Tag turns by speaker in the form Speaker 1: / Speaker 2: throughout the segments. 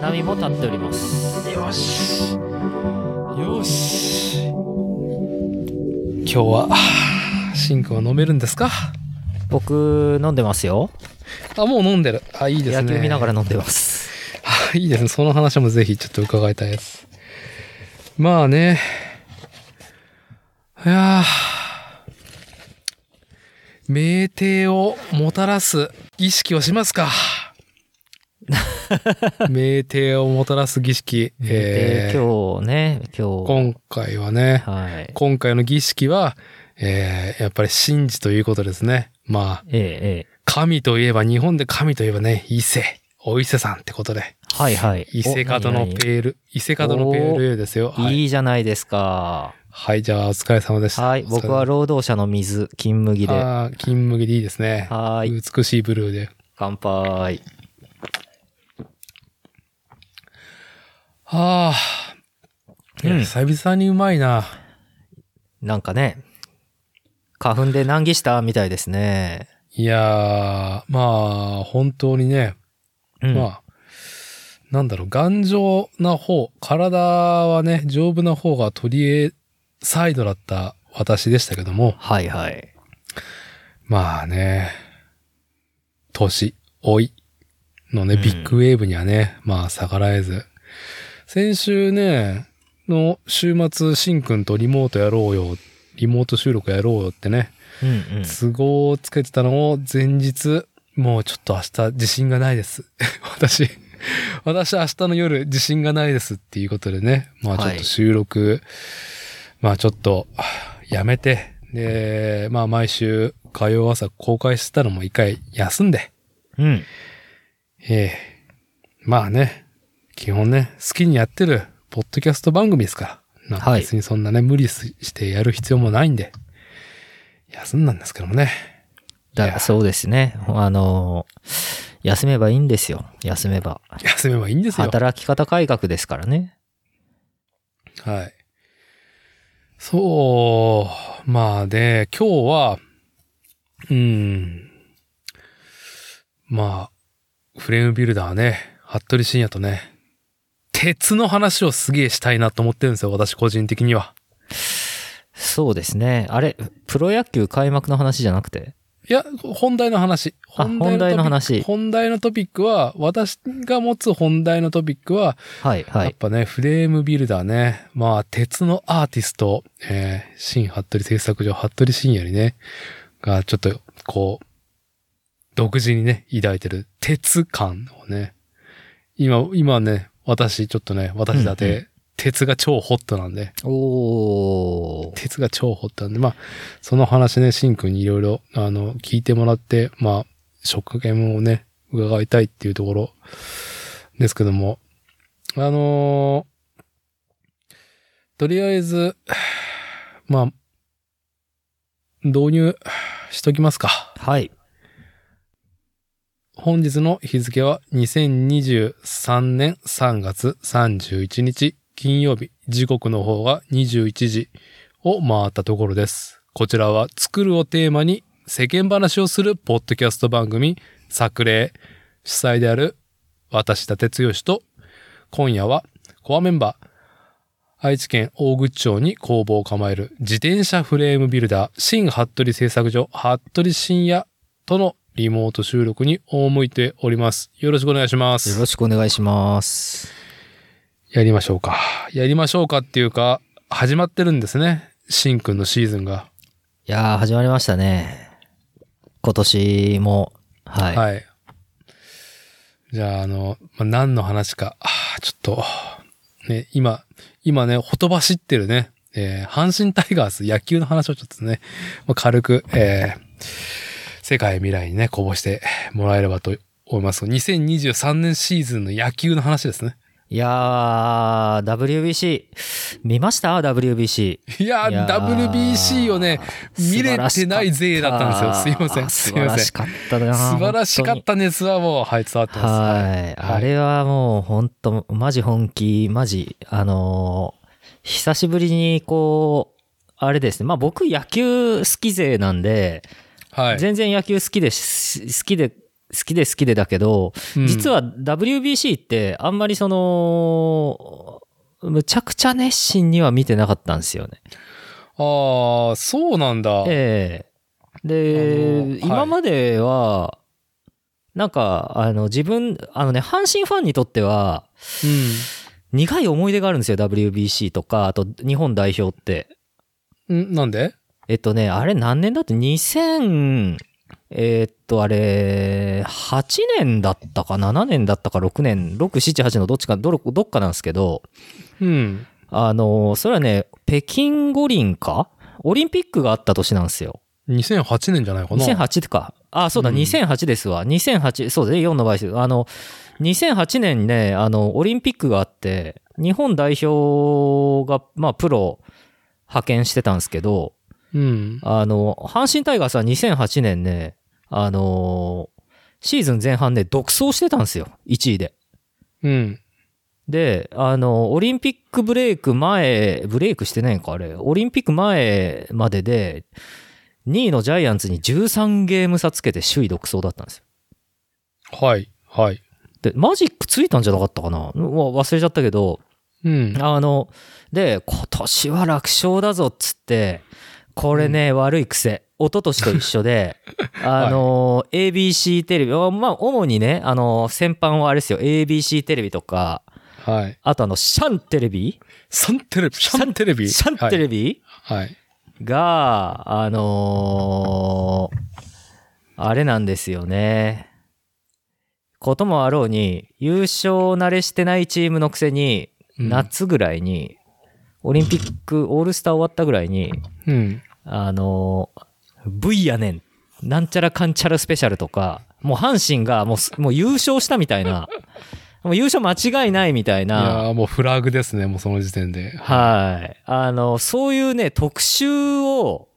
Speaker 1: 紙も立っております
Speaker 2: よし
Speaker 1: よし
Speaker 2: 今日はシンくんは飲めるんですか
Speaker 1: 僕飲んでますよ
Speaker 2: あもう飲んでるあいいですね
Speaker 1: 野球見ながら飲んでます
Speaker 2: あ いいですねその話もぜひちょっと伺いたいですまあねいやー酩酊をもたらす儀式をしま すか酩酊をもたらす儀式、
Speaker 1: で
Speaker 2: えー
Speaker 1: 今日ね今日
Speaker 2: 今回はね、
Speaker 1: はい
Speaker 2: 今回の儀式は、えーやっぱり神事ということですね。まあ、
Speaker 1: ええええ
Speaker 2: 神といえば、日本で神といえばね、伊勢、お伊勢さんってことで、
Speaker 1: はいはい
Speaker 2: 伊勢
Speaker 1: 方
Speaker 2: 門のペール、伊勢門のペールですよ。はい、
Speaker 1: いいじゃないですか
Speaker 2: はい、じゃあお疲れ様でした。
Speaker 1: はい
Speaker 2: お疲れ様
Speaker 1: 僕は労働者の水金麦では
Speaker 2: あー金麦でいいですね。
Speaker 1: ーい
Speaker 2: 美しいブルーで。
Speaker 1: 乾杯
Speaker 2: ああ、いや
Speaker 1: うん
Speaker 2: 久々にうまいな。
Speaker 1: なんかね花粉で難儀したみたいですね
Speaker 2: いやー、まあ、本当にね、
Speaker 1: うん、
Speaker 2: まあ、なんだろう、頑丈な方、体はね、丈夫な方が取り柄サイドだった私でしたけども、
Speaker 1: はいはい
Speaker 2: まあね、年、老いのね、
Speaker 1: うん
Speaker 2: ビッグウェーブにはね、まあ逆らえず。先週ね、の週末、しんくんとリモートやろうよ、リモート収録やろうよってね、
Speaker 1: うんうん
Speaker 2: 都合をつけてたのを前日、もうちょっと明日自信がないです。 私、私明日の夜自信がないですっていうことでね、まあちょっ
Speaker 1: は
Speaker 2: と
Speaker 1: い
Speaker 2: 収録、まあちょっとやめて、で、まあ毎週火曜朝公開してたのも一回休んで、
Speaker 1: うん
Speaker 2: ええまあね、基本ね、好きにやってるポッドキャスト番組ですから、なんか
Speaker 1: はい
Speaker 2: 別にそんなね、無理ししてやる必要もないんで、休んだんですけどもね。い
Speaker 1: だ
Speaker 2: や
Speaker 1: そうですね。あの、休めばいいんですよ。休めば。
Speaker 2: 休めばいいんですよ。
Speaker 1: 働き方改革ですからね。
Speaker 2: はい。そう、まあで、今日は、うん、まあ、フレームビルダーね、服部慎也とね、鉄の話をすげえしたいなと思ってるんですよ、私個人的には。
Speaker 1: そうですね。あれ、プロ野球開幕の話じゃなくて。
Speaker 2: いや、本題の話。
Speaker 1: あ本題の話
Speaker 2: 本題のトピックは、私が持つ本題のトピックは、
Speaker 1: はい、は
Speaker 2: やっ
Speaker 1: い。
Speaker 2: ぱね、フレームビルダーね。まあ、鉄のアーティスト、えー、新服部製作所、服部新也にね、がちょっと、こう、独自にね、抱いてる鉄感をね。今、今ね、私、ちょっとね、私だって、
Speaker 1: うんう
Speaker 2: 鉄が超ホットなんで、
Speaker 1: おー。
Speaker 2: 鉄が超掘ったんで、まあ、その話ね、シンくんにいろいろ、あの、聞いてもらって、まあ、食言をね、伺いたいっていうところですけども、あのーとりあえず、まあ、導入しときますか。
Speaker 1: はい。
Speaker 2: 本日の日付は2023年3月31日金曜日、時刻の方が21時を回ったところです。こちらは作るをテーマに世間話をするポッドキャスト番組作例主催である私立哲義と今夜はコアメンバー愛知県大口町に工房を構える自転車フレームビルダー新服部製作所服部深也とのリモート収録に大向いております。よろしくお願いします。
Speaker 1: よろしくお願いします。
Speaker 2: やりましょうか。やりましょうかっていうか、始まってるんですね。シンくんのシーズンが。
Speaker 1: いやー、始まりましたね。今年も、はい。
Speaker 2: はい。じゃあ、あの、まあ、何の話か。あーちょっと、ね、今、今ね、ほとばしってるね、えー阪神タイガース野球の話をちょっとね、まあ軽く、えー世界未来にね、こぼしてもらえればと思います。2023年シーズンの野球の話ですね。
Speaker 1: いやー、WBC、見ました ?WBC。
Speaker 2: いやー、
Speaker 1: いやー
Speaker 2: WBC をね、見れてない勢だったんですよ。すいません。す
Speaker 1: 素
Speaker 2: い
Speaker 1: 晴
Speaker 2: ま
Speaker 1: ら
Speaker 2: せん
Speaker 1: し。かったな
Speaker 2: 素晴らしか
Speaker 1: 本当に
Speaker 2: ったね、スワボー。はい、伝わってます。
Speaker 1: はい。
Speaker 2: はい
Speaker 1: あれはもう本当マジ本気、マジ、あのー久しぶりにこう、あれですね。まあ僕野球好き勢なんで、
Speaker 2: はい。
Speaker 1: 全然野球好きでし、好きで、好好きで好きでだけど、
Speaker 2: うん
Speaker 1: 実、は WBC ってあんまりその、むちゃくちゃ熱心には見てなかったんですよね。
Speaker 2: ああ、そうなんだ。
Speaker 1: ええ
Speaker 2: あの
Speaker 1: で、
Speaker 2: はい
Speaker 1: 今までは、なんか、あの、自分、あのね、阪神ファンにとっては、苦い思い出があるんですよ、WBC とか、あと、日本代表って。
Speaker 2: うん。んなんで
Speaker 1: えっとね、あれ何年だって2000、えーっと、あれ、8年だったか7年だったか6年、6、7、8のどっちか、どれどっかなんですけど、
Speaker 2: うん。
Speaker 1: あの、それはね、北京五輪かオリンピックがあった年なんですよ。
Speaker 2: 2008年じゃないかな。
Speaker 1: 2008か。あ、そうだ、
Speaker 2: うん
Speaker 1: 2008ですわ。2008、そうですね、4の倍数。あの、2008年にね、あの、オリンピックがあって、日本代表が、まあ、プロ派遣してたんですけど、
Speaker 2: うん。
Speaker 1: あの、阪神タイガースは2008年ね、あのーシーズン前半ね、独走してたんですよ。1位で。
Speaker 2: うん。
Speaker 1: で、あの、オリンピックブレイク前、ブレイクしてないんか、あれ。オリンピック前までで、2位のジャイアンツに13ゲーム差つけて首位独走だったんですよ。
Speaker 2: はい。はい。
Speaker 1: で、マジックついたんじゃなかったかなうわ忘れちゃったけど、
Speaker 2: うん。
Speaker 1: あの、で、今年は楽勝だぞっつって、これね、悪い癖。一昨年と一緒 で、あの、ABC テレビ、まあ、まあ主にね、あの、先般はあれですよ、ABC テレビとか、
Speaker 2: はい。
Speaker 1: あとあの、シャンテレビ
Speaker 2: サンテレビ、シャンテレビ。
Speaker 1: シャンテレビ、
Speaker 2: はい。はい。
Speaker 1: が、あのーあれなんですよね。こともあろうに、優勝慣れしてないチームのくせに、
Speaker 2: うん
Speaker 1: 夏ぐらいに、オリンピックオールスター終わったぐらいに、
Speaker 2: うん。
Speaker 1: あのー、V やねん。なんちゃらかんちゃらスペシャルとか、もう阪神がもうすもう優勝したみたいな、もう優勝間違いないみたい
Speaker 2: い
Speaker 1: な、
Speaker 2: やーもうフラグですね、もうその時点で。
Speaker 1: はい。あの、そういうね、特集を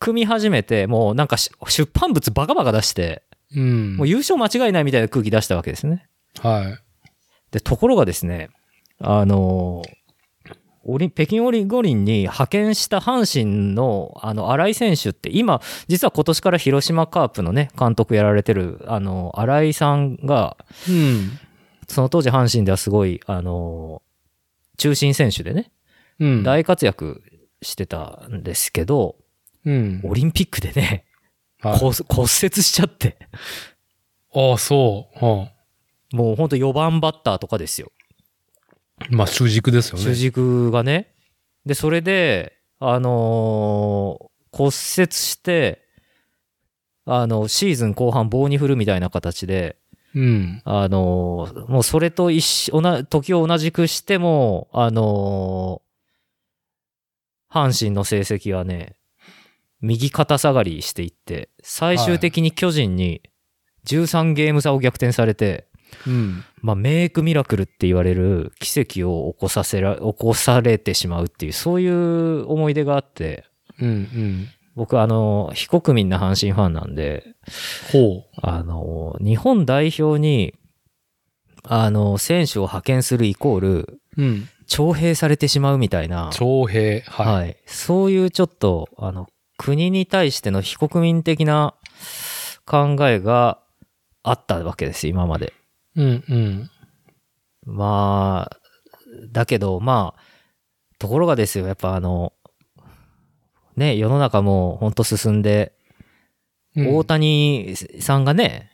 Speaker 1: 組み始めて、もうなんかし出版物バカバカ出して、
Speaker 2: うん。
Speaker 1: もう優勝間違いないみたいな空気出したわけですね。
Speaker 2: は
Speaker 1: で、ところがですね、あの、オリン北京オリン五輪に派遣した阪神のあの新井選手って今実は今年から広島カープのね監督やられてるあの新井さんが
Speaker 2: い。うん。
Speaker 1: その当時阪神ではすごいあの中心選手でね
Speaker 2: うん。
Speaker 1: 大活躍してたんですけど、
Speaker 2: うん。
Speaker 1: オリンピックでね、
Speaker 2: はい
Speaker 1: 骨骨折しちゃって、
Speaker 2: ああ、そう。は
Speaker 1: もうほんと4番バッターとかですよ。
Speaker 2: あ、まあ、主軸ですよね。
Speaker 1: 主軸がね。で、それで、あのー骨折して、あの、シーズン後半棒に振るみたいな形で、
Speaker 2: うん。
Speaker 1: あのーもうそれと一緒、おな時を同じくしても、あのー阪神の成績はね、右肩下がりしていって、最終的に巨人に13ゲーム差を逆転されて、
Speaker 2: うん。
Speaker 1: まあ、メイクミラクルって言われる奇跡を起こさせら、起こされてしまうっていう、そういう思い出があって、
Speaker 2: うん。うん。
Speaker 1: 僕、あのー、非国民な阪神ファンなんで、
Speaker 2: ほ
Speaker 1: あの、日本代表に、あの、選手を派遣するイコール、
Speaker 2: う。うん。
Speaker 1: 徴兵されてしまうみたいな、
Speaker 2: 徴兵。
Speaker 1: はい、
Speaker 2: はい。
Speaker 1: そういうちょっと、あの、国に対しての非国民的な考えがあったわけです、今まで。
Speaker 2: うん。うん。
Speaker 1: まあ、だけど、まあ、ところがですよ、やっぱあの、ね、世の中もうほんと進んで、
Speaker 2: うん
Speaker 1: 大谷さんがね、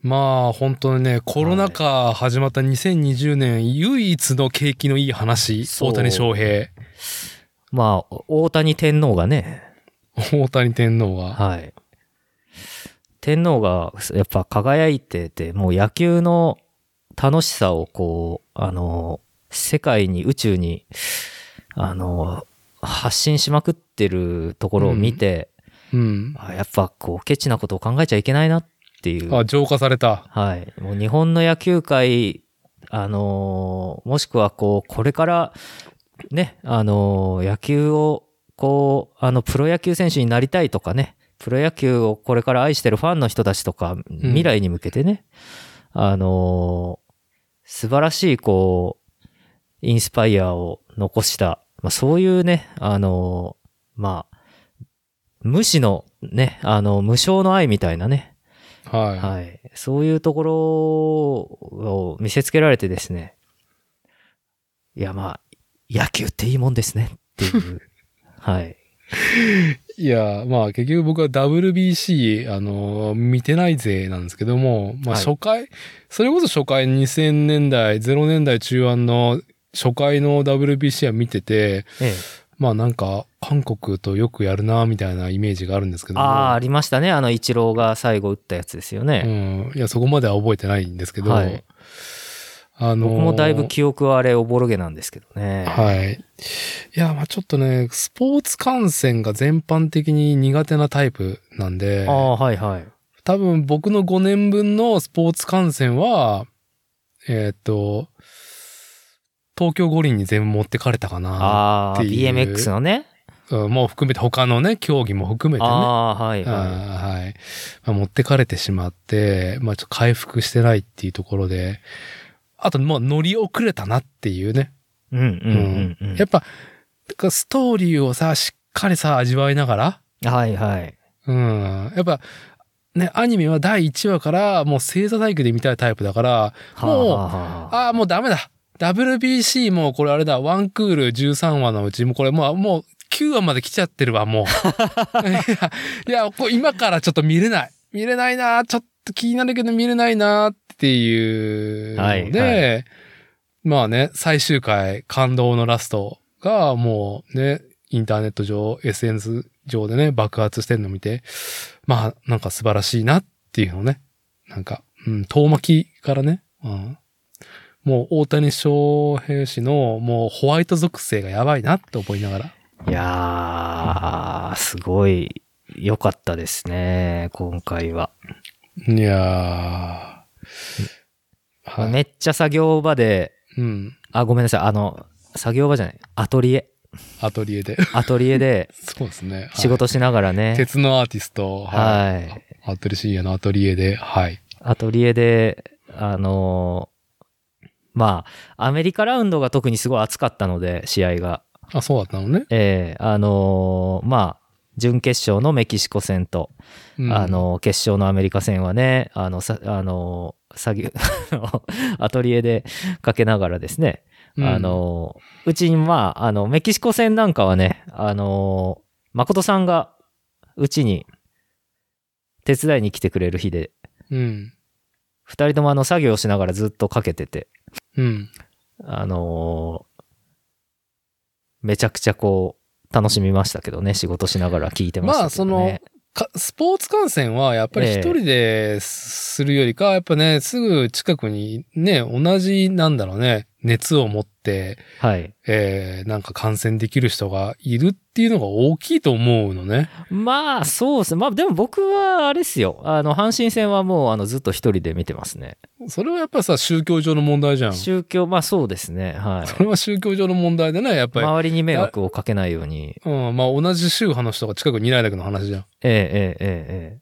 Speaker 2: まあ本当にね、コロナ禍始まった2020年、唯一の景気のいい話、
Speaker 1: そう
Speaker 2: 大谷翔平、
Speaker 1: まあ、大谷天皇がね、
Speaker 2: 大谷天皇が。
Speaker 1: はい。天皇がやっぱ輝いてて、もう野球の楽しさをこう、あの、世界に、宇宙に、あの、発信しまくってるところを見て、
Speaker 2: うん。
Speaker 1: あやっぱこう、ケチなことを考えちゃいけないなっていう。
Speaker 2: あ、浄化された。
Speaker 1: はい。もう日本の野球界、あのーもしくはこう、これから、ね、あのー野球を、こう、あの、プロ野球選手になりたいとかね、プロ野球をこれから愛してるファンの人たちとか、未来に向けてね、あのー素晴らしい、こう、インスパイアを残した、まあ、そういうね、あのーまあ、無視のね、あの、無償の愛みたいなね、
Speaker 2: はい。
Speaker 1: はい。そういうところを見せつけられてですね。いや、まあ、野球っていいもんですねって いう。はい。
Speaker 2: い、や、まあ結局僕は WBC、あのー見てないぜなんですけども、まあ
Speaker 1: はい
Speaker 2: 初回、それこそ初回2000年代、0年代中盤の初回の WBC は見てて、
Speaker 1: ええ、
Speaker 2: まあなんか韓国とよくやるな、みたいなイメージがあるんですけども。
Speaker 1: ああー、ありましたね。あの、イチローが最後打ったやつですよ
Speaker 2: う
Speaker 1: ね。
Speaker 2: ん。いや、そこまでは覚えてないんですけど、
Speaker 1: はい
Speaker 2: あのー
Speaker 1: 僕もだいぶ記憶はあれ、おぼろげなんですけどね。
Speaker 2: はい。いや、まあちょっとね、スポーツ観戦が全般的に苦手なタイプなんで
Speaker 1: あ、あ、はいはい。
Speaker 2: 多分僕の5年分のスポーツ観戦は、えーっと、東京五輪に全部持ってかれたかな。
Speaker 1: ああ、
Speaker 2: っていう
Speaker 1: BMX のね。
Speaker 2: うんもう含めて、他のね、競技も含めて
Speaker 1: あ
Speaker 2: ね。
Speaker 1: あ、はいは
Speaker 2: あーはい。まあ、持ってかれてしまって、まあ、ちょっと回復してないっていうところで、あと、まあ、乗り遅れたなっていうね。
Speaker 1: い。うんうんうんうん。
Speaker 2: やっぱ、だからストーリーをさ、しっかりさ、味わいながら、
Speaker 1: はいはい。
Speaker 2: うん。やっぱ、ね、アニメは第1話から、もう星座体育で見たいタイプだから、
Speaker 1: はあ、はあはあ、
Speaker 2: ああ、もうダメだ。WBC もうこれあれだ。ワンクール13話のうち、もうこれもう、もう9話まで来ちゃってるわ、も う。いや、いやこう今からちょっと見れない。見れないなちょっと気になるけど見れないなっていうので、
Speaker 1: はいは
Speaker 2: まあね、最終回、感動のラストがもうね、インターネット上、SNS 上でね、爆発してんの見て、まあ、なんか素晴らしいなっていうのをね、なんか、うん、遠巻きからね、うん、もう大谷翔平氏のもうホワイト属性がやばいなって思いながら。
Speaker 1: いやー、すごい良かったですね、今回は。
Speaker 2: いやー。はい。
Speaker 1: めっちゃ作業場で、
Speaker 2: うん。
Speaker 1: あ、ごめんなさい、あの、作業場じゃない、アトリエ。
Speaker 2: アトリエで。
Speaker 1: アトリエで
Speaker 2: そうですね。はい
Speaker 1: 仕事しながらね、
Speaker 2: 鉄のアーティスト。
Speaker 1: はい。
Speaker 2: アトリシーヤのアトリエで。はい。
Speaker 1: アトリエで、あのーまあ、アメリカラウンドが特にすごい熱かったので、試合が。
Speaker 2: あ、そうだったのね。
Speaker 1: ええあのーまあ、準決勝のメキシコ戦と、
Speaker 2: うん
Speaker 1: あ、の、決勝のアメリカ戦はね、あの、さあの、作業、 あのアトリエでかけながらですね、
Speaker 2: うん
Speaker 1: あ、の、うちに、まあ、あの、メキシコ戦なんかはね、あの、誠さんが、うちに、手伝いに来てくれる日で、
Speaker 2: うん。
Speaker 1: 二人ともあの、作業しながらずっとかけてて、
Speaker 2: うん。
Speaker 1: あのめちゃくちゃこう、楽しみましたけどね、仕事しながら聞いてましたけど、ね。
Speaker 2: まあそのかスポーツ観戦はやっぱり
Speaker 1: ええ
Speaker 2: 一人でするよりか、やっぱね、すぐ近くにね、同じなんだろうね、熱を持って、
Speaker 1: はい。
Speaker 2: えー、なんか感染できる人がいるっていうのが大きいと思うのね。
Speaker 1: まあ、そうですね。まあ、でも僕は、あれですよ。あの、阪神戦はもう、あの、ずっと一人で見てますね。
Speaker 2: それはやっぱさ、宗教上の問題じゃん。そ
Speaker 1: 宗教、まあ、そうですね。はい。
Speaker 2: れは宗教上の問題でね、やっぱり。
Speaker 1: 周りに迷惑をかけないように。
Speaker 2: うん、まあ同じ宗派の人が近くにいないだけの話じゃ
Speaker 1: ええ、ええ、え
Speaker 2: ん。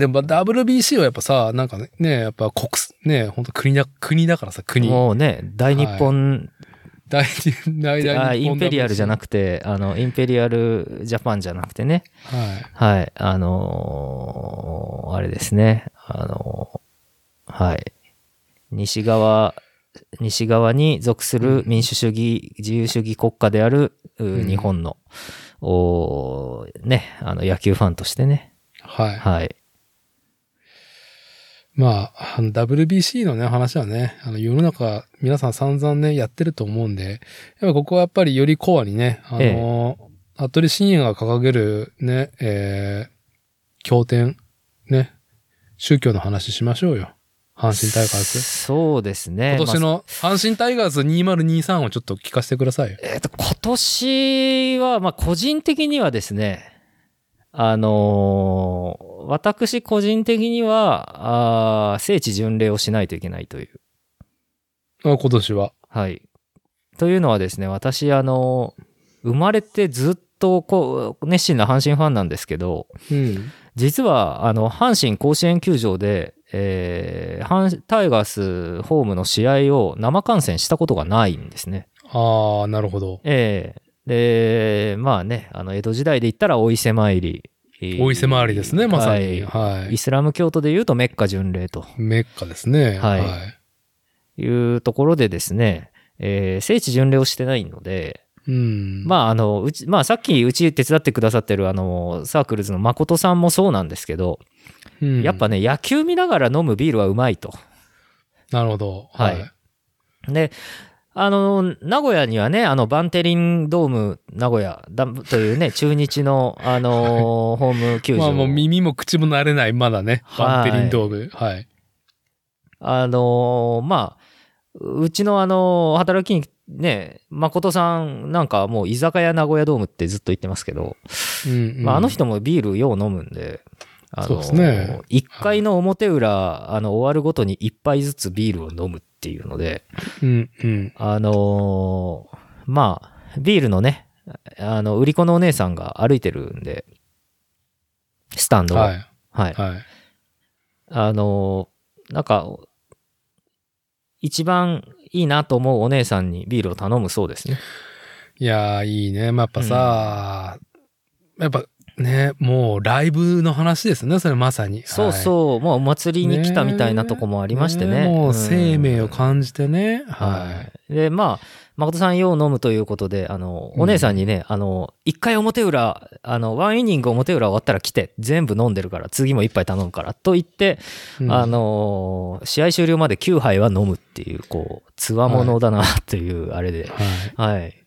Speaker 2: でもまあ WBC はやっぱさ、なんかね、ねやっぱ国す、ね、本当国だ、国だからさ、
Speaker 1: え。
Speaker 2: 国。
Speaker 1: もうね、大日本、
Speaker 2: 大日、大々
Speaker 1: あインペリアルじゃな
Speaker 2: く
Speaker 1: くて、あの、インペリアルジャパンじゃなくてね。
Speaker 2: て。はい。
Speaker 1: はい。あのーあれですね。あのーはい。西側、西側に属する民主主義、自由主義国家である、う
Speaker 2: うん
Speaker 1: 日本の、おーね、あの、野球ファンとしてね。
Speaker 2: はい。
Speaker 1: はい。
Speaker 2: まあ、あの WBC のね、話はね、あの世の中、皆さん散々ね、やってると思うんで、やっぱここはやっぱりよりコアにね、あの、服部真也が掲げるね、えー、経典、ね、宗教の話しましょうよ。阪神タイガース。
Speaker 1: そうですね。
Speaker 2: 今
Speaker 1: ま
Speaker 2: 年
Speaker 1: あ
Speaker 2: の阪神タイガース2023をちょっと聞かせてくださいよ。
Speaker 1: えっと、今年は、まあ、個人的にはですね、あのー私個人的には、あー聖地巡礼をしないといけないという。
Speaker 2: あ今年は。
Speaker 1: はい。というのはですね、私、あの、生まれてずっと、こう、熱心な阪神ファンなんですけど、
Speaker 2: うん。
Speaker 1: 実は、あの、阪神甲子園球場で、えー阪タイガースホームの試合を生観戦したことがないんですね。
Speaker 2: ああ、なるほど。
Speaker 1: ええで、まあね、あの、江戸時代で言ったら、お伊勢参り、え
Speaker 2: お伊勢回りですね、まさに。
Speaker 1: は
Speaker 2: はい
Speaker 1: イ
Speaker 2: い。
Speaker 1: スラム教徒でいうとメッカ巡礼と
Speaker 2: メッカですね。
Speaker 1: はい
Speaker 2: はい。
Speaker 1: いうところでですね、えー聖地巡礼をしてないので、
Speaker 2: うん。あ、
Speaker 1: まあ、あの、うち、まあ、さっきうち手伝ってくださってるあの、サークルズの誠さんもそうなんですけど、やっぱね、野球見ながら飲むビールはうまいと。
Speaker 2: なるほど。
Speaker 1: はいで、あの、名古屋にはね、あの、バンテリンドーム名古屋だというね、中日の、あの、ホーム球
Speaker 2: まあ
Speaker 1: 場。
Speaker 2: もう耳も口も慣れない、まだね。バン
Speaker 1: はい
Speaker 2: テリンドーム。はい。
Speaker 1: あの、まあ、うちのあの、働きにね、誠さんなんかはもう居酒屋名古屋ドームってずっと言ってますけど、
Speaker 2: うんうん
Speaker 1: まあ、あの人もビールよう飲むんで、あの
Speaker 2: そうですね
Speaker 1: 1回の表裏、あの、終わるごとに1杯ずつビールを飲むっていうので、
Speaker 2: うんうん。
Speaker 1: あのーまあ、ビールのね、あの、売り子のお姉さんが歩いてるんで、スタンドを
Speaker 2: はい。
Speaker 1: はい。
Speaker 2: はい。
Speaker 1: あのーなんか、一番いいなと思うお姉さんにビールを頼むそうですね。
Speaker 2: いやー、いいね。まあ、やっぱさ、やっぱね、もうライブの話ですね、それまさに。
Speaker 1: そうそう、もうお祭りに来たみたいなとこもあ
Speaker 2: あ
Speaker 1: りましてね。
Speaker 2: もううん生命を感じてね。は
Speaker 1: はい。で、まあ、誠さんよう飲むということで、あの、お姉さんにね、あの、一回表裏、あの、ワンイニング表裏終わったら来て、全部飲んでるから、次も一杯頼むから、と言って、
Speaker 2: い。うん
Speaker 1: あのー試合終了まで9杯は飲むっていう、こう、つわものだな、という、あれで。
Speaker 2: は
Speaker 1: はい。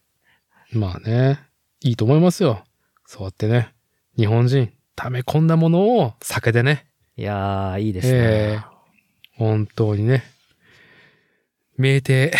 Speaker 2: い。まあね、いいと思いますよ。そうやってね、日本人、溜め込んだものを酒でね、
Speaker 1: いやー、いいです
Speaker 2: え
Speaker 1: ね。
Speaker 2: え本当にね、名店。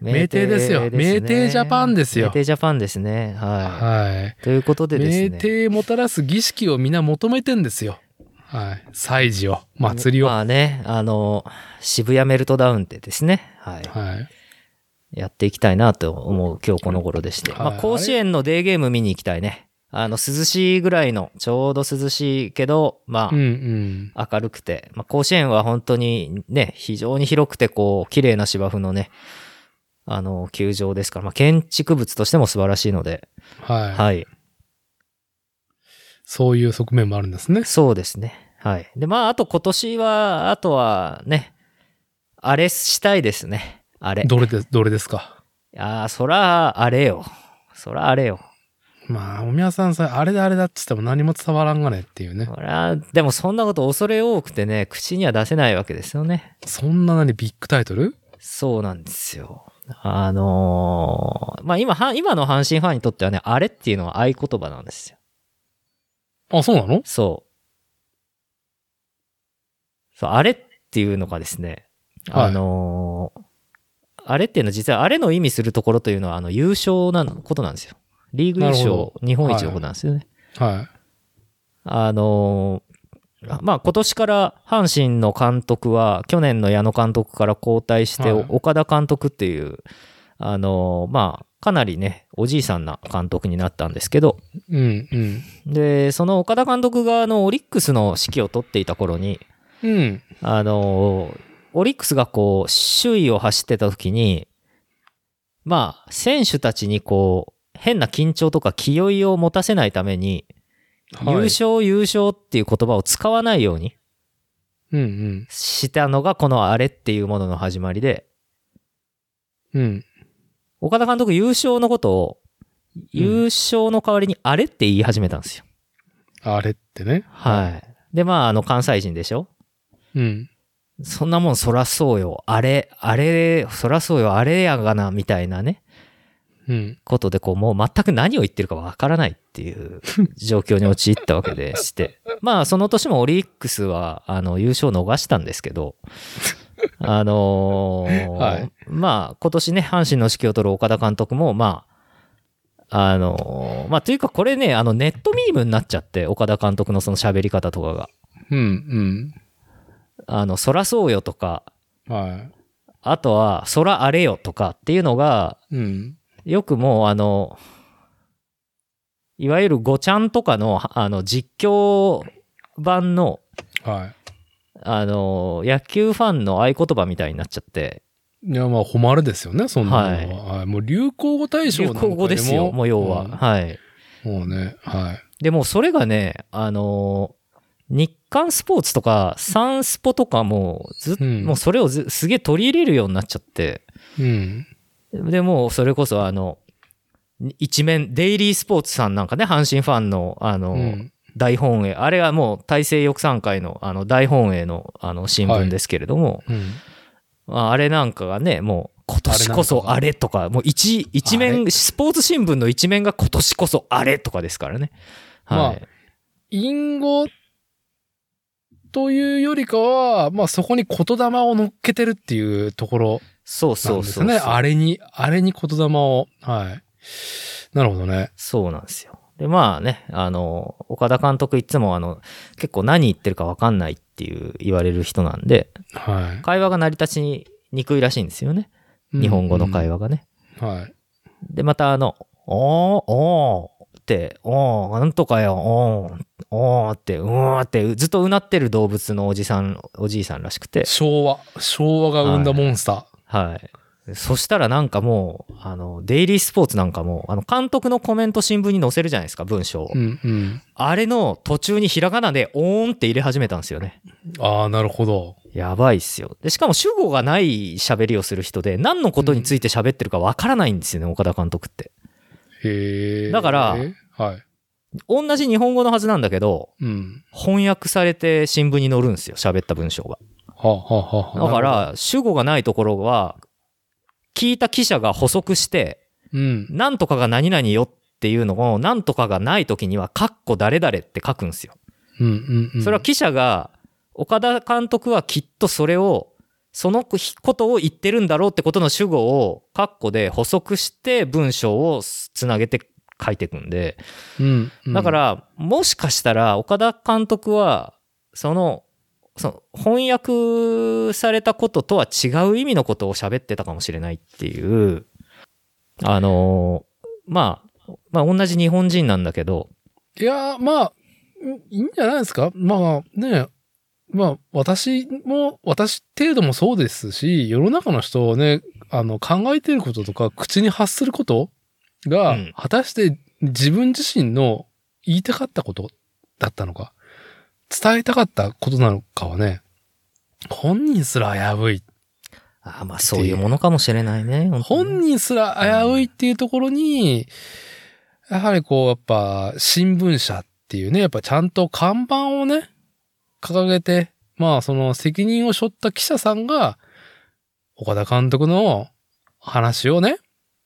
Speaker 2: 名店ですよ名店ジャパンですよ
Speaker 1: 名店ジャパンですね。は
Speaker 2: はい。
Speaker 1: い。ということでですね。
Speaker 2: 名帝もたらす儀式を皆求めてんですよ。はい。祭事を、祭りを。
Speaker 1: まあね、あの、渋谷メルトダウンってですね、はい、
Speaker 2: はい。
Speaker 1: やっていきたいなと思う今日この頃でして。
Speaker 2: はい
Speaker 1: まあ、甲子園のデーゲーム見に行きたいね。あの、涼しいぐらいの、ちょうど涼しいけど、ま
Speaker 2: うんうん。
Speaker 1: あ、明るくて、まあ、甲子園は本当にね、非常に広くて、こう、綺麗な芝生のね、あの、球場ですから、まあ、建築物としても素晴らしいので、
Speaker 2: はい。
Speaker 1: はい。
Speaker 2: そういう側面もあるんですね。
Speaker 1: そうですね。はい。で、まあ、あと今年は、あとはね、あれしたいですね。あれ。
Speaker 2: どれで、どれですか。
Speaker 1: ああ、そら、あれよ。そら、あれよ。
Speaker 2: まあ、おみやさんさ、あれだあれだっつっても何も伝わらんがねっていうね。
Speaker 1: そら、でもそんなこと恐れ多くてね、口には出せないわけですよね。
Speaker 2: そんなにビッグタイトル
Speaker 1: そうなんですよ。あのーまあ今は、今の阪神ファンにとってはね、あれっていうのは合言葉なんですよ。
Speaker 2: あ、そうなの
Speaker 1: そう。そう、あれっていうのがですね、
Speaker 2: はい
Speaker 1: あのーあれっていうのは実はあれの意味するところというのは、あの、優勝なことなんですよ。リーグ優
Speaker 2: なる
Speaker 1: 勝
Speaker 2: ほ、
Speaker 1: 日本一のことなんですよね。
Speaker 2: は
Speaker 1: あのーまあ今年から阪神の監督は去年の矢野監督から交代して、
Speaker 2: はい
Speaker 1: 岡田監督っていう、あのーまあかなりね、おじいさんな監督になったんですけど、
Speaker 2: い。うんうん。
Speaker 1: で、その岡田監督があのオリックスの指揮を取っていた頃に、
Speaker 2: うん。
Speaker 1: あのーオリックスがこう、周囲を走ってた時に、まあ、選手たちにこう、変な緊張とか気負いを持たせないために、
Speaker 2: はい
Speaker 1: 優勝優勝っていう言葉を使わないように
Speaker 2: うんうん。
Speaker 1: したのがこのあれっていうものの始まりで、
Speaker 2: うん。
Speaker 1: 岡田監督優勝のことを、優勝の代わりにあれって言い始めたんですよ。
Speaker 2: あれってね。
Speaker 1: はい。で、まあ、あの、関西人でしょ
Speaker 2: うん。
Speaker 1: そんなもんそらそうよ。あれ、あれ、そらそうよ、あれやがな、みたいなね、
Speaker 2: うん。
Speaker 1: ことで、こう、もう全く何を言ってるかわからないっていう 状況に陥ったわけでして。まあ、その年もオリックスは、あの、優勝を逃したんですけど、あのー
Speaker 2: はい
Speaker 1: まあ、今年ね、阪神の指揮を取る岡田監督も、まあ、あのーまあ、というかこれね、あの、ネットミームになっちゃって、岡田監督のその喋り方とかが。
Speaker 2: うん
Speaker 1: あの、そらそうよとか、
Speaker 2: うん。は
Speaker 1: あとは、空あれよとかっていうのが、
Speaker 2: い。うん。
Speaker 1: よくもうあの、いわゆるごちゃんとかの、あの、実況版の、
Speaker 2: は
Speaker 1: あの、野球ファンの合言葉みたいになっちゃって、
Speaker 2: い。いや、まあ、誉れですよね、そんなのは。はい。もう流行語大賞
Speaker 1: 流
Speaker 2: なんか
Speaker 1: 行語ですよ、もう要は。
Speaker 2: ん
Speaker 1: はい。
Speaker 2: もうね、はい。
Speaker 1: でもうそれがね、あのー日刊スポーツとかサンスポとかもずっ、
Speaker 2: うん
Speaker 1: もうそれをずすげえ取り入れるようになっちゃって、
Speaker 2: うん。
Speaker 1: でもうそれこそあの、一面、デイリースポーツさんなんかね、阪神ファンの、あの、
Speaker 2: うん。
Speaker 1: 大本営、あれはもう大西翼賛会の、あの、大本営の、あの、新聞ですけれども、
Speaker 2: うん。
Speaker 1: まあ、あれなんかがね、もう今年こそあれとか、もう一、一
Speaker 2: あ
Speaker 1: 面、スポーツ新聞の一面が今年こそあれとかですからね。はい。
Speaker 2: 隠語というよりかは、まあそこに言霊を乗っけてるっていうところ
Speaker 1: そう
Speaker 2: な
Speaker 1: そ
Speaker 2: ん
Speaker 1: う
Speaker 2: です
Speaker 1: そ
Speaker 2: よ
Speaker 1: う
Speaker 2: ね。
Speaker 1: そう。
Speaker 2: あれに、あれに言霊を。はい。なるほどね。
Speaker 1: そうなんですよ。で、まあね、あの、岡田監督いつもあの、結構何言ってるかわかんないっていう言われる人なんで、
Speaker 2: は
Speaker 1: 会話が成り立ちにくいらしいんですよね。
Speaker 2: い。
Speaker 1: 日本語の会
Speaker 2: 話。
Speaker 1: 話がね。
Speaker 2: はい。
Speaker 1: で、またあの、おー、おーって、おー、なんとかよ、おー、おーって、うーって、ずっとうなってる動物のおじさん、おじいさんらしくて、
Speaker 2: 昭和。昭和が生んだモンスター。
Speaker 1: はい。そしたらなんかもう、あの、デイリースポーツなんかも、あの、監督のコメント新聞に載せるじゃないですか、文章を。
Speaker 2: うんうん。
Speaker 1: あれの途中にひらがなで、おーんって入れ始めたんですよね。
Speaker 2: ああ、なるほど。
Speaker 1: やばいっすよ。で、しかも主語がない喋りをする人で、何のことについて喋ってるかわからないんですよね、岡田監督って。
Speaker 2: へえ。
Speaker 1: だから
Speaker 2: はい。
Speaker 1: 同じ日本語のはずなんだけど、
Speaker 2: うん。
Speaker 1: 翻訳されて新聞に載るんですよ、喋った文章が。
Speaker 2: はあ、はあはあはあ
Speaker 1: だか、ら、主語がないところは、聞いた記者が補足して、
Speaker 2: うん。
Speaker 1: なんとかが何々よっていうのを、なんとかがない時には、かっこ誰々って書くんですよ。
Speaker 2: うんうんうん。
Speaker 1: それは記者が、岡田監督はきっとそれを、そのことを言ってるんだろうってことの主語を、かっこで補足して文章をつなげて書いていくんで、
Speaker 2: うん、うん。
Speaker 1: だから、もしかしたら、岡田監督は、その、その翻訳されたこととは違う意味のことを喋ってたかもしれないっていう、あのーまあ、まあ、同じ日本人なんだけど、
Speaker 2: いやー、まあ、んいいんじゃないですかまあね、まあ私も、私程度もそうですし、世の中の人をね、あの考えていることとか、口に発することが、
Speaker 1: うん
Speaker 2: 果たして自分自身の言いたかったことだったのか、伝えたかったことなのかはね、本人すら危うい。
Speaker 1: ああまあ、そういうものかもしれないね。本当に
Speaker 2: 本人すら危ういっていうところに、やはりこう、やっぱ、新聞社っていうね、やっぱちゃんと看板をね、掲げて、まあ、その責任を背負った記者さんが、岡田監督の話をね、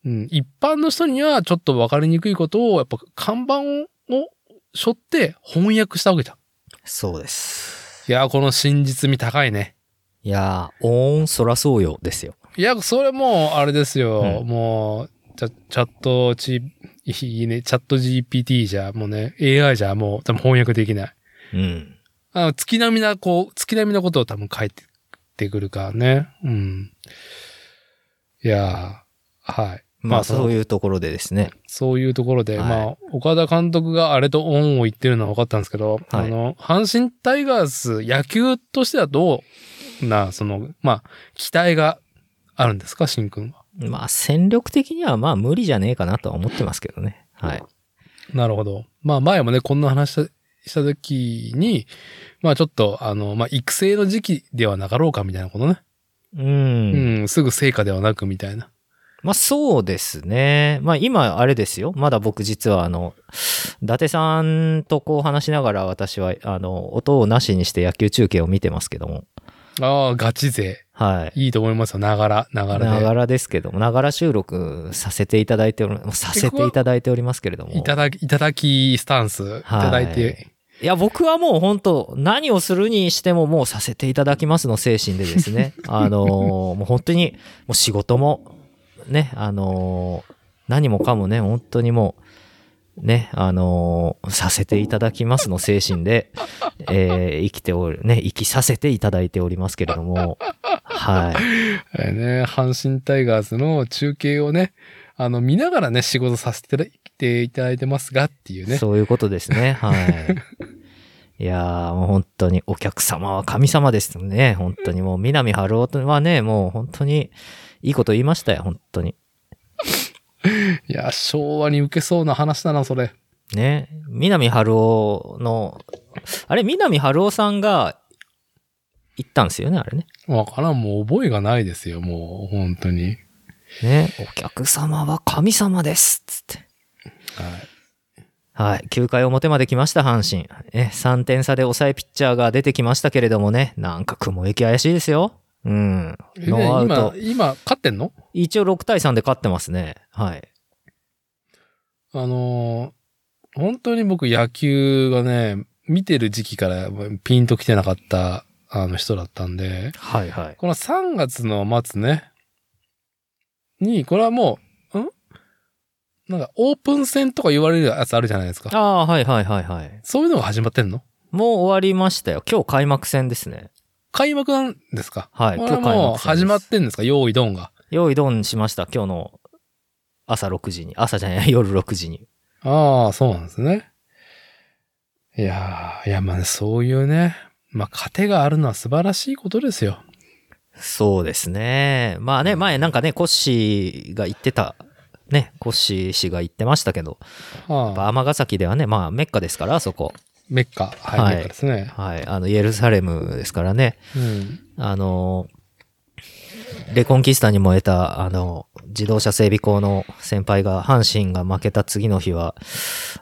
Speaker 2: うん、一般の人にはちょっと分かりにくいことを、やっぱ看板を背負って翻訳したわけじゃん。
Speaker 1: そうです。
Speaker 2: いやー、この真実味高いね。
Speaker 1: いやー、おーん、そらそうよ、ですよ。
Speaker 2: いや、それもう、あれですよ。
Speaker 1: うん
Speaker 2: もう、チャチャット G、いいね、チャット GPT じゃ、もうね、AI じゃ、もう多分翻訳できない。
Speaker 1: うん。
Speaker 2: あの、月並みな、こう、月並みなことを多分書いてってくるからね。うん。いやー、はい。
Speaker 1: ま
Speaker 2: ま
Speaker 1: あ、
Speaker 2: あ
Speaker 1: そういうところでですね。
Speaker 2: そういうところで、
Speaker 1: はい
Speaker 2: まあ、岡田監督があれとオンを言ってるのは分かったんですけど、
Speaker 1: はい
Speaker 2: あの、阪神タイガース野球としてはどうな、その、まあ、期待があるんですか、しんくんは。
Speaker 1: まあ、戦力的には、まあ、無理じゃねえかなとは思ってますけどね。はい。
Speaker 2: なるほど。まあ前もね、こんな話したした時に、まあちょっと、あの、まあ育成の時期ではなかろうかみたいなことね。
Speaker 1: うん
Speaker 2: うん、すぐ成果ではなくみたいな。
Speaker 1: まあそうですね。まあ今あれですよ。まだ僕実はあの、伊達さんとこう話しながら私はあの、音をなしにして野球中継を見てますけども。
Speaker 2: ああ、ガチ勢。
Speaker 1: はい。
Speaker 2: いいと思いますよ。ながら、なが
Speaker 1: な
Speaker 2: ら
Speaker 1: がらですけども、ながら収録させていただいておる、もうさせていただいておりますけれども。
Speaker 2: で。いただき、いただきスタンス、いただいて。
Speaker 1: いや、僕はもう本当、何をするにしてももうさせていただきますの精神でですね、あのーもう本当に、もう仕事も、ね、あのー何もかもね、本当にもう、ね、あのーさせていただきますの精神で、えー生きておる、ね、生きさせていただいておりますけれども、はい。
Speaker 2: えーね、阪神タイガースの中継をね、あの、見ながらね、仕事させていただいてますがっていうね。
Speaker 1: そういうことです ね、はい。いやー、もう本当にお客様は神様ですね。本当にもう南春夫はね、もう本当にいいこと言いましたよ、本当に。
Speaker 2: いや、昭和に受けそうな話だな、それ。
Speaker 1: ね、南春夫の、あれ、南春夫さんが行ったんですよね、あれね。
Speaker 2: わからん、もう覚えがないですよ、もう、本当に。
Speaker 1: ね、お客様は神様ですつって。
Speaker 2: はい。
Speaker 1: はい。9回表まで来ました、阪神。え、3点差で抑えピッチャーが出てきましたけれどもね、なんか雲行き怪しいですよ。うん。
Speaker 2: え
Speaker 1: ノーアウト
Speaker 2: ね。今、今、勝ってんの
Speaker 1: 一応6対3で勝ってますね。はい。
Speaker 2: あのー本当に僕野球がね、見てる時期からピンと来てなかった、あの人だったんで、
Speaker 1: はいはい。
Speaker 2: この3月の末ね、に、これはもう、んなんかオープン戦とか言われるやつあるじゃないですか。
Speaker 1: ああ、はいはいはいはい。
Speaker 2: そういうのが始まってんの
Speaker 1: もう終わりましたよ。今日開幕戦ですね。
Speaker 2: 開幕なんですか
Speaker 1: はい。
Speaker 2: こ
Speaker 1: 今
Speaker 2: れ
Speaker 1: 日
Speaker 2: は
Speaker 1: 開幕戦
Speaker 2: もう
Speaker 1: です
Speaker 2: 始まってんですか用意ドンが。
Speaker 1: 用意ドンしました。今日の朝6時に。朝じゃない、 夜6時に。
Speaker 2: ああ、そうなんですね。いやー、いやまあね、そういうね、まあ糧があるのは素晴らしいことですよ。
Speaker 1: そうですね。まあね、前なんかね、コッシーが言ってた、ね、コッシー氏が言ってましたけど、
Speaker 2: は
Speaker 1: や
Speaker 2: あ
Speaker 1: っぱ尼崎ではね、まあメッカですから、あそこ。
Speaker 2: メッカ。はい、
Speaker 1: はい
Speaker 2: メッカですね。
Speaker 1: はい。あの、イエルサレムですからね。
Speaker 2: うん。
Speaker 1: あの、レコンキスタにも得た、あの、自動車整備工の先輩が、阪神が負けた次の日は、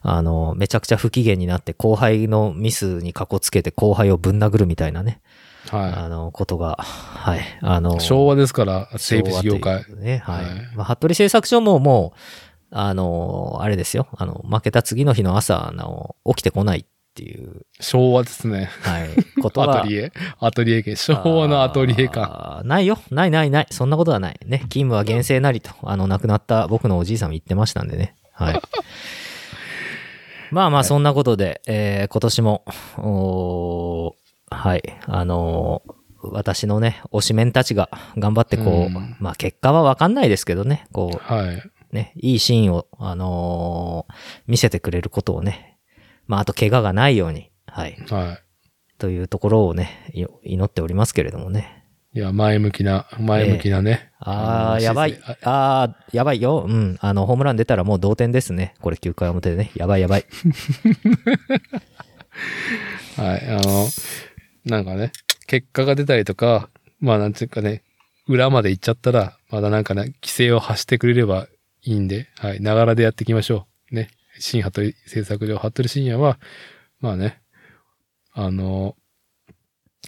Speaker 1: あの、めちゃくちゃ不機嫌になって、後輩のミスにかこつけて、後輩をぶん殴るみたいなね、
Speaker 2: は
Speaker 1: あの、ことが、はい、あの、
Speaker 2: い。昭和ですから、
Speaker 1: 昭
Speaker 2: 整備
Speaker 1: 和
Speaker 2: 士業界
Speaker 1: と。いうね、はい。
Speaker 2: はい
Speaker 1: まあ、服部製作所ももう、あの、あれですよ、あの、負けた次の日の朝、あの、起きてこないっていう、
Speaker 2: 昭和ですね。
Speaker 1: はい、こと
Speaker 2: ア
Speaker 1: が
Speaker 2: トリエ。アトリエ系。昭和のアトリエか。
Speaker 1: あーないよ。ないないない。そんなことはない。ね。勤務は厳正なりと、あの、亡くなった僕のおじいさんも言ってましたんでね。はい。 まあまあ、そんなことで、えー今年も、おーはい、あのー私のね、推しメンたちが頑張ってこう、
Speaker 2: うん
Speaker 1: まあ結果はわかんないですけどね、こ
Speaker 2: はい。
Speaker 1: う、ね、いいシーンを、あのー見せてくれることをね、まああと怪我がないように、はい、
Speaker 2: は
Speaker 1: というところをね、い祈っておりますけれどもね。
Speaker 2: い。いや、前向きな、前向きなね。
Speaker 1: あ
Speaker 2: の
Speaker 1: あ、やばい
Speaker 2: 姿勢。
Speaker 1: ああ、やばいよ。うん。あの、ホームラン出たらもう同点ですね。これ9回表でね。やばいやばい。
Speaker 2: あはい。あの、なんかね、結果が出たりとか、まあなんていうかね、裏まで行っちゃったら、まだなんかね、規制を発してくれればいいんで、はい。ながらでやっていきましょう。ね。新ハトリ製作所、ハトリ深夜は、まあね、あの、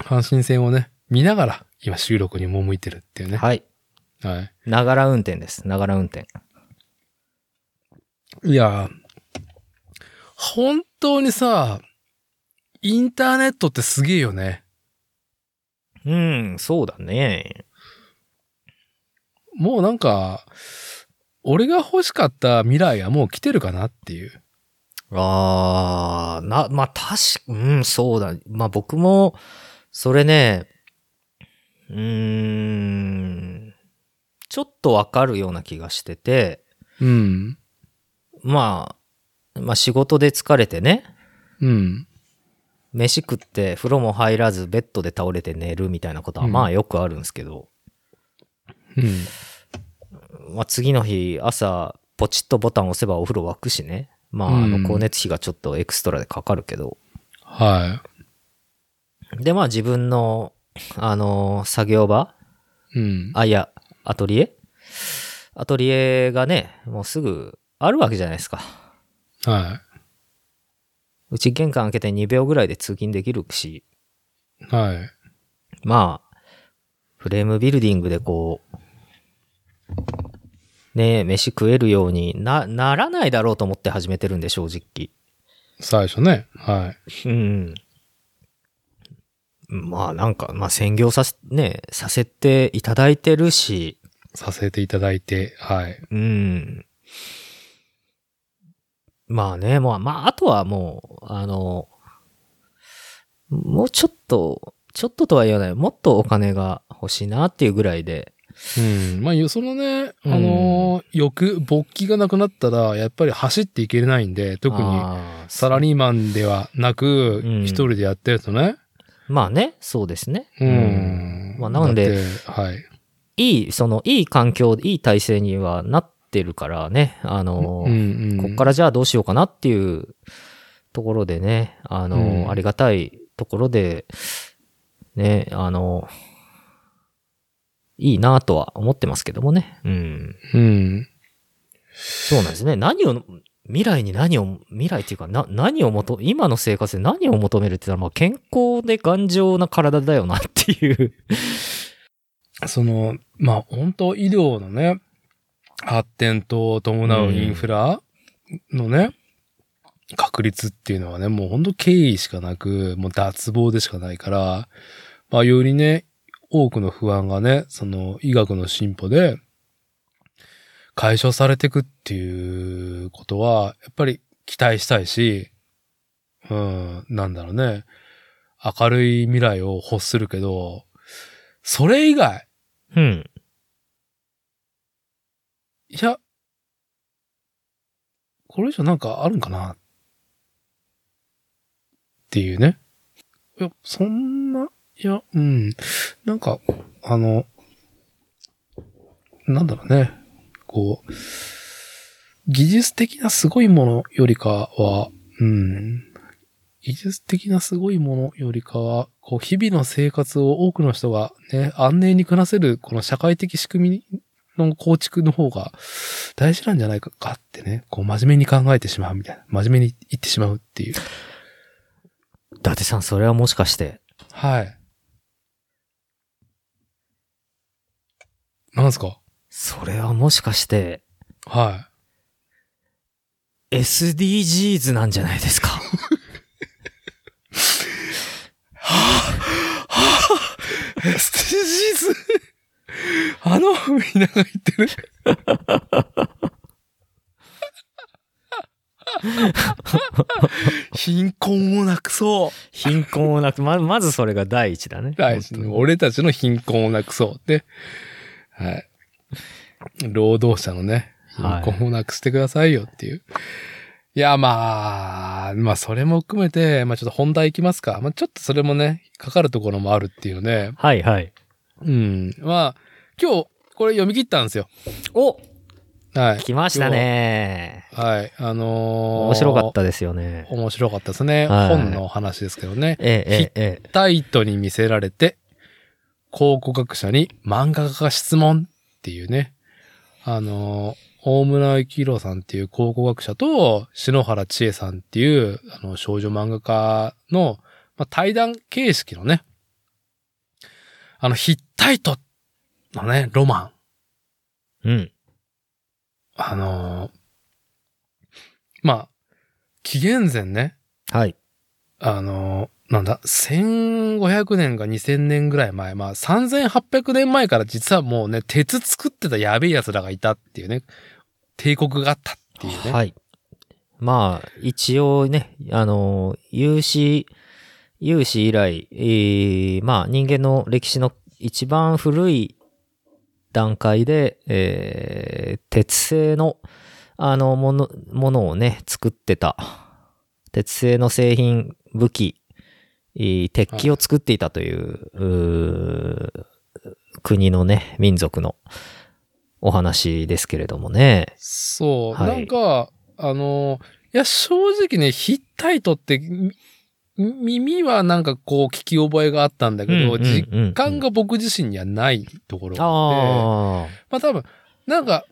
Speaker 2: 阪神戦をね、見ながら、今収録に赴いてるっていうね。は
Speaker 1: はい。
Speaker 2: い。い、
Speaker 1: ながら運転です。ながら運転。
Speaker 2: やー、本当にさ、インターネットってすげえよね。
Speaker 1: うん、そうだね。
Speaker 2: もうなんか、俺が欲しかった未来はもう来てるかなっていう。
Speaker 1: ああ、な、まあ、確か、うん、そうだ。まあ、僕も、それね、うーん、ちょっとわかるような気がしてて、
Speaker 2: うん。
Speaker 1: まあ、まあ、仕事で疲れてね、
Speaker 2: うん。
Speaker 1: 飯食って風呂も入らずベッドで倒れて寝るみたいなことは
Speaker 2: うん
Speaker 1: まあよくあるんですけど、
Speaker 2: うん。
Speaker 1: まあ次の日朝ポチッとボタン押せばお風呂沸くしねまああ
Speaker 2: うん
Speaker 1: の光熱費がちょっとエクストラでかかるけど、
Speaker 2: は
Speaker 1: でまあ自分のあの作業場
Speaker 2: い。うん。
Speaker 1: あいやアトリエアトリエがねもうすぐあるわけじゃないですか
Speaker 2: は
Speaker 1: うち玄関開けて2秒ぐらいで通勤できるし
Speaker 2: い。はい。
Speaker 1: まあ、フレームビルディングでこう、ねえ、飯食えるようにな、ならないだろうと思って始めてるんで、正直。
Speaker 2: 最初ね。は
Speaker 1: うん。まあなんか、まあ専業させ、ねえ、させていただいてるし、
Speaker 2: い。させていただいて、はい。
Speaker 1: うん。まあね、まあ、まあ、あとはもう、あの、もうちょっと、ちょっととは言わない、もっとお金が欲しいなっていうぐらいで、
Speaker 2: うん。まあ、よそのね、あのー欲、勃起がなくなったら、やっぱり走っていけないんで、特に、
Speaker 1: あー
Speaker 2: サラリーマンではなく、
Speaker 1: うん
Speaker 2: 一人でやってるとね。
Speaker 1: まあね、そうですね。
Speaker 2: うん。
Speaker 1: まあなんで
Speaker 2: だってはい。
Speaker 1: いい、その、いい環境、いい体制にはなっってるからね、あの
Speaker 2: う、んうん。
Speaker 1: こっからじゃあどうしようかなっていうところでね、あの、
Speaker 2: うん
Speaker 1: ありがたいところで、ね、あの、いいなとは思ってますけどもね。うん。
Speaker 2: うん。
Speaker 1: そうなんですね。何を、未来に何を、未来っていうか、な、何を求、今の生活で何を求めるって言ったら、まあ健康で頑丈な体だよなっていう。
Speaker 2: その、まあ、本当医療のね、発展と伴うインフラのね、確率っていうのはね、もう本当敬意しかなく、もう脱帽でしかないから、まあ、よりね、多くの不安がね、その医学の進歩で解消されていくっていうことは、やっぱり期待したいし、うん、なんだろうね、明るい未来を欲するけど、それ以外、
Speaker 1: うん。
Speaker 2: いや、これ以上なんかあるんかなっていうね。いや、そんな、いや、うん。なんか、あの、なんだろうね。こう、技術的なすごいものよりかは、うん。技術的なすごいものよりかは、こう、日々の生活を多くの人がね、安寧に暮らせる、この社会的仕組みの構築の方が大事なんじゃないかってね、こう真面目に考えてしまうみたいな、真面目に言ってしまうっていう。
Speaker 1: 伊達さん、それはもしかして、
Speaker 2: はい。なんすか
Speaker 1: それはもしかして、
Speaker 2: は
Speaker 1: SDGs なんじゃないですか。
Speaker 2: い。SDGs! あの、みんなが言ってる。 貧困をなくそう。
Speaker 1: 貧困をなく、ま、まずそれが第一だね。
Speaker 2: 大事
Speaker 1: 本
Speaker 2: 俺たちの貧困をなくそう。で、はい。労働者のね、
Speaker 1: はい
Speaker 2: 貧困をなくしてくださいよっていう。い、や、まあ、まあ、それも含めて、まあ、ちょっと本題いきますか。まあ、ちょっとそれもね、かかるところもあるっていうので、
Speaker 1: 当にはいはい。
Speaker 2: うん。まあ、今日、これ読み切ったんですよ。
Speaker 1: お
Speaker 2: はい。
Speaker 1: 来ましたね。
Speaker 2: はい。あのー
Speaker 1: 面白かっ。たですよね。
Speaker 2: 面白かったですね。
Speaker 1: はい
Speaker 2: 本のお話ですけどね。
Speaker 1: ええ、ええ、ええ。
Speaker 2: タイトに見せられて、考古学者に漫画家が質問っていうね。あの、大村幸宏さんっていう考古学者と、篠原千恵さんっていうあの少女漫画家の、まあ、対談形式のね、あの、ヒッタイトのね、ロマン。
Speaker 1: うん。
Speaker 2: あのまあ、紀元前ね、
Speaker 1: はい。
Speaker 2: あの、なんだ、1500年か2000年ぐらい前、まあ3800年前から実はもうね、鉄作ってたやべえ奴らがいたっていうね、帝国があったっていうね。
Speaker 1: はい。まあ、一応ね、あの、有史、有史以来、えーまあ、人間の歴史の一番古い段階で、えー鉄製の、あの、もの、ものをね、作ってた。鉄製の製品、武器、えー鉄器を作っていたという、うー国のね、民族のお話ですけれどもね。
Speaker 2: そう、
Speaker 1: はい
Speaker 2: なんか、あの、いや、正直ね、ヒッタイトって、み耳はなんかこう聞き覚えがあったんだけど、実感が僕自身にはないところがあって、
Speaker 1: あ
Speaker 2: まあ多分、なんか、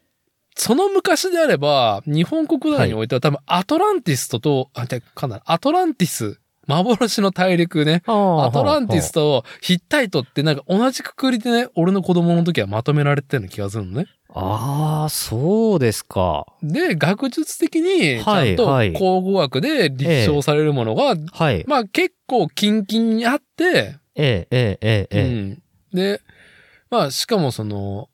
Speaker 2: その昔であれば、日本国内においては多分アトランティストと、あ、てかな、アトランティス、幻の大陸ね。
Speaker 1: あー。
Speaker 2: アトランティスとヒッタイトってなんか同じくくりでね、俺の子供の時はまとめられてたような気がするのね。
Speaker 1: ああ、そうですか。
Speaker 2: で、学術的に、ちゃ
Speaker 1: はい
Speaker 2: んと
Speaker 1: はい
Speaker 2: 考古学で立証されるものが、
Speaker 1: はい。
Speaker 2: まあ結構近々にあって、
Speaker 1: ええ、ええ、え
Speaker 2: う
Speaker 1: え。
Speaker 2: ん。で、まあ、しかもその、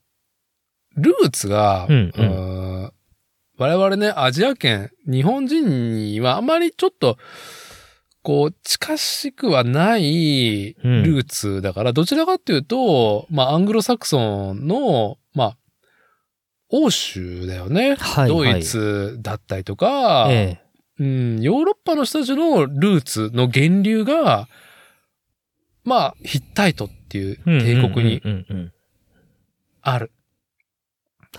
Speaker 2: ルーツが、
Speaker 1: うんうん
Speaker 2: ー我々ね、アジア圏、日本人にはあまりちょっと、こう、近しくはない
Speaker 1: うん
Speaker 2: ルーツだから、どちらかっていうと、まあ、アングロサクソンの、まあ、欧州だよね。
Speaker 1: はい。
Speaker 2: ド
Speaker 1: はい
Speaker 2: イ。ツだったりとか、
Speaker 1: え
Speaker 2: うん、ヨーロッパの人たちのルーツの源流が、まあ、ヒッタイトっていう
Speaker 1: え。
Speaker 2: 帝国に
Speaker 1: うんうんうんうんうん。
Speaker 2: ある。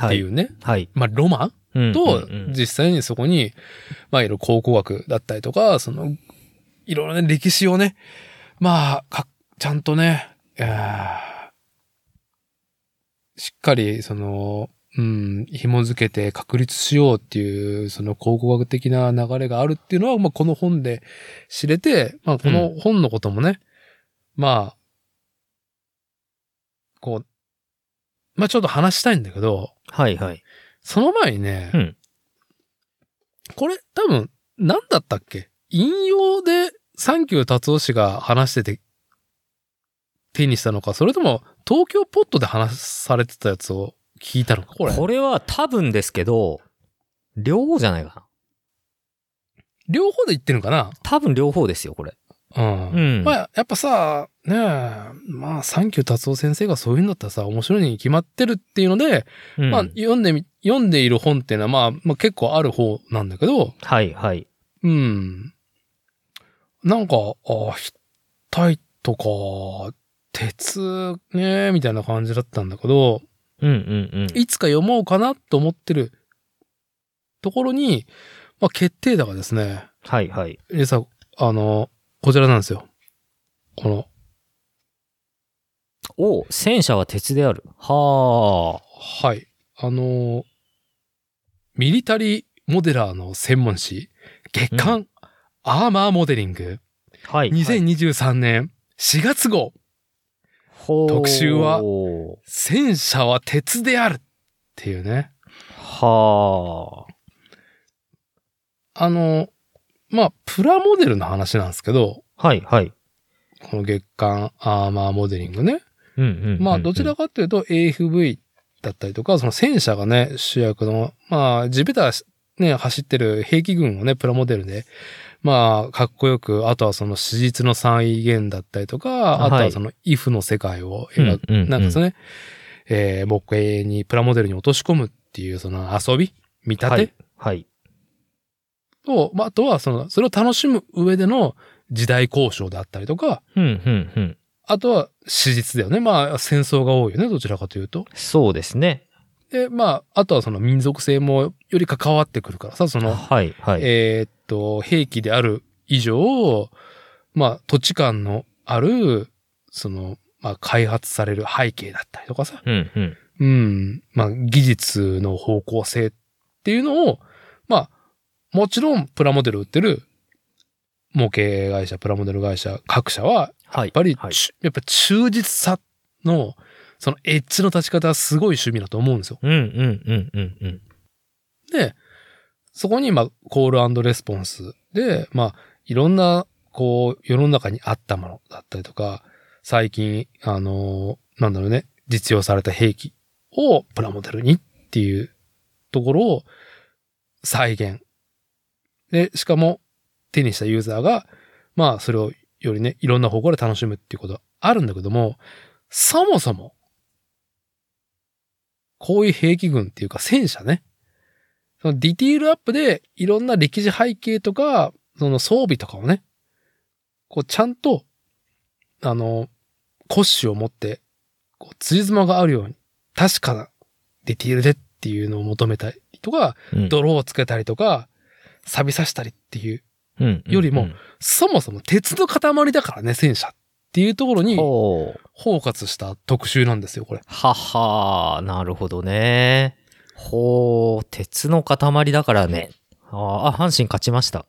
Speaker 2: っていうね、
Speaker 1: はい。
Speaker 2: まあ、ロマン
Speaker 1: うん
Speaker 2: と
Speaker 1: うんう、ん
Speaker 2: 実際にそこに、まあ、いろいろ考古学だったりとか、その、いろいろね、歴史をね、まあ、か、ちゃんとね、えーしっかり、その、うん、紐付けて確立しようっていう、その考古学的な流れがあるっていうのは、まあ、この本で知れて、まあ、この本のこともね、まあ、こう、まあ、ちょっと話したいんだけど、
Speaker 1: はいはい。
Speaker 2: その前にね、
Speaker 1: うん
Speaker 2: これ多分何だったっけ引用でサンキュー達夫氏が話してて手にしたのか、それとも東京ポットで話されてたやつを聞いたのか、これ。
Speaker 1: これは多分ですけど、両方じゃないかな。
Speaker 2: 両方で言ってるのかな
Speaker 1: 多分両方ですよ、これ。
Speaker 2: うん。
Speaker 1: うん
Speaker 2: まあ、やっぱさ、ねえ、まあ、サンキュー達夫先生がそういうんだったらさ、面白いに決まってるっていうので、
Speaker 1: うん
Speaker 2: まあ、読んでみ、読んでいる本っていうのは、まあ、まあ、結構ある方なんだけど、
Speaker 1: はいはい。
Speaker 2: うん。なんか、ああ、体とか、鉄ね、みたいな感じだったんだけど、
Speaker 1: うんうんうん。
Speaker 2: いつか読もうかなと思ってるところに、まあ、決定打がですね、
Speaker 1: はいはい。
Speaker 2: でさ、あの、こちらなんですよ。この、
Speaker 1: お戦車は鉄である。は
Speaker 2: はい。あの、ミリタリーモデラーの専門誌、月刊、アーマーモデリング、
Speaker 1: あ。はい。
Speaker 2: 2023年4月号。
Speaker 1: ほー
Speaker 2: 特集は戦車は鉄であるっていうね。
Speaker 1: はあ。
Speaker 2: あの、まあ、プラモデルの話なんですけど、
Speaker 1: はいはい。
Speaker 2: この月間アーマーモデリングね。
Speaker 1: うんうんうんうん。
Speaker 2: まあ、どちらかというと AFV だったりとか、その戦車がね、主役の、まあ、地べたね、走ってる兵器群をね、プラモデルで、まあ、かっこよく、あとはその史実の再現だったりとか、あと
Speaker 1: は
Speaker 2: はいその if の世界を
Speaker 1: うんう
Speaker 2: 描く、
Speaker 1: んうん、
Speaker 2: なんかですね、えー模型に、プラモデルに落とし込むっていう、その遊び見立
Speaker 1: は
Speaker 2: て
Speaker 1: い。はい。
Speaker 2: と、まあ、あとは、その、それを楽しむ上での時代交渉であったりとか、
Speaker 1: うんうんうん。
Speaker 2: あとは史実だよね。まあ、戦争が多いよね、どちらかというと。
Speaker 1: そうですね。
Speaker 2: で、まあ、あとはその民族性もより関わってくるからさ、その、
Speaker 1: はいはい。
Speaker 2: えーっと、兵器である以上、まあ、土地間のある、その、まあ、開発される背景だったりとかさ、
Speaker 1: うんうん。
Speaker 2: うん、まあ、技術の方向性っていうのを、まあ、もちろんプラモデル売ってる模型会社、プラモデル会社、各社は、
Speaker 1: はい。
Speaker 2: やっぱり、
Speaker 1: はい
Speaker 2: ちゅやっぱ忠実さの、そのエッジの立ち方はすごい趣味だと思うんですよ。
Speaker 1: うんうんうんうんうん。
Speaker 2: で、そこに、まあ、コールレスポンスで、まあ、いろんな、こう、世の中にあったものだったりとか、最近、あのーなんだろうね、実用された兵器をプラモデルにっていうところを再現。で、しかも、手にしたユーザーが、まあ、それをよりね、いろんな方向で楽しむっていうことはあるんだけども、そもそも、こういう兵器群っていうか戦車ね、そのディティールアップでいろんな歴史背景とか、その装備とかをね、こうちゃんと、あの、骨子を持って、こう、辻褄があるように、確かなディティールでっていうのを求めたりとか、
Speaker 1: うん
Speaker 2: 泥をつけたりとか、錆びさせたりっていう、
Speaker 1: うんうん
Speaker 2: よりも
Speaker 1: うん
Speaker 2: そもそも鉄の塊だからね、戦車っていうところにフ
Speaker 1: ほう。
Speaker 2: ォーカスした特集なんですよ、これ。
Speaker 1: ははなるほどね。ほう、鉄の塊だからね。あーあ、阪神勝ちました。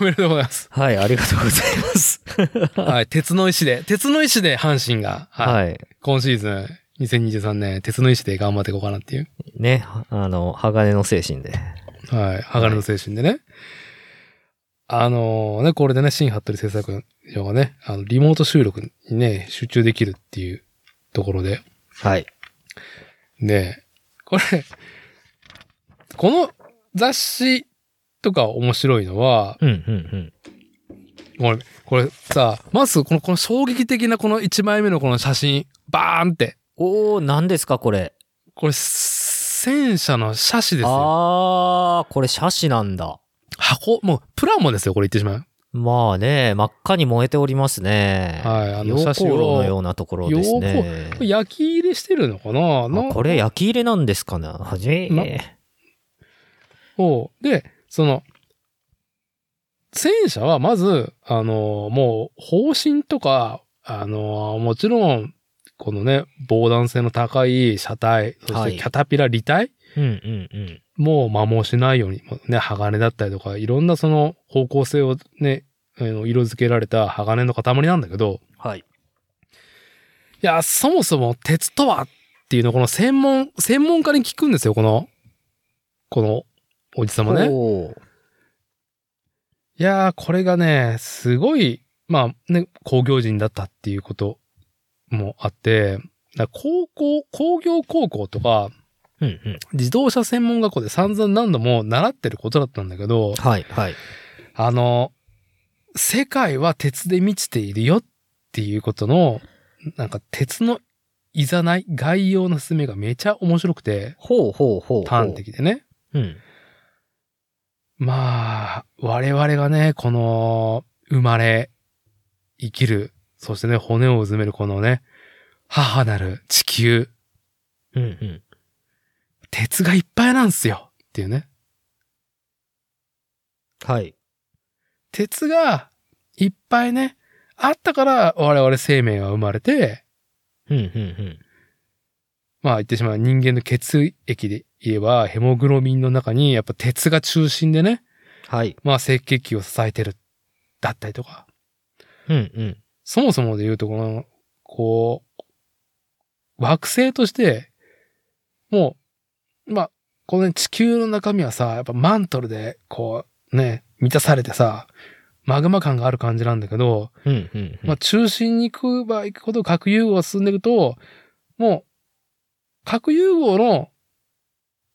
Speaker 2: おめでとうございます。
Speaker 1: はい、ありがとうございます。
Speaker 2: はい、鉄の石で、鉄の石で阪神が、はい
Speaker 1: はい。
Speaker 2: 今シーズン2023年、鉄の意志で頑張っていこうかなっていう。
Speaker 1: ね、あの、鋼の精神で。
Speaker 2: はい。鋼の精神でね。あのね、これでね、新ハットリ製作所がね、あの、リモート収録にね、集中できるっていうところで。
Speaker 1: はい。
Speaker 2: で、これ、この雑誌とか面白いのは、
Speaker 1: うん、うん、
Speaker 2: これ、これさ、まずこの、この衝撃的なこの1枚目のこの写真、バーンって。
Speaker 1: うん。おー、何ですか、これ。
Speaker 2: これ、戦車の車種ですよ。
Speaker 1: あー、これ、シャシなんだ。
Speaker 2: 箱、もう、プラモですよ、これ言ってしまう。
Speaker 1: まあね、真っ赤に燃えておりますね。
Speaker 2: はいあの
Speaker 1: 溶鉱
Speaker 2: 写真を
Speaker 1: 炉のようなところですね。
Speaker 2: これ焼き入れしてるのかな
Speaker 1: あ
Speaker 2: な
Speaker 1: これ焼き入れなんですかね。はじめ。
Speaker 2: なおうで、その、戦車はまず、あの、もう、方針とか、あの、もちろん、このね、防弾性の高い車体、そ
Speaker 1: は
Speaker 2: し
Speaker 1: い
Speaker 2: てキャタピラ履体、
Speaker 1: うんうんうん。
Speaker 2: もう摩耗しないように、ね、鋼だったりとか、いろんなその方向性をね、あの色付けられた鋼の塊なんだけど、
Speaker 1: はい。
Speaker 2: いや、そもそも鉄とはっていうのをこの専門、専門家に聞くんですよ、この、このおじさまね。
Speaker 1: おー
Speaker 2: いやー、これがね、すごい、まあね、工業人だったっていうこともあって、だから高校、工業高校とか、
Speaker 1: うんうん。
Speaker 2: 自動車専門学校で散々何度も習ってることだったんだけど、
Speaker 1: はいはい。
Speaker 2: あの、世界は鉄で満ちているよっていうことの、なんか鉄のいざない、概要の進めがめちゃ面白くて、
Speaker 1: ほうほうほうほう。
Speaker 2: 端的でね。
Speaker 1: うん。
Speaker 2: まあ、我々がね、この、生まれ、生きる、そしてね、骨をうずめるこのね、母なる地球、
Speaker 1: うんうん。
Speaker 2: 鉄がいっぱいなんすよっていうね。
Speaker 1: はい。
Speaker 2: 鉄がいっぱいね、あったから我々生命が生まれて、
Speaker 1: うんうんうん。
Speaker 2: まあ言ってしまう人間の血液で言えば、ヘモグロミンの中にやっぱ鉄が中心でね、
Speaker 1: はい。
Speaker 2: まあ赤血球を支えてる、だったりとか。
Speaker 1: うんうん。
Speaker 2: そもそもで言うとこの、こう、惑星として、もう、まあ、この、ね、地球の中身はさ、やっぱマントルで、こう、ね、満たされてさ、マグマ感がある感じなんだけど、
Speaker 1: うんうんうん。
Speaker 2: まあ、中心に行くば行くほど核融合が進んでいくと、もう、核融合の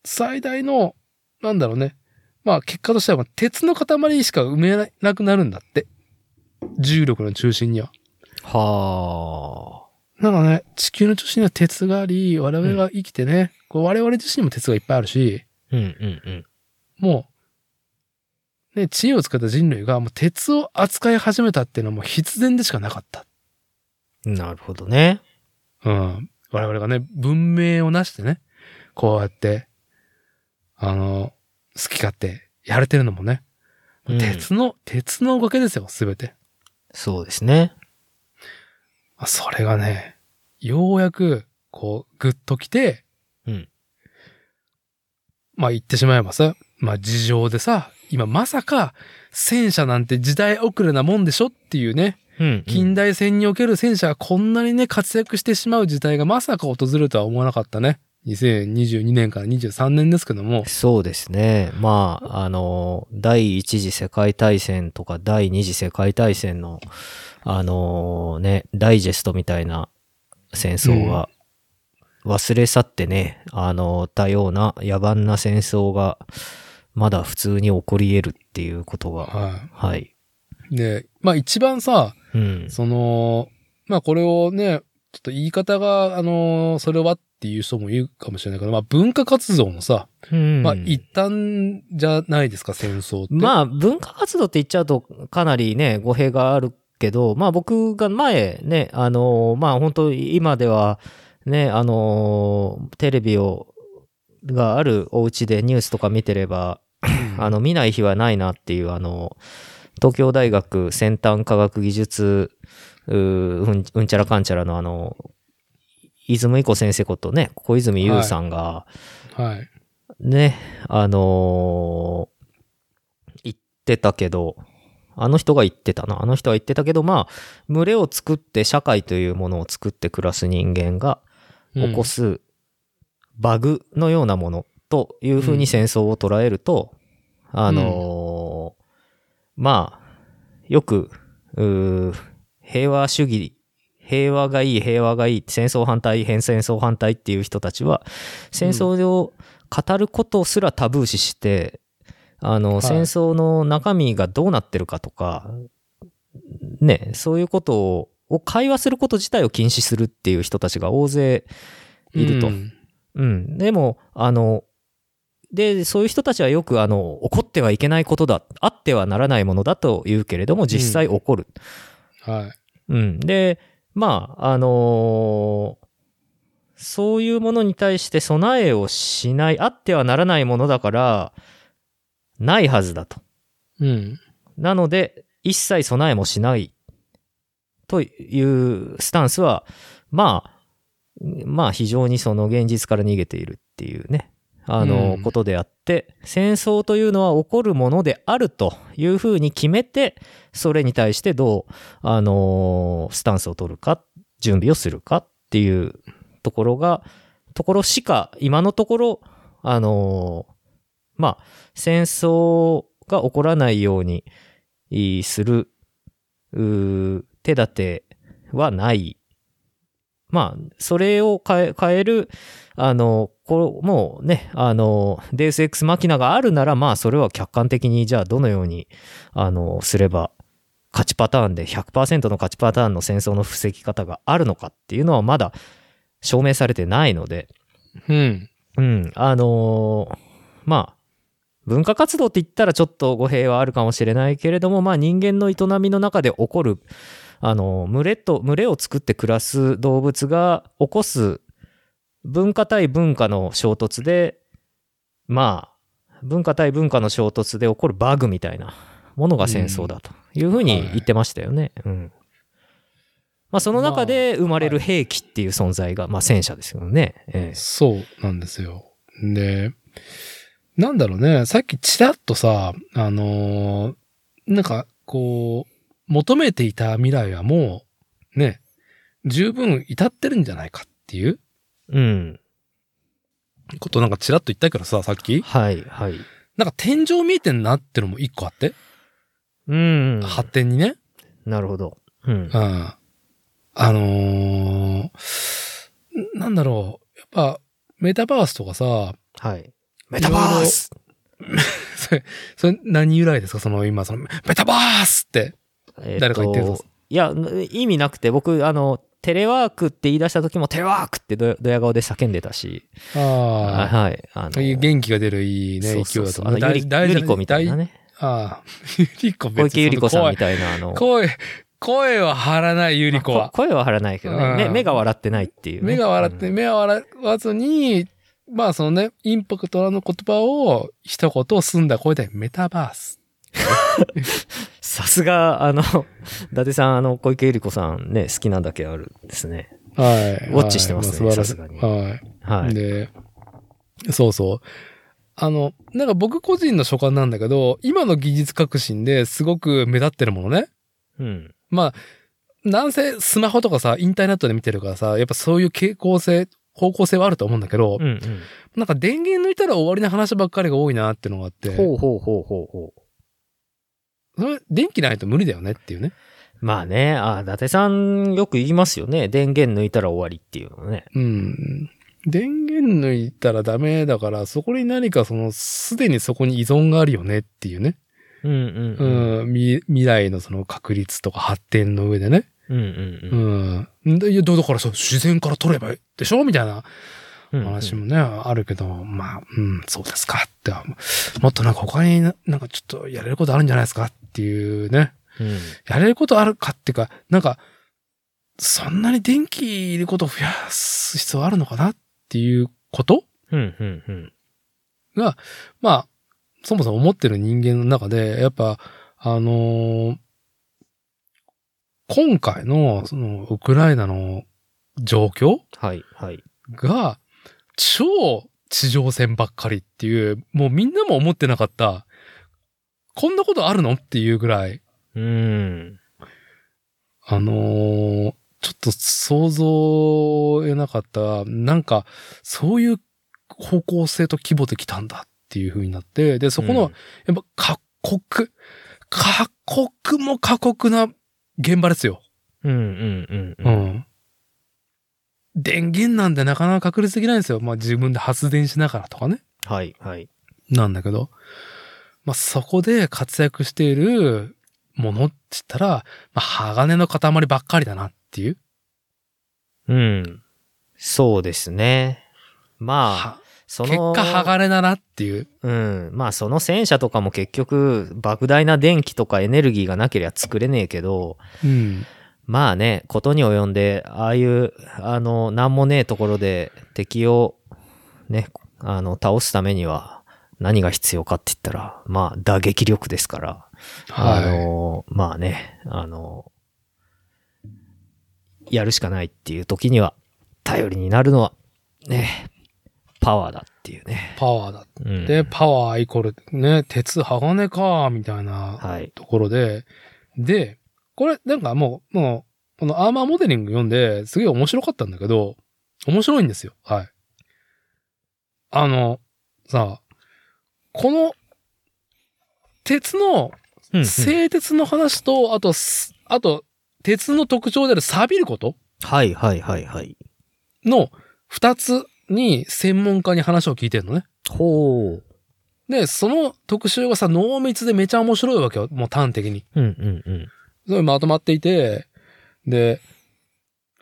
Speaker 2: 最大の、なんだろうね。まあ、結果としては、まあ鉄の塊しか埋めなくなるんだって。重力の中心には。
Speaker 1: は
Speaker 2: なんかね、地球の中心には鉄があり、我々が生きてね、こう我々自身にも鉄がいっぱいあるし、
Speaker 1: あ。うんうんうん。
Speaker 2: もう、ね、知恵を使った人類がもう鉄を扱い始めたっていうのはもう必然でしかなかった。
Speaker 1: なるほどね。
Speaker 2: うん。我々がね、文明をなしてね、こうやって、あの、好き勝手やれてるのもね、
Speaker 1: うん
Speaker 2: 鉄の、鉄のおかげですよ、すべて。
Speaker 1: そうですね。
Speaker 2: まあそれがね、ようやく、こう、ぐっときて、
Speaker 1: うん。
Speaker 2: まあ言ってしまえばさ、まあ事情でさ、今まさか戦車なんて時代遅れなもんでしょっていうね、
Speaker 1: うん、うん。
Speaker 2: 近代戦における戦車がこんなにね、活躍してしまう時代がまさか訪れるとは思わなかったね。2022年から23年ですけども。
Speaker 1: そうですね。まあ、あの、第一次世界大戦とか第二次世界大戦の、あのね、ダイジェストみたいな戦争は忘れ去ってね、あの、多様な野蛮な戦争がまだ普通に起こり得るっていうことが、
Speaker 2: は
Speaker 1: はい。
Speaker 2: い。で、まあ一番さ、
Speaker 1: うん。
Speaker 2: その、まあこれをね、ちょっと言い方が、あの、それはっていう人もいるかもしれないけど、まあ文化活動のさ、
Speaker 1: うん
Speaker 2: まあ一旦じゃないですか、戦争って。
Speaker 1: まあ、文化活動って言っちゃうとかなりね、語弊があるけど、まあ僕が前ね、あのーまあ本当今ではね、あのーテレビを、があるお家でニュースとか見てれば、あの、見ない日はないなっていう、あの、東京大学先端科学技術、うーうんうんちゃらかんちゃらのあの、泉井子先生ことね、小泉優さんが、
Speaker 2: はい。
Speaker 1: ね、あのー言ってたけど、あの人が言ってたな。あの人は言ってたけど、まあ、群れを作って社会というものを作って暮らす人間が起こすバグのようなものというふうに戦争を捉えると、あのーまあ、よく、うー平和主義、平和がいい、平和がいい、戦争反対、変戦争反対っていう人たちは、戦争を語ることすらタブー視して、あの、
Speaker 2: い
Speaker 1: 戦争の中身がどうなってるかとか、ね、そういうことを、を会話すること自体を禁止するっていう人たちが大勢
Speaker 2: うん
Speaker 1: いると。
Speaker 2: うん
Speaker 1: うん。でも、あの、で、そういう人たちはよく、あの、怒ってはいけないことだ、あってはならないものだと言うけれども、実際起こる。
Speaker 2: はい。
Speaker 1: うん。で、まあ、あのーそういうものに対して備えをしない、あってはならないものだから、ないはずだと。
Speaker 2: うん。
Speaker 1: なので、一切備えもしないというスタンスは、まあ、まあ非常にその現実から逃げているっていうね、あの、
Speaker 2: うん
Speaker 1: ことであって、戦争というのは起こるものであるというふうに決めて、それに対してどう、あのースタンスを取るか、準備をするかっていうところが、ところしか、今のところ、あのーまあ、戦争が起こらないようにいいするうー手立てはない。まあ、それを変え変える、あの、こうもうね、あの、デウス X マキナがあるなら、まあ、それは客観的に、じゃあ、どのように、あの、すれば、勝ちパターンで、100%の勝ちパターンの戦争の防ぎ方があるのかっていうのは、まだ証明されてないので、
Speaker 2: うん。
Speaker 1: うん、あのーまあ、文化活動って言ったらちょっと語弊はあるかもしれないけれども、まあ人間の営みの中で起こる、あのー群れと、群れを作って暮らす動物が起こす文化対文化の衝突で、まあ、文化対文化の衝突で起こるバグみたいなものが戦争だというふうに言ってましたよね。うん。まあその中で生まれる兵器っていう存在が、まあ戦車ですよね。ええ
Speaker 2: そうなんですよ。で、なんだろうね、さっきちらっとさ、あのーなんか、こう、求めていた未来はもう、ね、十分至ってるんじゃないかっていう
Speaker 1: うん。
Speaker 2: ことなんかちらっと言ったけどさ、さっき。
Speaker 1: はいはい。
Speaker 2: なんか天井見えてんなってのも一個あって、
Speaker 1: うん。
Speaker 2: 発展にね。
Speaker 1: なるほど。うん
Speaker 2: う。ん。あのーなんだろう、やっぱ、メタバースとかさ、
Speaker 1: はい。メ
Speaker 2: メ
Speaker 1: タ
Speaker 2: タ
Speaker 1: バ
Speaker 2: バ
Speaker 1: ース
Speaker 2: ースそれ、それ何由来ですかその今、その、メタバースって。誰か言ってるぞ
Speaker 1: いや、意味なくて、僕、あの、テレワークって言い出した時も、テレワークってどドヤ顔で叫んでたし、あ
Speaker 2: あ
Speaker 1: はい。あ
Speaker 2: あ。いう元気が出るいいね、勢い
Speaker 1: そうそうそう
Speaker 2: だと思う。
Speaker 1: あのゆり
Speaker 2: 大
Speaker 1: ゆ
Speaker 2: 事
Speaker 1: り子みたいな。ね。
Speaker 2: 大ああ。 ゆりこ
Speaker 1: 小池ゆり子さんみ
Speaker 2: た
Speaker 1: たいな、あの、
Speaker 2: 声、声は張らないゆり子
Speaker 1: こ
Speaker 2: は。
Speaker 1: 声は張らないけど
Speaker 2: う
Speaker 1: ね
Speaker 2: ん
Speaker 1: 目。目が笑ってないっていうね。
Speaker 2: 目が笑って、
Speaker 1: うん
Speaker 2: 目は笑わずに、まあそのね、インパクトの言葉を一言済んだ声でメタバース。
Speaker 1: さすが、あの、 伊達さん、あの、小池百合子さんね、好きなだけあるんですね。
Speaker 2: はい。
Speaker 1: ウォッチしてますね
Speaker 2: はいあ
Speaker 1: さす
Speaker 2: 素晴
Speaker 1: が
Speaker 2: らし
Speaker 1: に
Speaker 2: い。はい。
Speaker 1: はい。
Speaker 2: で、そうそう。あの、なんか僕個人の所感なんだけど、今の技術革新ですごく目立ってるものね。
Speaker 1: うん。
Speaker 2: まあ、なんせスマホとかさ、インターネットで見てるからさ、やっぱそういう傾向性、方向性はあると思うんだけど、
Speaker 1: うんうん。
Speaker 2: なんか電源抜いたら終わりな話ばっかりが多いなってのがあって、
Speaker 1: ほうほうほうほうほう。
Speaker 2: それ電気ないと無理だよねっていうね。
Speaker 1: まあね、あ伊達さんよく言いますよね。電源抜いたら終わりっていうのね。
Speaker 2: うん。電源抜いたらダメだから、そこに何かその、すでにそこに依存があるよねっていうね。
Speaker 1: うんうん
Speaker 2: う
Speaker 1: うん。
Speaker 2: ん、み未来のその確率とか発展の上でね。
Speaker 1: うん
Speaker 2: う
Speaker 1: うん
Speaker 2: ん。でいやだだからそう、自然から取ればいいでしょみたいな
Speaker 1: うん。
Speaker 2: 話もね、あるけど、まあ、うん、そうですかって。もっとなんか他にななんかちょっとやれることあるんじゃないですかっていうね。
Speaker 1: うん。
Speaker 2: やれることあるかっていうか、なんか、そんなに電気いることを増やす必要あるのかなっていうこと
Speaker 1: うんうんうん。
Speaker 2: まあ、そもそも思ってる人間の中で、やっぱ、あのー今回の、その、ウクライナの状況
Speaker 1: はいはい。
Speaker 2: が、超地上戦ばっかりっていう、もうみんなも思ってなかった、こんなことあるのっていうぐらい、
Speaker 1: うん。
Speaker 2: あのーちょっと想像得なかった、なんか、そういう方向性と規模できたんだっていう風になって、で、そこの、やっぱ過酷、過酷も過酷な現場ですよ。
Speaker 1: うん、うんうんうんう
Speaker 2: う
Speaker 1: ん。
Speaker 2: ん。電源なんてなかなか確率できないんですよ。まあ自分で発電しながらとかね。
Speaker 1: はいはい。
Speaker 2: なんだけど。まあそこで活躍しているものって言ったら、まあ鋼の塊ばっかりだなっていう。
Speaker 1: うん。そうですね。まあ、
Speaker 2: は
Speaker 1: そ
Speaker 2: 結
Speaker 1: の、
Speaker 2: 果、鋼だなっていう。
Speaker 1: うん。まあその戦車とかも結局、莫大な電気とかエネルギーがなければ作れねえけど、
Speaker 2: うん。
Speaker 1: まあね、ことに及んで、ああいう、あの、なんもねえところで敵を、ね、あの、倒すためには、何が必要かって言ったら、まあ、打撃力ですから、あ
Speaker 2: は
Speaker 1: の、まあね、あの、やるしかないっていう時には、頼りになるのは、ね、パワーだっていう
Speaker 2: い。
Speaker 1: ね。
Speaker 2: パワーだ。
Speaker 1: うん、
Speaker 2: で、パワーイコール、ね、鉄、鋼か、みたいな
Speaker 1: はい。
Speaker 2: ところで、で、これ、なんかもう、もう、このアーマーモデリング読んで、すげえ面白かったんだけど、面白いんですよ。はい。あの、さあ、この、鉄の、
Speaker 1: うんうん
Speaker 2: 製鉄の話と、あとす、あと、鉄の特徴である錆びること
Speaker 1: はいはいはいはい。
Speaker 2: の二つに専門家に話を聞いてるのね。
Speaker 1: ほう。
Speaker 2: で、その特集がさ、濃密でめちゃ面白いわけよ。もう端的に。
Speaker 1: うんうんうん。
Speaker 2: それまとまっていて、で、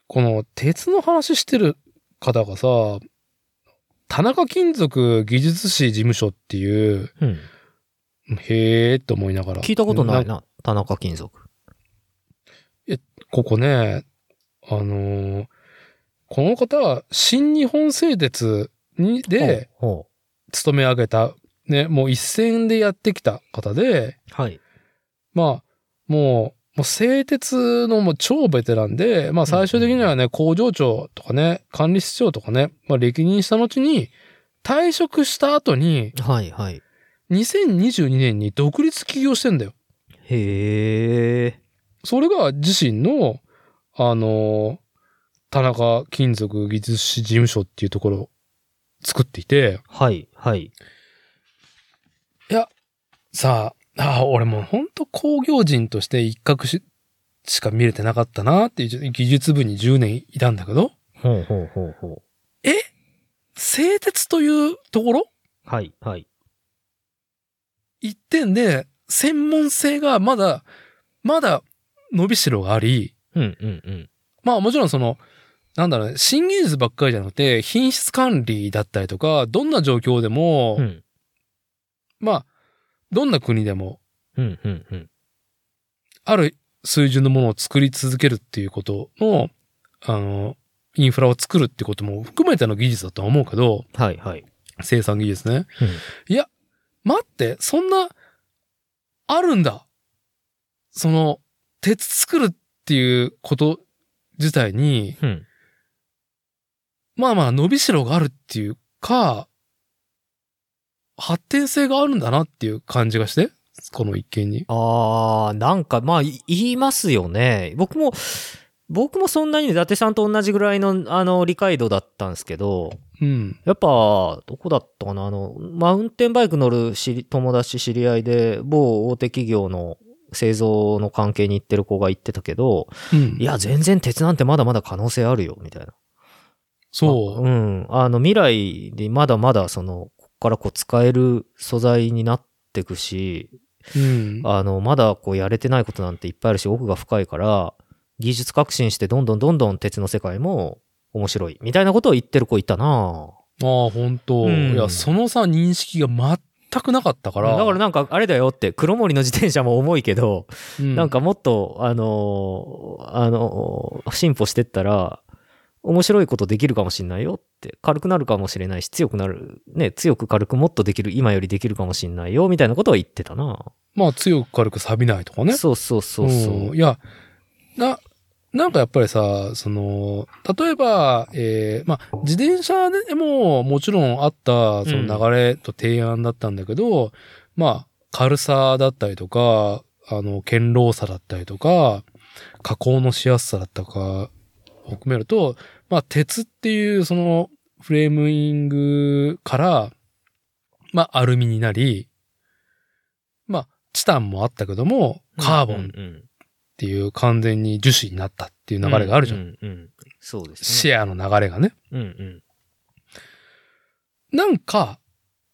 Speaker 2: この鉄の話してる方がさ、田中金属技術士事務所っていう、
Speaker 1: うん、
Speaker 2: へーって思いながら。
Speaker 1: 聞いたことない
Speaker 2: んか
Speaker 1: な、田中金属。
Speaker 2: ここね、あのーこの方は新日本製鉄に、で、
Speaker 1: ほ
Speaker 2: 勤め上げた、ね、もう一線でやってきた方で、
Speaker 1: うほうはい。
Speaker 2: まあ、もう、もう製鉄のもう超ベテランで、まあ最終的にはね、工場長とかね、管理室長とかね、まあ歴任した後に、退職した後に、
Speaker 1: はいはい。
Speaker 2: 2022年に独立起業してんだよ。
Speaker 1: へえ。
Speaker 2: それが自身の、あのー、田中金属技術士事務所っていうところを作っていて、
Speaker 1: はいはい。
Speaker 2: さあ、ああ、俺もうほんと工業人として一角ししか見れてなかったなっていう技術部に10年いたんだけど、
Speaker 1: ほうほうほうほ
Speaker 2: 製鉄というところ
Speaker 1: う。はいはい。
Speaker 2: 一点で専門性がまだ、まだ伸びしろがあり、
Speaker 1: うんうんうん。
Speaker 2: まあもちろんその、なんだろうね、新技術ばっかりじゃなくて、品質管理だったりとか、どんな状況でも、
Speaker 1: うん
Speaker 2: まあ、どんな国でも、
Speaker 1: うんうんうん。
Speaker 2: ある水準のものを作り続けるっていうことの、あの、インフラを作るってことも含めての技術だとは思うけど、
Speaker 1: はいはい。
Speaker 2: 生産技術ね。いや、待って、そんな、あるんだ。その、鉄作るっていうこと自体に、
Speaker 1: うん。
Speaker 2: まあまあ伸びしろがあるっていうか、発展性があるんだなっていう感じがして、この一件に。
Speaker 1: あー、なんかまあ、い言いますよね。僕も、僕もそんなにね伊達さんと同じぐらいの、あの、理解度だったんですけど、
Speaker 2: うん。
Speaker 1: やっぱ、どこだったかなあの、マウンテンバイク乗る知り友達知り合いで、某大手企業の製造の関係に行ってる子が言ってたけど、
Speaker 2: うん。
Speaker 1: いや、全然鉄なんてまだまだ可能性あるよ、みたいな。
Speaker 2: そう
Speaker 1: う。ん。あの、未来にまだまだ、その、こっからこう使える素材になってくし、
Speaker 2: うん。
Speaker 1: あの、まだこうやれてないことなんていっぱいあるし、奥が深いから、技術革新してどんどんどんどん鉄の世界も面白い、みたいなことを言ってる子いたな
Speaker 2: ああ、本当、
Speaker 1: うん
Speaker 2: いや、そのさ、認識が全くなかったから。
Speaker 1: だからなんか、あれだよって、黒森の自転車も重いけど、
Speaker 2: うん、
Speaker 1: なんかもっと、あのーあのー進歩してったら、面白いことできるかもしれないよって、軽くなるかもしれないし、強くなる、ね、強く軽くもっとできる、今よりできるかもしれないよ、みたいなことは言ってたな。
Speaker 2: まあ、強く軽く錆びないとかね。
Speaker 1: そうそうそうそう。
Speaker 2: んいや、な、なんかやっぱりさ、その、例えば、えーまあ、自転車でももちろんあった、その流れと提案だったんだけど、まあ、軽さだったりとか、あの、堅牢さだったりとか、加工のしやすさだったか、を含めると、まあ、鉄っていう、その、フレームイングから、まあ、アルミになり、まあ、チタンもあったけども、カーボン
Speaker 1: ン
Speaker 2: っていう完全に樹脂になったっていう流れがあるじゃん。
Speaker 1: うんうんうんそうです
Speaker 2: シ
Speaker 1: ね。
Speaker 2: ェアの流れがね。
Speaker 1: うんうん。
Speaker 2: なんか、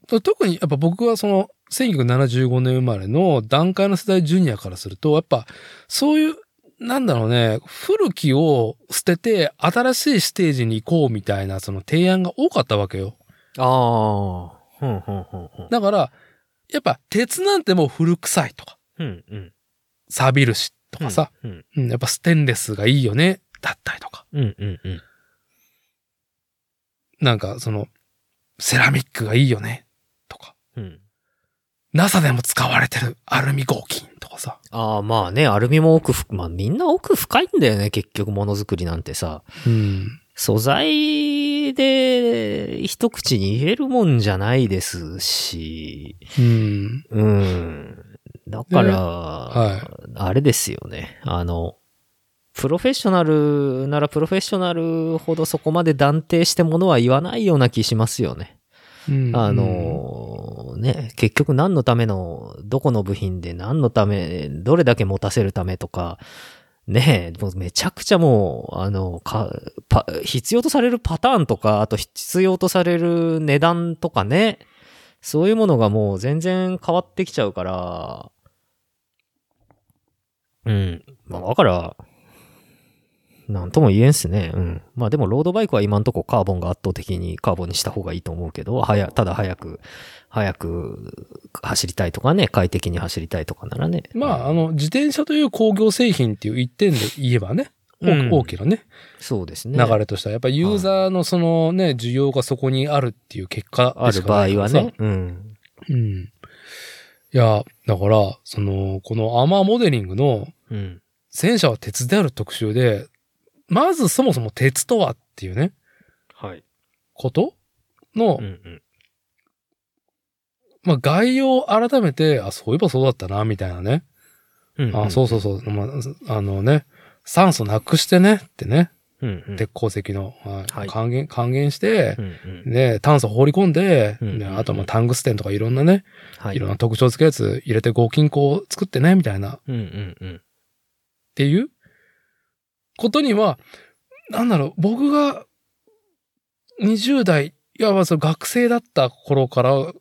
Speaker 2: 特にやっぱ僕はその1975年生まれの段階の世代ジュニアからすると、やっぱそういう、なんだろうね、古きを捨てて新しいステージに行こうみたいなその提案が多かったわけよ。
Speaker 1: ああ。ふんふんふんふん。
Speaker 2: だから、やっぱ鉄なんてもう古臭いとか、
Speaker 1: うんうん。
Speaker 2: 錆びるしとかさ、
Speaker 1: うん
Speaker 2: うんやっぱステンレスがいいよね、だったりとか、
Speaker 1: うんうんうん。
Speaker 2: なんかその、セラミックがいいよね、とか、
Speaker 1: うん。
Speaker 2: NASA でも使われてるアルミ合金とかさ、
Speaker 1: ああ、まあね、アルミも奥ふ、まあみんな奥深いんだよね、結局ものづくりなんてさ。
Speaker 2: うん、
Speaker 1: 素材で一口に言えるもんじゃないですし、
Speaker 2: うん、
Speaker 1: うん。だから、
Speaker 2: では
Speaker 1: あれですよね。あの、プロフェッショナルならプロフェッショナルほどそこまで断定してものは言わないような気しますよね。
Speaker 2: うん
Speaker 1: あ、のーね、結局何のための、どこの部品で何のため、どれだけ持たせるためとか、ねえ、もうめちゃくちゃもう、あの、か、パ、必要とされるパターンとか、あと必要とされる値段とかね、そういうものがもう全然変わってきちゃうから、うん。まあ、だから、なんとも言えんっすね。うん。まあでもロードバイクは今んとこカーボンが圧倒的にカーボンにした方がいいと思うけど、はや、ただ早く、早く走りたいとかね、快適に走りたいとかならね。
Speaker 2: まあ、
Speaker 1: う
Speaker 2: あ
Speaker 1: ん、
Speaker 2: の、自転車という工業製品っていう一点で言えばね、大
Speaker 1: うん
Speaker 2: 大きなね、
Speaker 1: そうですね。
Speaker 2: 流れとしては、やっぱユーザーのそのね、需要がそこにあるっていう結果
Speaker 1: あ
Speaker 2: でし
Speaker 1: る
Speaker 2: か
Speaker 1: 場
Speaker 2: ない
Speaker 1: 合
Speaker 2: から
Speaker 1: は
Speaker 2: さ
Speaker 1: ね。。うん。
Speaker 2: うん。いや、だから、その、このアーマーモデリングの
Speaker 1: うん。
Speaker 2: 戦車は鉄である特集で、まずそもそも鉄とはっていうね、
Speaker 1: はい。
Speaker 2: ことの、
Speaker 1: うんうん。
Speaker 2: まあ概要を改めて、あ、そういえばそうだったな、みたいなね。
Speaker 1: うんうん、
Speaker 2: あ、そうそうそう、まあ、あのね、酸素なくしてね、ってね。
Speaker 1: うんうん。
Speaker 2: 鉄鉱石の、はい
Speaker 1: はい
Speaker 2: 還元、還元して
Speaker 1: う、んうん、
Speaker 2: で、炭素放り込んで、
Speaker 1: うん
Speaker 2: であとまあタングステンとかいろんなね、
Speaker 1: はい。
Speaker 2: いろんな特徴つけやつ入れて合金鉱を作ってね、みたいな、っ
Speaker 1: うんうんうん。
Speaker 2: ていうことには、なんだろう、僕が20代、いや、まあその学生だった頃から、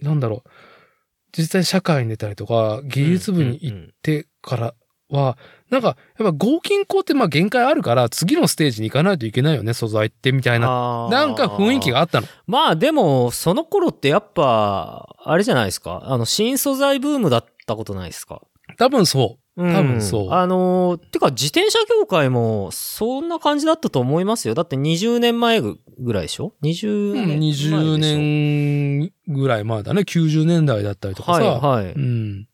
Speaker 2: なんだろう、実際社会に出たりとか、技術部に行
Speaker 1: うん
Speaker 2: っ
Speaker 1: うんうん
Speaker 2: ってからは、なんか、やっぱ合金工ってまあ限界あるから、次のステージに行かないといけないよね、素材って、みたいな。
Speaker 1: あー
Speaker 2: なんか雰囲気があったの。
Speaker 1: まあでも、その頃ってやっぱ、あれじゃないですか。あの、新素材ブームだったことないですか。
Speaker 2: 多分そ
Speaker 1: うん
Speaker 2: 多分そう
Speaker 1: あのーてか自転車業界もそんな感じだったと思いますよ。だって20年前ぐらいでしょ
Speaker 2: う。
Speaker 1: ?20
Speaker 2: う
Speaker 1: 年前
Speaker 2: ん、
Speaker 1: でしょ。
Speaker 2: 20年ぐらい前だね。90年代だったりとか
Speaker 1: は
Speaker 2: さ。
Speaker 1: いはい。
Speaker 2: うん。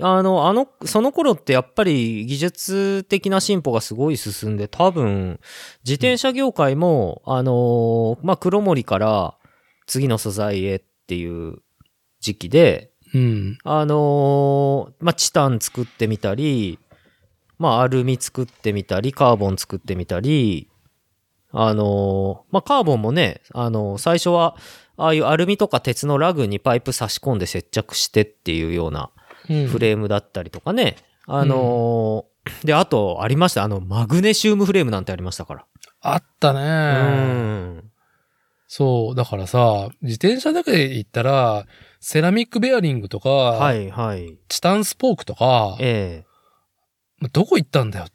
Speaker 1: あの、あの、その頃ってやっぱり技術的な進歩がすごい進んで、多分、自転車業界も、あのーまあ、黒森から次の素材へっていう時期で、
Speaker 2: うん。
Speaker 1: あのーまあ、チタン作ってみたり、まあ、アルミ作ってみたり、カーボン作ってみたり、あのーまあ、カーボンもね、あのー最初は、ああいうアルミとか鉄のラグにパイプ差し込んで接着してっていうような
Speaker 2: うん
Speaker 1: フレームだったりとかね。あのーで、あと、ありました。あの、マグネシウムフレームなんてありましたか
Speaker 2: あったね、
Speaker 1: ら。うん。
Speaker 2: そう。だからさ、自転車だけで行ったら、セラミックベアリングとか、
Speaker 1: はい、はい。
Speaker 2: チタンスポークとか、
Speaker 1: え
Speaker 2: どこ行ったんだよっ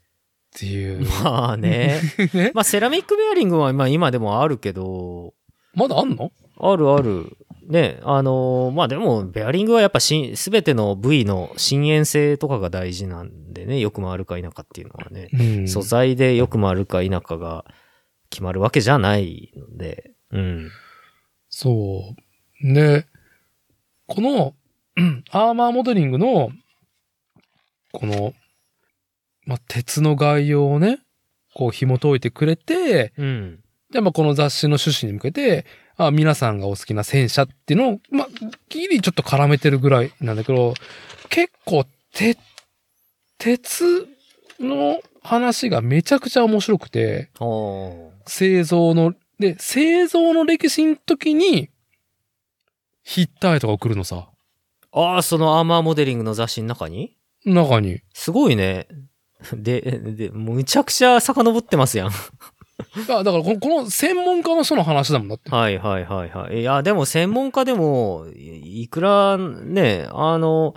Speaker 2: てい
Speaker 1: え
Speaker 2: う。。
Speaker 1: まあね
Speaker 2: ね
Speaker 1: まあ、セラミックベアリングはまあ今でもあるけど、
Speaker 2: まだあんの
Speaker 1: あるある。ね、あのーまあでも、ベアリングはやっぱし、すべての部位の伸延性とかが大事なんでね、よく回るか否かっていうのはね。
Speaker 2: うん
Speaker 1: 素材でよく回るか否かが決まるわけじゃないので、うん。
Speaker 2: そう。で、この、うんアーマーモデリングの、この、まあ、鉄の概要をね、こう紐解いてくれて、
Speaker 1: うん。
Speaker 2: で、まあ、この雑誌の趣旨に向けて、あ皆さんがお好きな戦車っていうのを、まあ、ギリちょっと絡めてるぐらいなんだけど、結構、て、鉄の話がめちゃくちゃ面白くて、
Speaker 1: お
Speaker 2: 製造の、で、製造の歴史の時に、ヒッタイトが来るのさ。
Speaker 1: ああ、そのアーマーモデリングの雑誌の中に
Speaker 2: 中に。
Speaker 1: すごいね。で、で、むちゃくちゃ遡ってますやん。
Speaker 2: あだからこの、この専門家の人の話だもんだって。
Speaker 1: はいはいはいはい。いや、でも専門家でも、いいくらね、あの、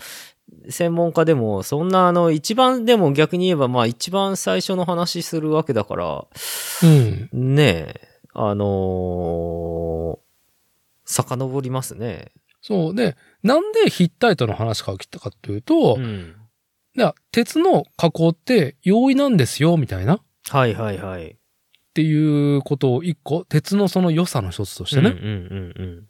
Speaker 1: 専門家でも、そんなあの、一番でも逆に言えば、まあ一番最初の話するわけだから、
Speaker 2: うん。
Speaker 1: ねえ、あの遡りますね。
Speaker 2: そう。で、なんでヒッタイトの話から来たかというと、
Speaker 1: うん。
Speaker 2: いや鉄の加工って容易なんですよ、みたいな。っ
Speaker 1: はいはいはい。
Speaker 2: ていうことを一個、鉄のその良さの一つとしてね。
Speaker 1: うんうんうんうん。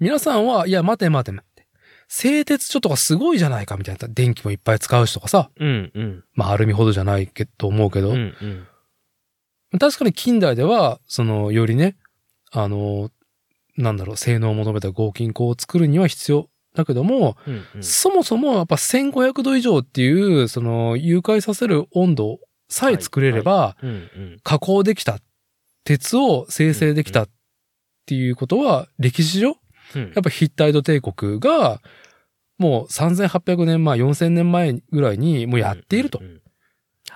Speaker 2: 皆さんは、いや、待て待て待て。製鉄所とかすごいじゃないか、みたいな。電気もいっぱい使うしとかさ。
Speaker 1: うんうん。
Speaker 2: まあ、アルミほどじゃないけど、と思うけど。
Speaker 1: うんうん。
Speaker 2: 確かに近代では、その、よりね、あの、なんだろう、性能を求めた合金鋼を作るには必要だけども、
Speaker 1: うんうん。
Speaker 2: そもそもやっぱ1500度以上っていう、その、融解させる温度さえ作れれば、
Speaker 1: うんうん。
Speaker 2: 加工できた、鉄を生成できたっていうことは、歴史上、
Speaker 1: うん
Speaker 2: やっぱヒッタイト帝国が、もう3800年前、4000年前ぐらいにもうやっていると
Speaker 1: う。んうんうん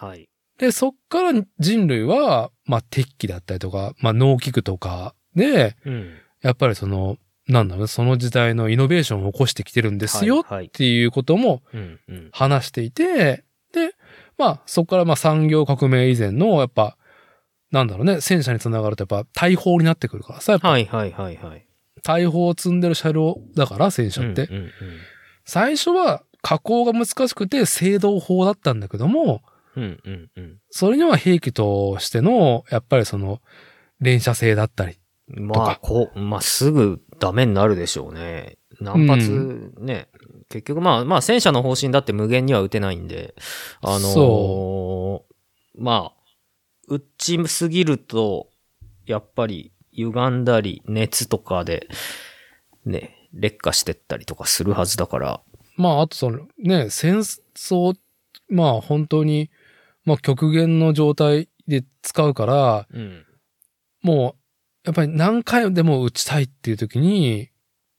Speaker 1: はい。
Speaker 2: で、そっから人類は、まあ、鉄器だったりとか、まあ、農機具とかで、
Speaker 1: うん。
Speaker 2: やっぱりその、なんだろう、その時代のイノベーションを起こしてきてるんですよっ
Speaker 1: はい。はい
Speaker 2: ていうことも
Speaker 1: うんうん。
Speaker 2: 話していて、で、まあ、そっからまあ産業革命以前の、やっぱ、なんだろうね、戦車につながるとやっぱ大砲になってくるからさ、やっぱ
Speaker 1: はいはいはいはい。
Speaker 2: 大砲を積んでる車両だから、戦車って。
Speaker 1: うんうんうん
Speaker 2: 最初は加工が難しくて、制動砲だったんだけども、
Speaker 1: うんうんうん。
Speaker 2: それには兵器としての、やっぱりその、連射性だったり。と
Speaker 1: まあ
Speaker 2: か、
Speaker 1: こう、まあ、すぐダメになるでしょうね。何発ね、結局まあ、まあ、戦車の方針だって無限には撃てないんで、あのー
Speaker 2: そ
Speaker 1: まあ、撃ちすぎると、やっぱり歪んだり、熱とかで、ね、劣化してったりとかするはずだから、
Speaker 2: まあ、あとその、ね、戦争、まあ本当に、まあ極限の状態で使うから、
Speaker 1: うん。
Speaker 2: もう、やっぱり何回でも打ちたいっていう時に、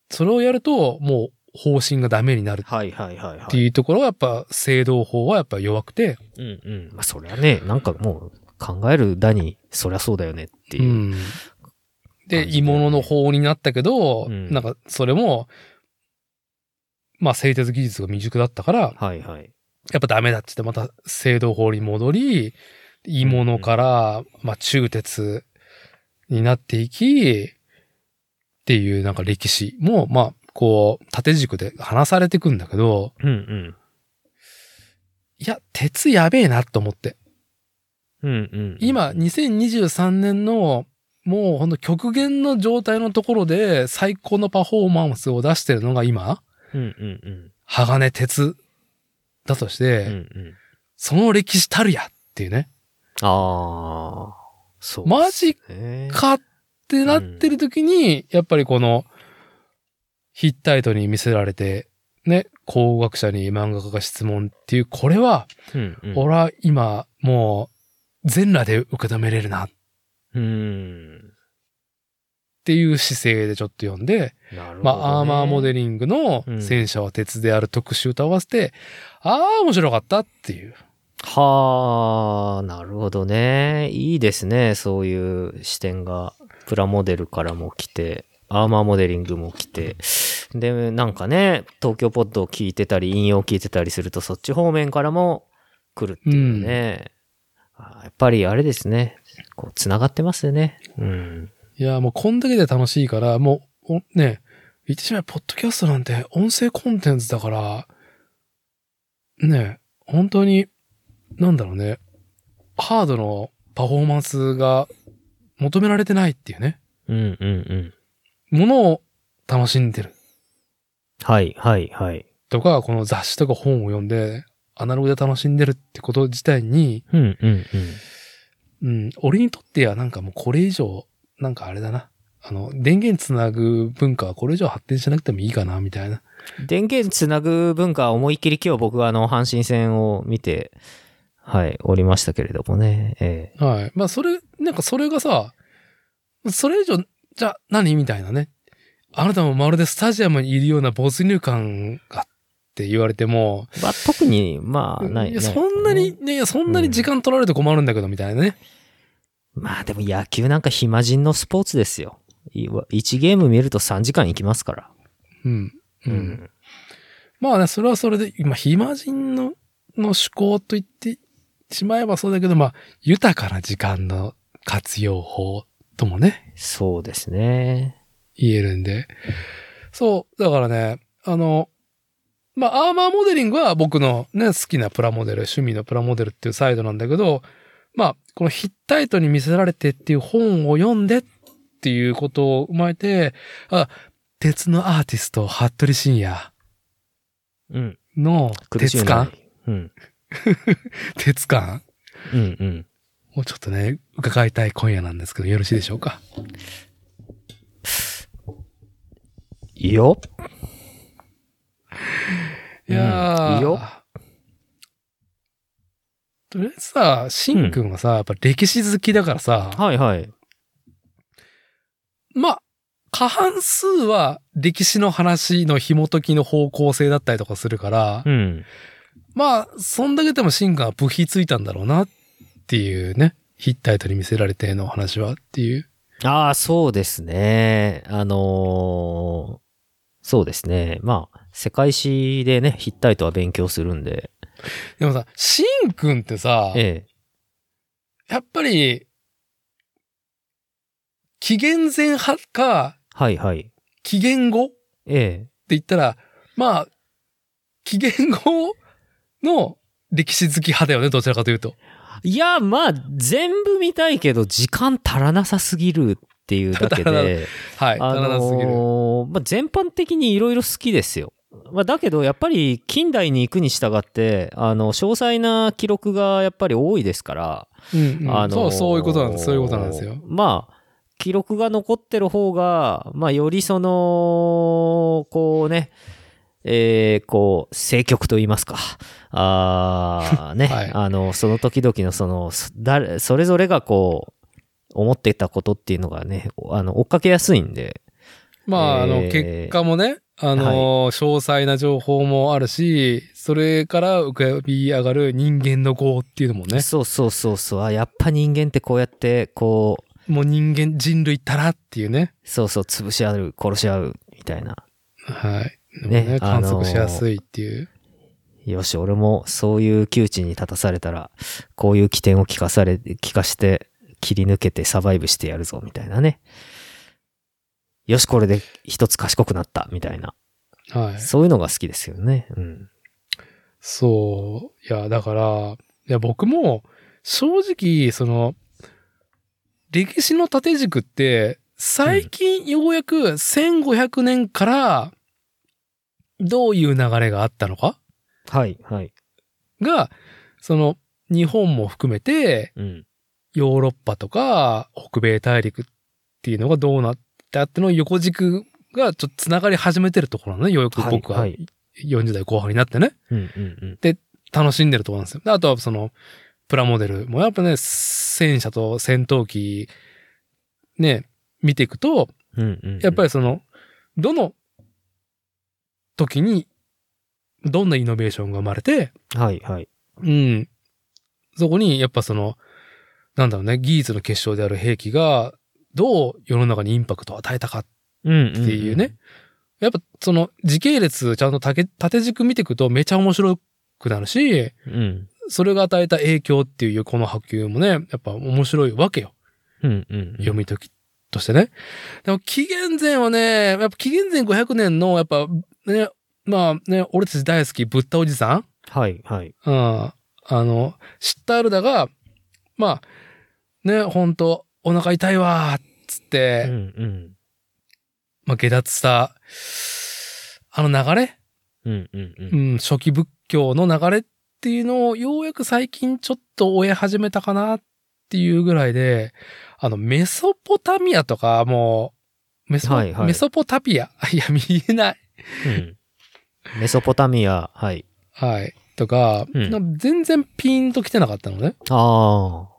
Speaker 2: それをやると、もう方針がダメになるっ
Speaker 1: はいはいはいは
Speaker 2: て
Speaker 1: い。
Speaker 2: いうところは、やっぱ、制動法はやっぱ弱くて、
Speaker 1: うんうん。まあ、そりゃね、なんかもう、考えるだに、そりゃそうだよねって
Speaker 2: う
Speaker 1: いう。
Speaker 2: ん。
Speaker 1: 感じだよ
Speaker 2: で、
Speaker 1: ね
Speaker 2: 鋳物の法になったけど、
Speaker 1: うん
Speaker 2: なんか、それも、まあ、製鉄技術が未熟だったから、
Speaker 1: はいはい。
Speaker 2: やっぱダメだって言って、また制度法に戻り、鋳物から、まあ、中鉄になっていき、っていうなんか歴史も、まあ、こう、縦軸で話されていくんだけど、
Speaker 1: うんうん。
Speaker 2: いや、鉄やべえなと思って。
Speaker 1: うんうん。
Speaker 2: 今、2023年の、もうほんと極限の状態のところで最高のパフォーマンスを出してるのが今、
Speaker 1: うんうんうん。
Speaker 2: 鋼鉄だとして、
Speaker 1: うんうん。
Speaker 2: その歴史たるやっていうね。
Speaker 1: ああ、そう、ね。
Speaker 2: マジかってなってる時に、やっぱりこの、ヒッタイトに見せられて、ね、工学者に漫画家が質問っていう、これは、
Speaker 1: うん、うん。
Speaker 2: 俺は今、もう、全裸で受け止めれるなっ
Speaker 1: うん。
Speaker 2: ていう姿勢でちょっと読んで、
Speaker 1: なるほど、ね。
Speaker 2: まあ、アーマーモデリングの
Speaker 1: うん
Speaker 2: 戦車は鉄である特集と合わせて、ああ、面白かったっていう。
Speaker 1: はあ、なるほどね。いいですね。そういう視点が、プラモデルからも来て、アーマーモデリングも来て。で、なんかね、東京ポッドを聞いてたり、引用を聞いてたりすると、そっち方面からも来るっていうね。あやっぱりあれですね。こう、繋がってますよね。うん。
Speaker 2: いや、もうこんだけで楽しいから、もう、おね、言ってしまえば、ポッドキャストなんて音声コンテンツだから、ね、本当に、なんだろうね、ハードのパフォーマンスが求められてないっていうね、
Speaker 1: うんうんうん。
Speaker 2: ものを楽しんでる。
Speaker 1: はいはいはい。
Speaker 2: とか、この雑誌とか本を読んで、アナログで楽しんでるってこと自体に、
Speaker 1: うんうんうん。
Speaker 2: うん、俺にとってはなんかもうこれ以上、なんかあれだな。あの、電源つなぐ文化はこれ以上発展しなくてもいいかな、みたいな。
Speaker 1: 電源つなぐ文化は思いっきり今日僕はあの阪神戦を見て、はい、おりましたけれどもね。え
Speaker 2: はい。まあ、それ、なんかそれがさ、それ以上、じゃあ何みたいなね。あなたもまるでスタジアムにいるような没入感がって言われても、
Speaker 1: えまあ、特に、まあ、ない。
Speaker 2: いや
Speaker 1: ない
Speaker 2: そんなに、。ね、いやそんなに時間取られると困るんだけど、みたいなね。
Speaker 1: まあでも野球なんか暇人のスポーツですよ。1ゲーム見ると3時間いきますから。
Speaker 2: うん。うん。。まあね、それはそれで、今、暇人の、の思考と言ってしまえばそうだけど、まあ、豊かな時間の活用法ともね、
Speaker 1: そうですね。
Speaker 2: 言えるんで。そう、だからね、あの、まあ、アーマーモデリングは僕のね、好きなプラモデル、趣味のプラモデルっていうサイドなんだけど、まあ、このヒッタイトに見せられてっていう本を読んでっていうことを踏まえて、あ、鉄のアーティスト、服部慎也
Speaker 1: うん。
Speaker 2: の
Speaker 1: 苦しいな
Speaker 2: 鉄感
Speaker 1: うん。
Speaker 2: 鉄感
Speaker 1: うんうん。
Speaker 2: をちょっとね、伺いたい今夜なんですけど、よろしいでしょうか。
Speaker 1: いいよ。
Speaker 2: いやー、
Speaker 1: うんいいよ
Speaker 2: とりあえずさ、しんくんはさ、やっぱ歴史好きだからさ、
Speaker 1: はいはい。
Speaker 2: まあ、過半数は歴史の話の紐解きの方向性だったりとかするから、
Speaker 1: うん。
Speaker 2: まあ、そんだけでもシンクが部費ついたんだろうなっていうね、ヒッタイトに見せられての話はっていう。
Speaker 1: ああ、そうですね。あのーそうですね。まあ、世界史でね、ヒッタイトは勉強するんで。
Speaker 2: でもさ、シンくんってさ、
Speaker 1: え
Speaker 2: やっぱり、紀元前派か、
Speaker 1: え。はいはい。
Speaker 2: 紀元後
Speaker 1: え
Speaker 2: って言ったら、まあ、紀元後の歴史好き派だよね、どちらかというと。
Speaker 1: え。いや、まあ、全部見たいけど、時間足らなさすぎるっていうだけ
Speaker 2: 足らな
Speaker 1: で。
Speaker 2: はい、
Speaker 1: あ
Speaker 2: ならなすぎる。
Speaker 1: のーまあ、全般的にいろいろ好きですよ。まあ、だけどやっぱり近代に行くに従ってあの詳細な記録がやっぱり多いですから、
Speaker 2: うんうん
Speaker 1: あのー
Speaker 2: そう、そういうことなんです。そういうことなんですよ。
Speaker 1: まあ記録が残ってる方が、まあ、よりそのこうねえーこう政局と言いますか あーね、
Speaker 2: はい
Speaker 1: あのその時々のそのそ誰それぞれがこう思ってたことっていうのがねあの追っかけやすいんで。
Speaker 2: まあ、あの、
Speaker 1: えー
Speaker 2: 結果もね、あのー、詳細な情報もあるし、それから浮かび上がる人間の業っていうのもね、
Speaker 1: そうそうそうそうあやっぱ人間ってこうやってこう
Speaker 2: もう人間、人類ったらっていうね、
Speaker 1: そうそう潰し合う殺し合うみたいな
Speaker 2: はい。のも
Speaker 1: ね
Speaker 2: ね、
Speaker 1: あ
Speaker 2: 観
Speaker 1: のー
Speaker 2: 測しやすいっていう。
Speaker 1: よし俺もそういう窮地に立たされたらこういう起点を聞かされ聞かして切り抜けてサバイブしてやるぞみたいなねよしこれで一つ賢くなったみたいな
Speaker 2: はい。
Speaker 1: そういうのが好きですよねうん
Speaker 2: そう。いや、だから、いや、僕も、正直、その、歴史の縦軸って、最近ようやく1500年から、どういう流れがあったのか
Speaker 1: はいはい
Speaker 2: が、その、日本も含めて、
Speaker 1: うん
Speaker 2: ヨーロッパとか、北米大陸っていうのがどうなったってのを横軸がちょっと繋がり始めてるところなのね、ようやく僕は
Speaker 1: はいはい
Speaker 2: 40代後半になってね。
Speaker 1: うんうん
Speaker 2: 楽しんでるところなんですよ。であとはその、プラモデルもやっぱね、戦車と戦闘機、ね、見ていくと、
Speaker 1: うんうんうん
Speaker 2: やっぱ
Speaker 1: り
Speaker 2: りその、どの時に、どんなイノベーションが生まれて、
Speaker 1: はいはい
Speaker 2: うん。そこに、やっぱその、なんだろうね、技術の結晶である兵器が、どう世の中にインパクトを与えたかっ
Speaker 1: うん
Speaker 2: ていうね。やっぱその、時系列、ちゃんと縦縦軸見ていくとめちゃ面白くなるし、
Speaker 1: うん
Speaker 2: それが与えた影響っていうこの波及もね、やっぱ面白いわけよ。
Speaker 1: うんうん
Speaker 2: 読み解きとしてね。でも紀元前はね、やっぱ紀元前500年の、やっぱね、まあね、俺たち大好きブッダおじさん
Speaker 1: はいはい
Speaker 2: うん。あの、シッタールダが、まあ、ね、ほんと、お腹痛いわーっつっ
Speaker 1: う
Speaker 2: て、
Speaker 1: んうん
Speaker 2: まあ下脱した、あの流れ
Speaker 1: うんうんうん
Speaker 2: うん、初期仏教の流れっていうのをようやく最近ちょっと追え始めたかなっていうぐらいで、あの、メソポタミアとかもう、メソ,、
Speaker 1: はいはい
Speaker 2: メソポタピア。 いや、見えない。
Speaker 1: うんメソポタミア、はい。
Speaker 2: はい。とか、
Speaker 1: うん
Speaker 2: なんか全然ピンと来てなかったのね。
Speaker 1: あ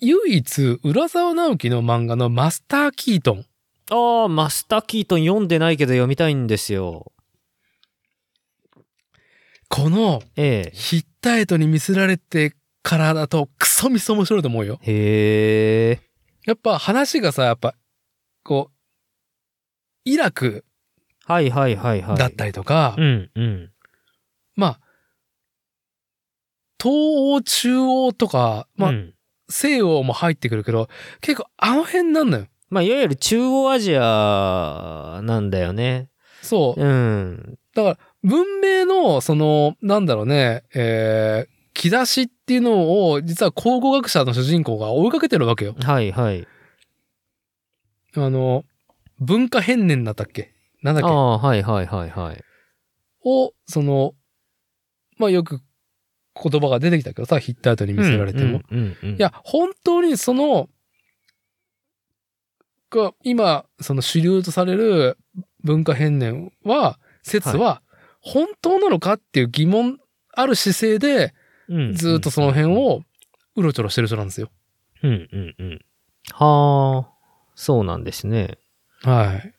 Speaker 2: 唯一、浦沢直樹の漫画のマスター・キートン。
Speaker 1: あ。ああ、マスター・キートン読んでないけど読みたいんですよ。
Speaker 2: この、
Speaker 1: え
Speaker 2: ヒッタイトに見せられてからだと、クソみそ面白いと思うよ。
Speaker 1: え。へえ。
Speaker 2: やっぱ話がさ、やっぱ、こう、イラク
Speaker 1: はいはいはいはい。
Speaker 2: だったりとか、
Speaker 1: うんうん。
Speaker 2: まあ、東欧、中欧とか、まあ、
Speaker 1: うん
Speaker 2: 西欧も入ってくるけど、結構あの辺なんだよ。
Speaker 1: まあ、いわゆる中央アジアなんだよね。
Speaker 2: そう。
Speaker 1: うん。
Speaker 2: だから、文明の、その、なんだろうね、えー、木出しっていうのを、実は考古学者の主人公が追いかけてるわけよ。
Speaker 1: はいはい。
Speaker 2: あの、文化変年だったっけなんだっ
Speaker 1: あ
Speaker 2: け
Speaker 1: あ、はいはいはいはい。
Speaker 2: を、その、まあよく言葉が出てきたけどさ、ヒッタイトに見せられても。
Speaker 1: うんうんうんうん
Speaker 2: い、や、本当にその、が今、その主流とされる文化変年は、説は、本当なのかっていう疑問ある姿勢で、
Speaker 1: うん
Speaker 2: ずっとその辺。をうろちょろしてる人なんですよ。
Speaker 1: うんうんうん。はあ、そうなんですね。
Speaker 2: はい。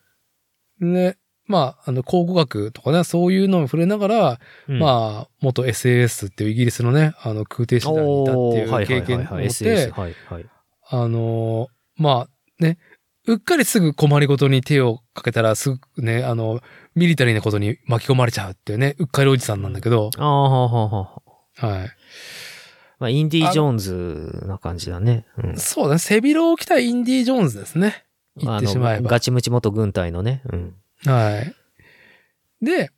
Speaker 2: で、まあ、あの、考古学とかね、そういうのを触れながら、
Speaker 1: あ、
Speaker 2: まあ、元 SAS っていうイギリスのね、あの、空挺師団にいた
Speaker 1: おー
Speaker 2: っていう経験を
Speaker 1: はいはいはいはい
Speaker 2: 持っ
Speaker 1: SS
Speaker 2: て、
Speaker 1: はいはい。
Speaker 2: あのー、まあ、ね、うっかりすぐ困りごとに手をかけたらすぐね、あの、ミリタリーなことに巻き込まれちゃうっていうね、うっかりおじさんなんだけど、
Speaker 1: ああ、はあはあはあ。
Speaker 2: はい。
Speaker 1: まあ、インディ・ージョーンズな感じだね。うん
Speaker 2: そうだね、背広を着たインディ・ジョーンズですね。言ってしまえ
Speaker 1: あの
Speaker 2: ば。
Speaker 1: ガチムチ元軍隊のね。うん。
Speaker 2: はい。で、やっ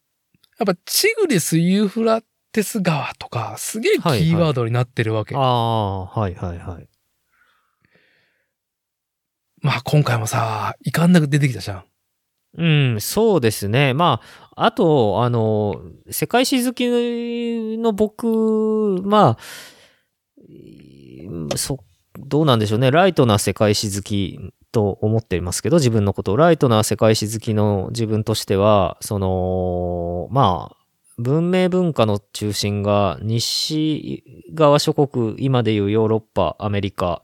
Speaker 2: ぱチグリス・ユーフラテス川とか、すげえキーワードになってるわけ。
Speaker 1: ああー、はいはいはい。
Speaker 2: まあ、今回もさ、いかんなく出てきたじゃん。
Speaker 1: うん、そうですね。まあ、あと、あの、世界史好きの僕、まあ、うんそ、どうなんでしょうね。ライトな世界史好きと思っていますけど、自分のことを。ライトな世界史好きの自分としては、その、まあ、文明文化の中心が西側諸国、今でいうヨーロッパ、アメリカ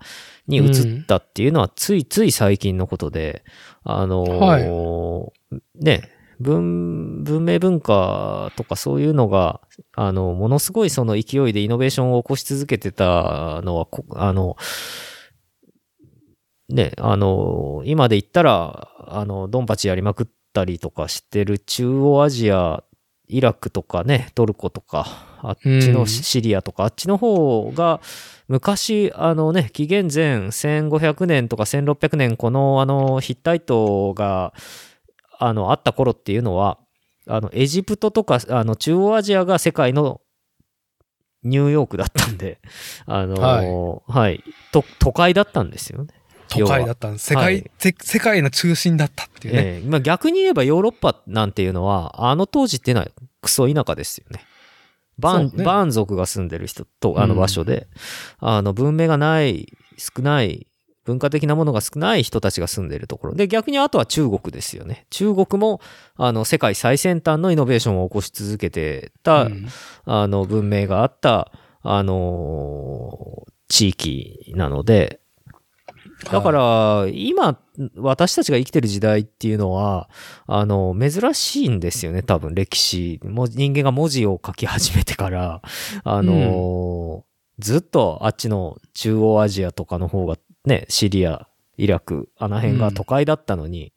Speaker 1: に移ったっていうのは、ついつい最近のことで、あのーね、文、文明文化とかそういうのが、あの、ものすごいその勢いでイノベーションを起こし続けてたのは、こあの、ね、あの、今で言ったら、あの、ドンパチやりまくったりとかしてる中央アジア、イラクとかね、トルコとか、あっち
Speaker 2: う
Speaker 1: の
Speaker 2: ん
Speaker 1: シシリアとか、あっちの方が、昔、あのね、紀元前1500年とか1600年、このあの、ヒッタイトが、あの、あった頃っていうのは、あの、エジプトとか、あの、中央アジアが世界のニューヨークだったんで、あのはい、と、都会だったんですよね。
Speaker 2: 都会だったんです。世界、
Speaker 1: はい
Speaker 2: せ世界の中心だったっていうね。
Speaker 1: ええまあ逆に言えばヨーロッパなんていうのは、あの当時っていうのはクソ田舎ですよね。バン、
Speaker 2: そうね
Speaker 1: バーン族が住んでる人と、あの場所で、あの文明がない、少ない、文化的なものが少ない人たちが住んでるところ。で、逆にあとは中国ですよね。中国も、あの、世界最先端のイノベーションを起こし続けてた、
Speaker 2: うん
Speaker 1: あの、文明があった、あのー地域なので、だか
Speaker 2: は
Speaker 1: ら、今、私たちが生きてる時代っていうのは、あの、珍しいんですよね、多分、歴史。もう人間が文字を書き始めてから、あの、ずっとあっちの中央アジアとかの方が、ね、シリア、イラク、あの辺が都会だったのに、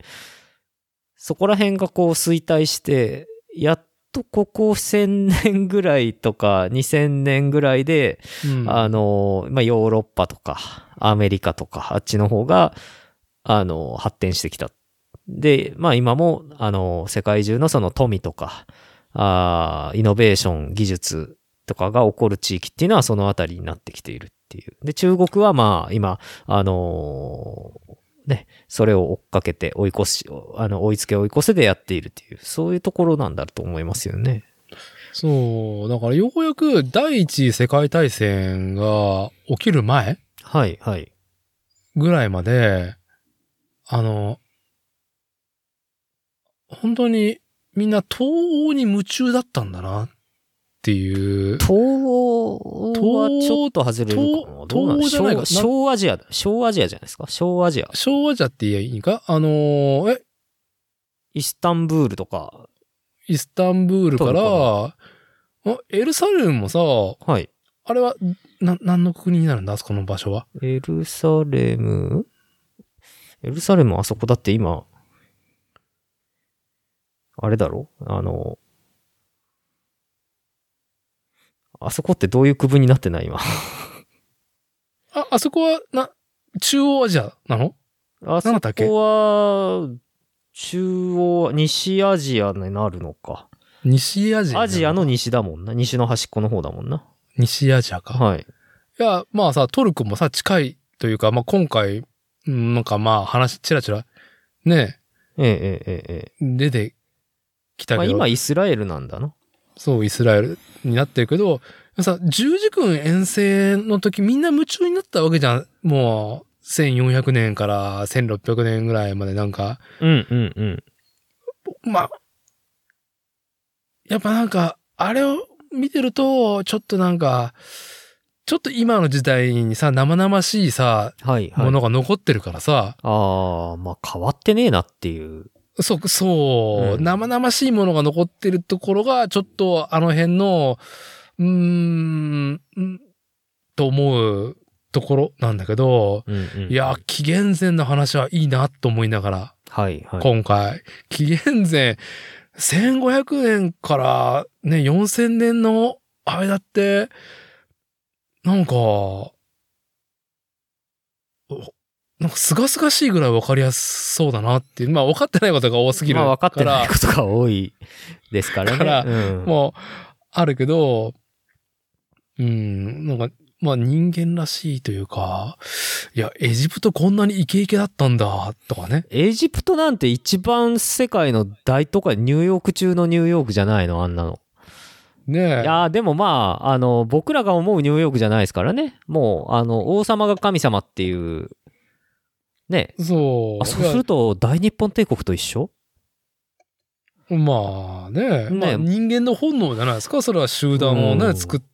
Speaker 1: そこら辺がこう衰退して、やっとここ1000年ぐらいとか2000年ぐらいで、
Speaker 2: い
Speaker 1: あの、まあ、ヨーロッパとか、アメリカとか、あっちの方が、あの、発展してきた。で、まあ、今も、あの、世界中のその富とか、あーイノベーション、技術とかが起こる地域っていうのはそのあたりになってきているっていう。で、中国はまあ、今、あのね、それを追っかけて追い越し、あの、追いつけ追い越せでやっているっていう、そういうところなんだと思いますよね。
Speaker 2: そう。だからようやく第一次世界大戦が起きる前
Speaker 1: はい、はい。
Speaker 2: ぐらいまで、あの、本当にみんな東欧に夢中だったんだなっていう。
Speaker 1: 東欧はちょっと外れるかな。
Speaker 2: 東
Speaker 1: どうなん
Speaker 2: 東欧じゃないか
Speaker 1: 小小アジアだ、小アジアじゃないですか。小アジア。
Speaker 2: 昭和じゃって言えばいいんかあのー、え、
Speaker 1: イスタンブールとか。
Speaker 2: イスタンブールか
Speaker 1: トル
Speaker 2: ら、
Speaker 1: コ
Speaker 2: あエルサレムもさ、
Speaker 1: はい。
Speaker 2: あれは、な、何の国になるんだあそこの場所は。
Speaker 1: エルサレムエルサレムあそこだって今、あれだろあの、あそこってどういう区分にな ってない今。
Speaker 2: あ、あそこは、な、中央アジアなの
Speaker 1: あ
Speaker 2: なんだ
Speaker 1: そ
Speaker 2: ったっけ
Speaker 1: こは、中央、西アジアになるのか。
Speaker 2: 西アジア。
Speaker 1: アジアの。西だもんな。西の端っこの方だもんな。
Speaker 2: 西アジアか。
Speaker 1: はい。
Speaker 2: いや、まあさ、トルコもさ、近いというか、まあ今回、うんなんかまあ話、ちらちら、ね、
Speaker 1: ええええええ。
Speaker 2: 出てきた
Speaker 1: まあ、
Speaker 2: けど、
Speaker 1: 今、イスラエルなんだな。
Speaker 2: そう、イスラエルになってるけど、さ、十字軍遠征の時みんな夢中になったわけじゃん。もう、1400年から1600年ぐらいまでなんか、
Speaker 1: うんうんうん。
Speaker 2: まあ、やっぱなんか、あれを見てると、ちょっとなんか、ちょっと今の時代にさ、生々しいさ、
Speaker 1: はいは
Speaker 2: も
Speaker 1: い。
Speaker 2: のが残ってるからさ、
Speaker 1: ああ、まあ変わってねえなっていう。
Speaker 2: そう、そう、
Speaker 1: うん
Speaker 2: 生々しいものが残ってるところが、ちょっとあの辺の、うーん、うんと思うところなんだけど、
Speaker 1: うんうん、
Speaker 2: いや、紀元前の話はいいなと思いながら、
Speaker 1: はいはい。
Speaker 2: 今回、紀元前1500年からね、4000年の間って、なんか、おなんか、すがすがしいぐらい分かりやすそうだなっていう。まあ、分かってないことが多すぎる
Speaker 1: まあ分かっ
Speaker 2: から。
Speaker 1: てないことが多いですからね。
Speaker 2: から
Speaker 1: うん、
Speaker 2: もう、あるけど、うん、なんか、まあ人間らしいというか、いや、エジプトこんなにイケイケだったんだ、とかね。
Speaker 1: エジプトなんて一番世界の大都会、ニューヨーク中のニューヨークじゃないの、あんなの。
Speaker 2: ねえ。
Speaker 1: いやーでもまあ、あの、僕らが思うニューヨークじゃないですからね。もう、あの、王様が神様っていう、ね。
Speaker 2: そう。
Speaker 1: あそうすると、大日本帝国と一緒
Speaker 2: いやまあね
Speaker 1: ね
Speaker 2: まあ人間の本能じゃないですか。それは集団を
Speaker 1: う
Speaker 2: ね、
Speaker 1: ん
Speaker 2: 作って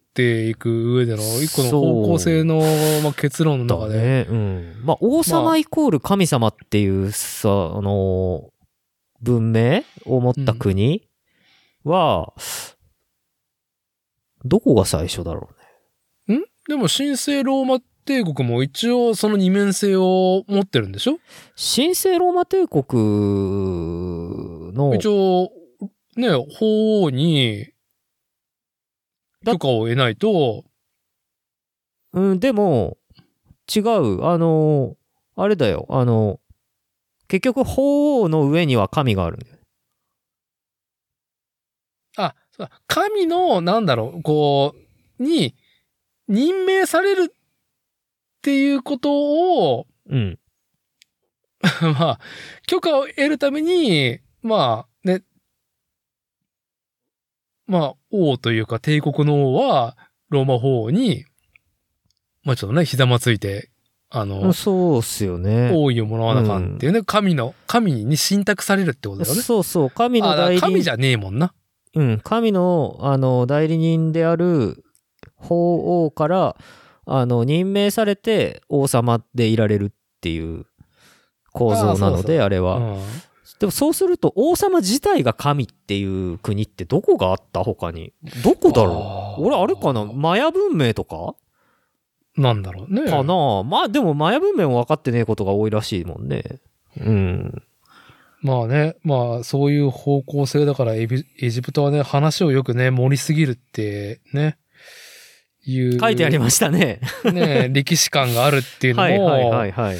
Speaker 2: いく上での一個の方向性の、まあ、結論
Speaker 1: だ
Speaker 2: の中で。
Speaker 1: ね。うん。まあ、王
Speaker 2: まあ
Speaker 1: 様イコール神様っていうさ、あの、文明を持った国は、どこが最初だろうね。
Speaker 2: でも神聖ローマ帝国も一応その二面性を持ってるんでしょ
Speaker 1: 神聖ローマ帝国の、
Speaker 2: 一応、ね、法王に許可を得ないと、
Speaker 1: うん、でも、違う。あの、あれだよ。あの、結局、法王の上には神があるんだよ。
Speaker 2: あ、そうだ神の、なんだろう、こう、に任命されるっていうことを、
Speaker 1: うん。
Speaker 2: まあ、許可を得るために、まあ、ね、まあ、王というか帝国の王は、ローマ法王に、まあちょっとね、ひざまついて、あの、
Speaker 1: うんそうっすよね。
Speaker 2: 王位をもらわなあかんっていうね、神の、神に信託されるってことだよね。
Speaker 1: そうそう。神の
Speaker 2: あだか
Speaker 1: 代
Speaker 2: ら
Speaker 1: 理
Speaker 2: 神じゃねえもんな。
Speaker 1: うん、神の、あの、代理人である法王から、あの、任命されて王様でいられるっていう構造な
Speaker 2: あーそ
Speaker 1: の
Speaker 2: うそう
Speaker 1: で、あれは。
Speaker 2: うん
Speaker 1: でもそうすると、王様自体が神っていう国ってどこがあった他に。どこだろ
Speaker 2: あー
Speaker 1: う俺、あれかなマヤ文明とか
Speaker 2: なんだろうね。
Speaker 1: かなまあ、でもマヤ文明も分かってねえことが多いらしいもんね。うん。
Speaker 2: まあね、まあそういう方向性だからエビエジプトはね、話をよくね、盛りすぎるってね、いう。
Speaker 1: 書いてありましたね。
Speaker 2: す。ね、歴史感があるっていうのも、
Speaker 1: はいはいはいはい。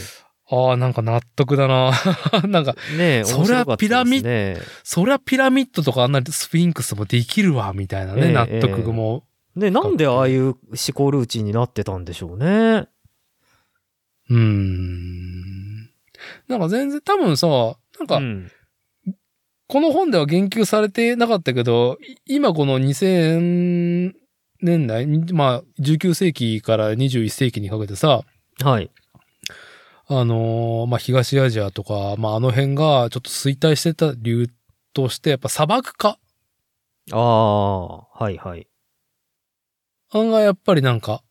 Speaker 2: ああ、なんか納得だな。 なんか、
Speaker 1: ねえ、
Speaker 2: そりゃ
Speaker 1: 面白かったですね
Speaker 2: ピラミそりゃピラミッドとかあんなスフィンクスもできるわ、みたいなね、
Speaker 1: ええ
Speaker 2: 納得も。
Speaker 1: ね、なんでああいう思考ルーチンになってたんでしょうね。
Speaker 2: うーん。なんか全然、多分さ、なんか、
Speaker 1: うん
Speaker 2: この本では言及されてなかったけど、い今この2000年代、まあ19世紀から21世紀にかけてさ、
Speaker 1: はい。
Speaker 2: あのーまあ東アジアとか、まああの辺がちょっと衰退してた理由として、やっぱ砂漠化
Speaker 1: ああ、はいはい。
Speaker 2: 案外やっぱりなんか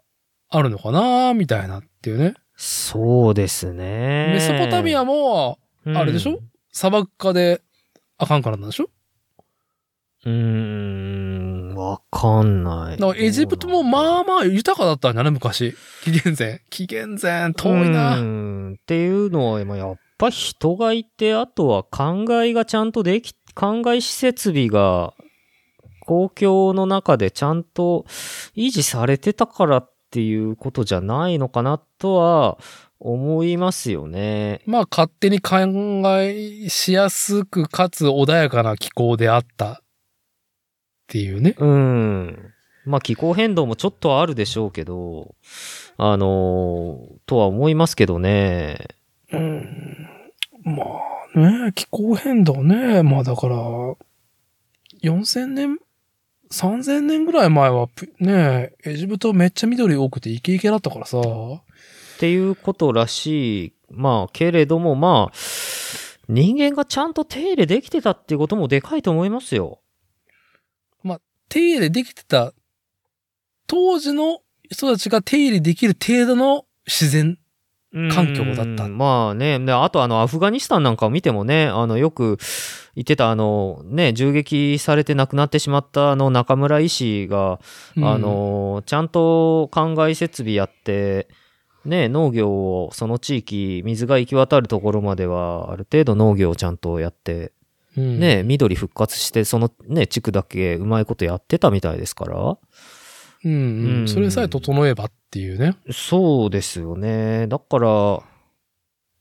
Speaker 2: あるのかなみたいなっていうね。
Speaker 1: そうですね。
Speaker 2: メソポタミアも
Speaker 1: うん、
Speaker 2: あれでしょ砂漠化であかんからなんでしょ
Speaker 1: うーん、わかんない。
Speaker 2: だからエジプトもまあまあ豊かだったんじゃない昔。紀元前。紀元前遠いな。
Speaker 1: うんっていうのは、今やっぱ人がいて、あとは灌漑がちゃんとでき、灌漑施設備が公共の中でちゃんと維持されてたからっていうことじゃないのかなとは思いますよね。
Speaker 2: まあ勝手に考えしやすくかつ穏やかな気候であったっていうね。
Speaker 1: うん。まあ気候変動もちょっとはあるでしょうけど、あのーとは思いますけどね。
Speaker 2: うん。まあね、気候変動ね。まあだから、4000年、3000年ぐらい前はぷね、エジプトめっちゃ緑多くてイケイケだったからさ。
Speaker 1: っていうことらしい。まあ、けれども、まあ、人間がちゃんと手入れできてたっていうこともでかいと思いますよ。
Speaker 2: 手入れできてた、当時の人たちが手入れできる程度の自然。
Speaker 1: うん
Speaker 2: 環境だった
Speaker 1: まあね、であとあの、アフガニスタンなんかを見てもね、あの、よく言ってた、あの、ね、銃撃されて亡くなってしまったあの、中村医師が、あの、ちゃんと灌漑設備やって、ね、農業を、その地域、水が行き渡るところまでは、ある程度農業をちゃんとやって、
Speaker 2: うん、
Speaker 1: ね、緑復活して、そのね、地区だけうまいことやってたみたいですから。
Speaker 2: うん、
Speaker 1: う
Speaker 2: うん
Speaker 1: ん
Speaker 2: それさえ整えばっていうね。
Speaker 1: そうですよね。だから、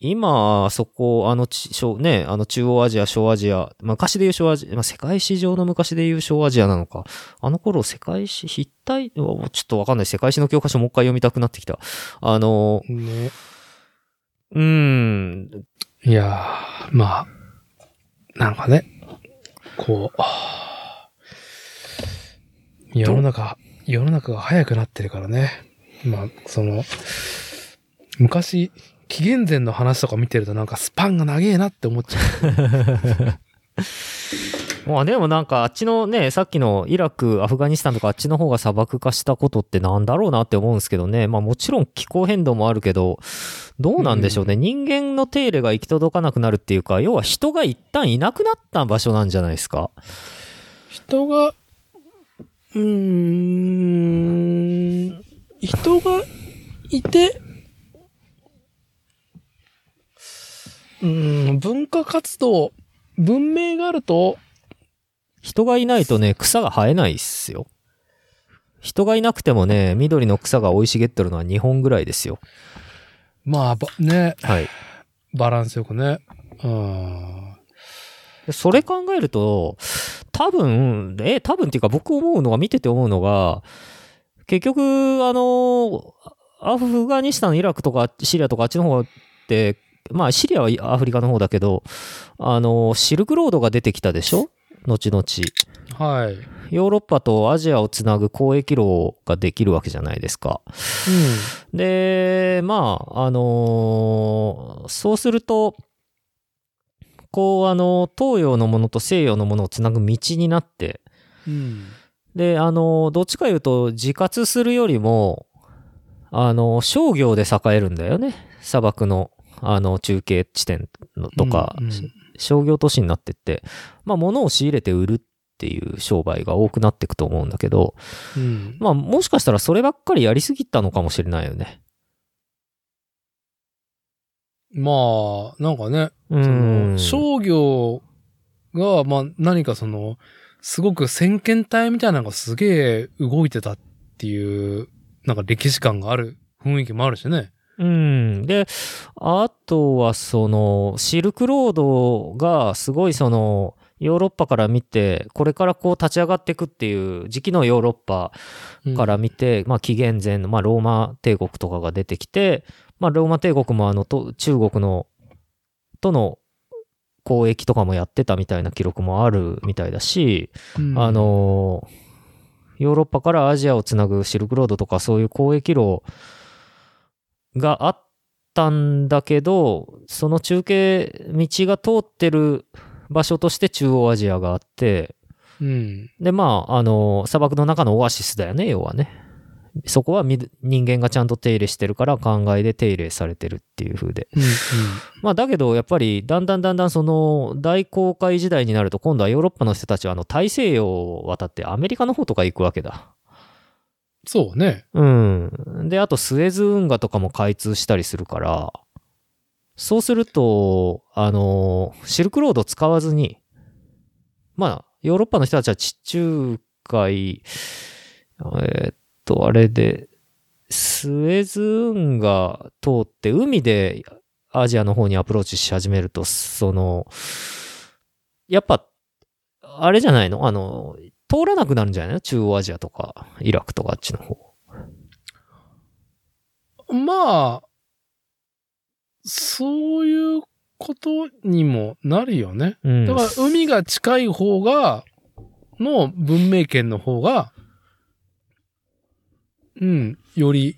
Speaker 1: 今、そこ、あのち、小ね、あの中央アジア、小アジア、昔で言う小アジア、まあ、世界史上の昔で言う小アジアなのか。あの頃、世界史、筆体、うわちょっとわかんない。世界史の教科書もう一回読みたくなってきた。あの、
Speaker 2: ね
Speaker 1: うーん、
Speaker 2: いやー、まあ、なんかね、こう、世の中、世の中が早くなってるからね。まあ、その、昔、紀元前の話とか見てるとなんかスパンが長えなって思っちゃ
Speaker 1: まあでもなんかあっちのね、さっきのイラク、アフガニスタンとかあっちの方が砂漠化したことってなんだろうなって思うんですけどね。まあもちろん気候変動もあるけど、どうなんでしょうね。人間の手入れが行き届かなくなるっていうか、要は人が一旦いなくなった場所なんじゃないですか。
Speaker 2: う。人が、うーん、人がいて、うーん、文化活動、文明があると、
Speaker 1: 人がいないとね、草が生えないっすよ。人がいなくてもね、緑の草が生い茂ってるのは2本ぐらいですよ。
Speaker 2: まあ、ばね、
Speaker 1: はい。
Speaker 2: バランスよくね。うん。
Speaker 1: でそれ考えると、多分、え、多分っていうか僕思うのが、見てて思うのが、結局、あの、アフガニスタン、イラクとかシリアとかあっちの方って、まあシリアはアフリカの方だけど、あの、シルクロードが出てきたでしょ後々。
Speaker 2: はい。うん。
Speaker 1: ヨーロッパとアジアをつなぐ交易路ができるわけじゃないですか。で、まあ、あのーそうすると、こう、あの、東洋のものと西洋のものをつなぐ道になって、
Speaker 2: うん。
Speaker 1: で、あの、どっちか言うと、自活するよりも、あの、商業で栄えるんだよね。砂漠の、あの、中継地点のとか、
Speaker 2: うんうん
Speaker 1: 商業都市になってって、まあ、物を仕入れて売るっていう商売が多くなっていくと思うんだけど、
Speaker 2: うん。
Speaker 1: まあ、もしかしたらそればっかりやりすぎたのかもしれないよね。
Speaker 2: まあ、なんかね、
Speaker 1: う
Speaker 2: そ
Speaker 1: ん。
Speaker 2: の商業が、まあ、何かその、すごく先遣隊みたいなのがすげえ動いてたっていう、なんか歴史感がある雰囲気もあるしね。
Speaker 1: うん。で、あとはその、シルクロードがすごいその、ヨーロッパから見て、これからこう立ち上がっていくっていう時期のヨーロッパ
Speaker 2: うん
Speaker 1: から見て、まあ紀元前の、まあローマ帝国とかが出てきて、まあローマ帝国もあの、と中国の、との交易とかもやってたみたいな記録もあるみたいだし、
Speaker 2: うん
Speaker 1: あ、のヨーロッパからアジアをつなぐシルクロードとかそういう交易路があったんだけど、その中継道が通ってる場所として中央アジアがあって、
Speaker 2: うん。
Speaker 1: で、まあ、あの砂漠の中のオアシスだよね、要はね。そこはみ人間がちゃんと手入れしてるから、考えで手入れされてるっていう風で。
Speaker 2: うん。
Speaker 1: まあだけどやっぱりだんだんだんだんその大航海時代になると今度はヨーロッパの人たちはあの大西洋を渡ってアメリカの方とか行くわけだ。
Speaker 2: そうね。
Speaker 1: うん。で、あとスエズ運河とかも開通したりするから、そうすると、あの、シルクロードを使わずに、まあ、ヨーロッパの人たちは地中海、えーっと、あれで、スエズ運河通って海でアジアの方にアプローチし始めると、その、やっぱ、あれじゃないのあの、通らなくなるんじゃないの中央アジアとか、イラクとかあっちの方。
Speaker 2: まあ、そういうことにもなるよね。
Speaker 1: うん。
Speaker 2: だから海が近い方が、の文明圏の方が、うん、より、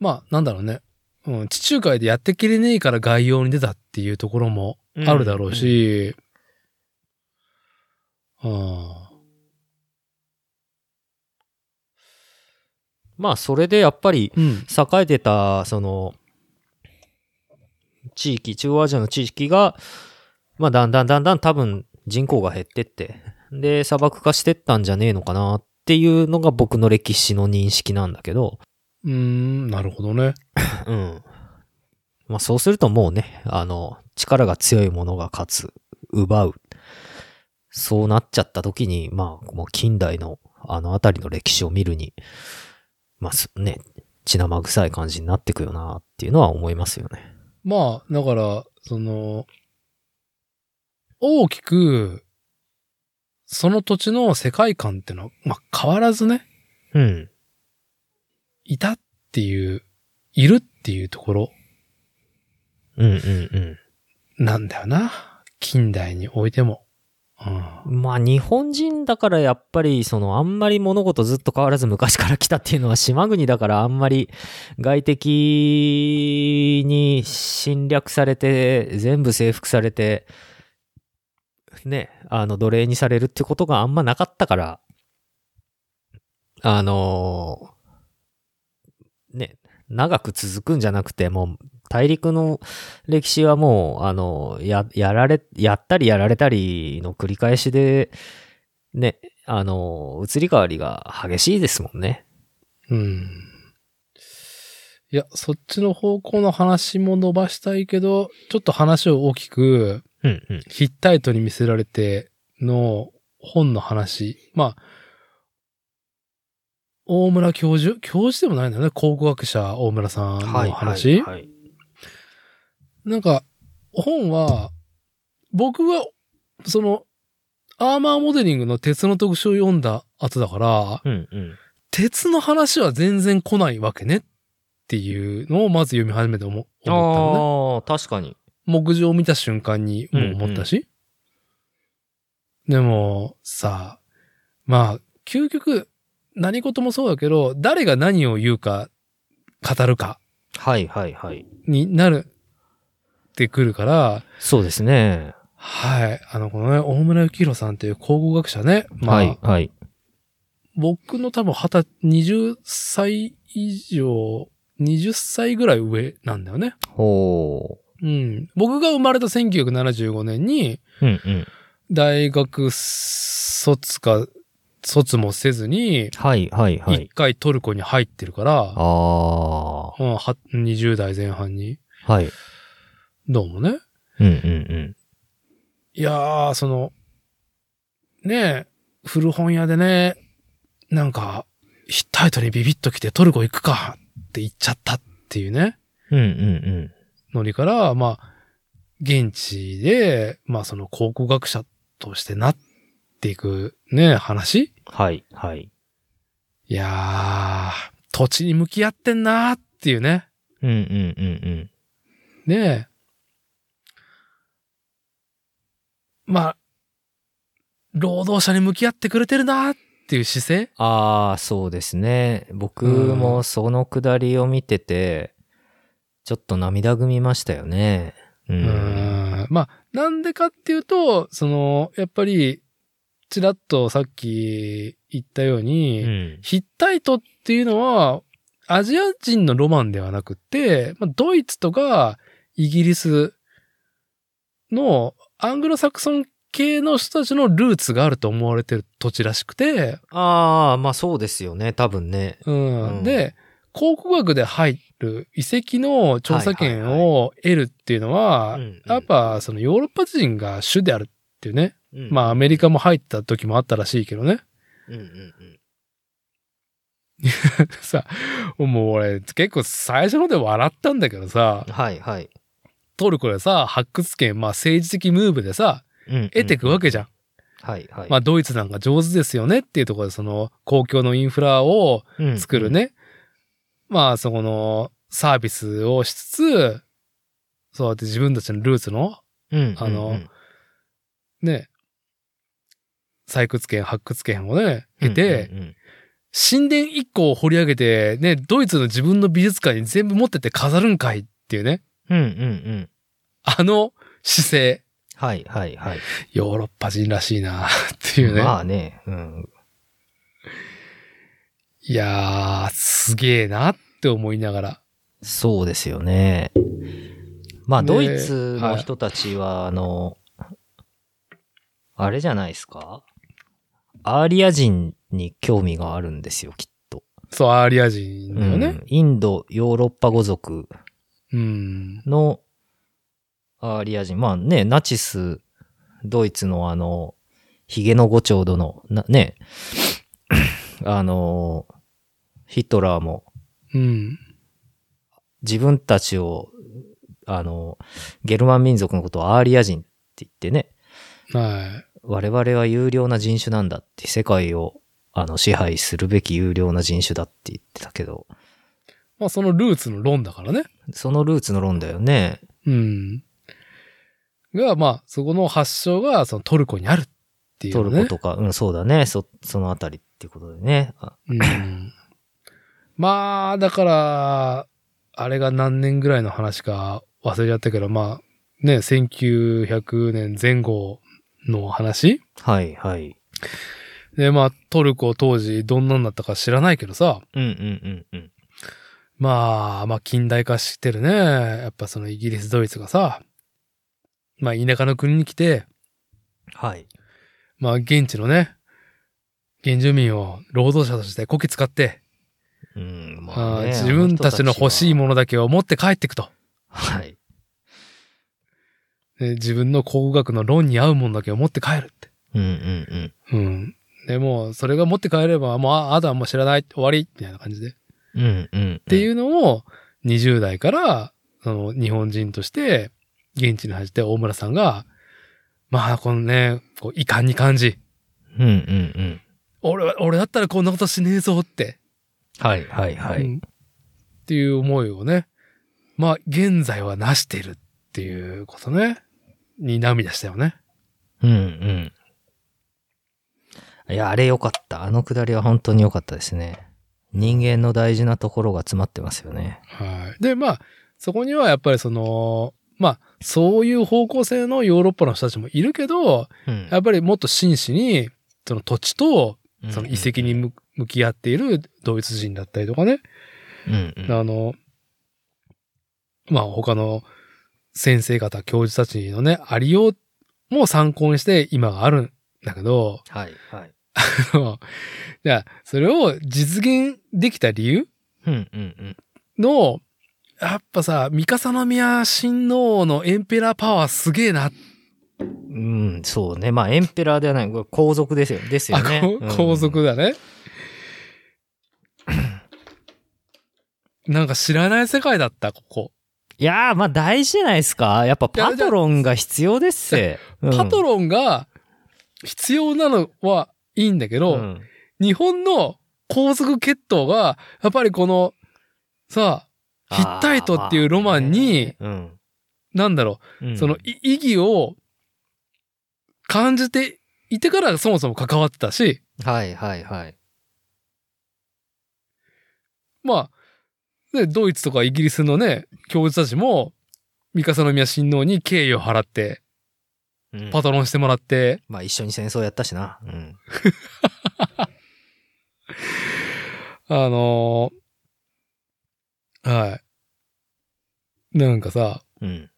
Speaker 2: まあ、なんだろうね。うん、地中海でやってきれねえから外洋に出たっていうところもあるだろうし、あ
Speaker 1: まあ、それでやっぱり、
Speaker 2: ーうん。
Speaker 1: 栄えてた、その、地域、中央アジアの地域が、まあ、だんだんだんだん多分人口が減ってって、で、砂漠化してったんじゃねえのかなっていうのが僕の歴史の認識なんだけど、
Speaker 2: うーん、なるほどね。
Speaker 1: うん。まあ、そうするともうね、あの、力が強いものが勝つ、奪う。そうなっちゃった時に、まあ、もう近代のあの辺りの歴史を見るに、まあ、すね、血生臭い感じになってくよなっていうのは思いますよね。
Speaker 2: まあ、だから、その、大きく、その土地の世界観ってのは、まあ、変わらずね、
Speaker 1: うん。
Speaker 2: いたっていう、いるっていうところ
Speaker 1: うんうん
Speaker 2: なんだよな。近代においても。うん
Speaker 1: うん。まあ、日本人だからやっぱり、その、あんまり物事ずっと変わらず昔から来たっていうのは島国だからあんまり外敵に侵略されて、全部征服されて、ね、あの、奴隷にされるってことがあんまなかったから、あのーね、長く続くんじゃなくて、もう、大陸の歴史はもう、あの、や、やられ、やったりやられたりの繰り返しで、ね、あの、移り変わりが激しいですもんね。
Speaker 2: うん。いや、そっちの方向の話も伸ばしたいけど、ちょっと話を大きく、
Speaker 1: うんうん。
Speaker 2: ヒッタイトに見せられての本の話。まあ、大村教授教授でもないんだよね。考古学者大村さんの話。
Speaker 1: はい。
Speaker 2: なんか、本は、僕は、その、アーマーモデリングの鉄の特集を読んだ後だから、
Speaker 1: うんうん。
Speaker 2: 鉄の話は全然来ないわけねっていうのをまず読み始めて思思ったのね。
Speaker 1: ああ、確かに。
Speaker 2: 木像を見た瞬間にもう思ったし。でも、さ、まあ、究極、何事もそうだけど、誰が何を言うか、語るか
Speaker 1: はいはいはい。
Speaker 2: になるってくるから、
Speaker 1: そうですね。
Speaker 2: はい。あの、このね、大村幸宏さんっていう考古学者ね。まあ、
Speaker 1: はいはい。
Speaker 2: 僕の多分二十、20歳以上、20歳ぐらい上なんだよね。
Speaker 1: ほ
Speaker 2: うん。僕が生まれた1975年に、
Speaker 1: う。うんうん。
Speaker 2: 大学卒か、卒もせずに、
Speaker 1: はいはいは
Speaker 2: 一
Speaker 1: い。
Speaker 2: 回トルコに入ってるから、
Speaker 1: ああ。は
Speaker 2: うんは20代前半に。
Speaker 1: い。
Speaker 2: どうもね。
Speaker 1: うんうん
Speaker 2: いやー、その、ねえ、古本屋でね、なんか、ヒッタイトにビビッと来てトルコ行くかって言っちゃったっていうね、
Speaker 1: うん。うんうん
Speaker 2: ノリから、まあ、現地で、まあその考古学者としてなっていくね、話
Speaker 1: うん。はいはい。
Speaker 2: いやー、土地に向き合ってんなーっていうね。
Speaker 1: うんうんうんうん。
Speaker 2: ねえ。まあ、労働者に向き合ってくれてるなーっていう姿勢
Speaker 1: ああ、そうですね。僕
Speaker 2: うん
Speaker 1: もそのくだりを見てて、ちょっと涙ぐみましたよね。う。
Speaker 2: うんん。まあ、なんでかっていうと、その、やっぱり、ちらっとさっき言ったよう
Speaker 1: う
Speaker 2: に、
Speaker 1: ん。
Speaker 2: ヒッタイトっていうのは、アジア人のロマンではなくて、まあ、ドイツとかイギリスのアングロサクソン系の人たちのルーツがあると思われてる土地らしくて、
Speaker 1: ああ、まあそうですよね。多分ね。
Speaker 2: うん。
Speaker 1: うん
Speaker 2: で、考古学で入る遺跡の調査
Speaker 1: はいは
Speaker 2: 権
Speaker 1: い
Speaker 2: を得るっていうのは、
Speaker 1: うん
Speaker 2: やっぱそのヨーロッパ人が主であるっていうね。
Speaker 1: うん
Speaker 2: まあアメリカも入った時もあったらしいけどね。
Speaker 1: うんうんうん。
Speaker 2: さ、もう俺、結構最初ので笑ったんだけどさ、
Speaker 1: はいはい。
Speaker 2: トルコでさ、発掘権、まあ政治的ムーブでさ、
Speaker 1: うん
Speaker 2: 得てくわけじゃん。
Speaker 1: はいはい。
Speaker 2: まあドイツなんか上手ですよねっていうところで、その公共のインフラを
Speaker 1: うん
Speaker 2: 作る。ね。まあそこのサービスをしつつ、そうやって自分たちのルーツの
Speaker 1: うん。
Speaker 2: あの
Speaker 1: うん
Speaker 2: ね、採掘権、発掘権をね、得て、、
Speaker 1: うんうんうん
Speaker 2: 神殿一個を掘り上げて、ね、ドイツの自分の美術館に全部持ってって飾るんかいっていうね、
Speaker 1: うんうんうん。
Speaker 2: あの姿勢、
Speaker 1: はいはいはい。っ
Speaker 2: ヨーロッパ人らしいなっていうね。
Speaker 1: まあね。うん。
Speaker 2: いやー、すげえなって思いながら。
Speaker 1: そうですよね。まあ、
Speaker 2: ね
Speaker 1: ドイツの人たちは、あの、あれじゃないですかアーリア人に興味があるんですよ、きっと。
Speaker 2: そう、アーリア人だよ
Speaker 1: う
Speaker 2: ね。
Speaker 1: んインド、ヨーロッパ語族
Speaker 2: うん。
Speaker 1: のアーリア人。まあね、ナチス、ドイツのあの、ヒゲの五丁殿の、なね、 あの、ヒトラーも
Speaker 2: うん。
Speaker 1: 自分たちを、あの、ゲルマン民族のことをアーリア人って言ってね、
Speaker 2: は
Speaker 1: 我々は有料な人種なんだって、世界を、あの、支配するべき有料な人種だって言ってたけど、
Speaker 2: い。まあ、そのルーツの論だからね。
Speaker 1: そのルーツの論だよね。
Speaker 2: うん。が、まあ、そこの発祥が、そのトルコにあるっていう、ね。
Speaker 1: トルコとか、うん、そうだね。そ、そのあたりっていうことでね。あ
Speaker 2: うんまあ、だから、あれが何年ぐらいの話か忘れちゃったけど、まあ、ね、1900年前後の話
Speaker 1: はい、はい。
Speaker 2: で、まあ、トルコ当時どんなんだったか知らないけどさ、
Speaker 1: うん、うん、うん、うん。
Speaker 2: まあ、まあ、近代化してるね。やっぱそのイギリス、ドイツがさ、まあ、田舎の国に来て、
Speaker 1: はい。
Speaker 2: まあ、現地のね、原住民を労働者としてこき使って、
Speaker 1: うん、ま
Speaker 2: あ
Speaker 1: あ、
Speaker 2: ー
Speaker 1: ね、
Speaker 2: 自分たちの欲しい
Speaker 1: ん。
Speaker 2: ものだけを持って帰っていくと。
Speaker 1: はい。
Speaker 2: で自分の考古学の論に合うもんだけを持って帰るって。
Speaker 1: うん、うん、うん。
Speaker 2: うん。でもう、それが持って帰れば、もう、ああとはもう知らない、終わり、みたいな感じで。っ
Speaker 1: うん、うん。って。
Speaker 2: いううのを、20代から、その、日本人として、現地に走って、大村さんが、まあ、このね、こう、遺憾に感じ、
Speaker 1: うん、うん、うん。
Speaker 2: 俺は、俺だったらこんなことしねえぞって、
Speaker 1: はい、はい、は
Speaker 2: う
Speaker 1: い。
Speaker 2: んっていう思いをね、まあ、現在はなしてるっていうことね、に涙したよね。
Speaker 1: うんうん。いや、あれ良かった。あのくだりは本当に良かったですね。人間の大事なところが詰まってますよね。
Speaker 2: はい。で、まあ、そこにはやっぱりその、まあ、そういう方向性のヨーロッパの人たちもいるけど、
Speaker 1: うん
Speaker 2: やっぱりもっと真摯に、その土地と、その遺跡に
Speaker 1: うん
Speaker 2: む向き合っているドイツ人だったりとかね、
Speaker 1: うんうん
Speaker 2: あの、まあ、他の先生方、教授たちのね、ありようも参考にして今があるんだけど、
Speaker 1: はいはい。
Speaker 2: あのじゃあそれを実現できた理由
Speaker 1: うんうんうん。
Speaker 2: の、やっぱさ、三笠宮親王のエンペラーパワーすげえな。
Speaker 1: うん、そうね。まあ、エンペラーではない。これ皇族ですよ。ですよ
Speaker 2: あ、
Speaker 1: ね
Speaker 2: こ。
Speaker 1: うん
Speaker 2: 皇族。だね。 なんか知らない世界だった、ここ。
Speaker 1: いやー、まあ、大事じゃないですか。やっぱパトロンが必要ですせ。
Speaker 2: パト
Speaker 1: ロ
Speaker 2: ロンが必要なのはいいんだけど、
Speaker 1: うん
Speaker 2: 日本の皇族血統が、やっぱりこの、さあ、ヒッタイトっていうロマンに、、
Speaker 1: あーまあね
Speaker 2: なんだろう、
Speaker 1: うんうん
Speaker 2: そのい意義を感じていてからそもそも関わってたし、
Speaker 1: はいはいはい。
Speaker 2: まあ、ね、ドイツとかイギリスのね、教授たちも、三笠宮親王に敬意を払って、
Speaker 1: うん
Speaker 2: パトロンしてもらって、
Speaker 1: まあ、一緒に戦争やったしな。うん。
Speaker 2: あのーはい。なんかさ、
Speaker 1: うん。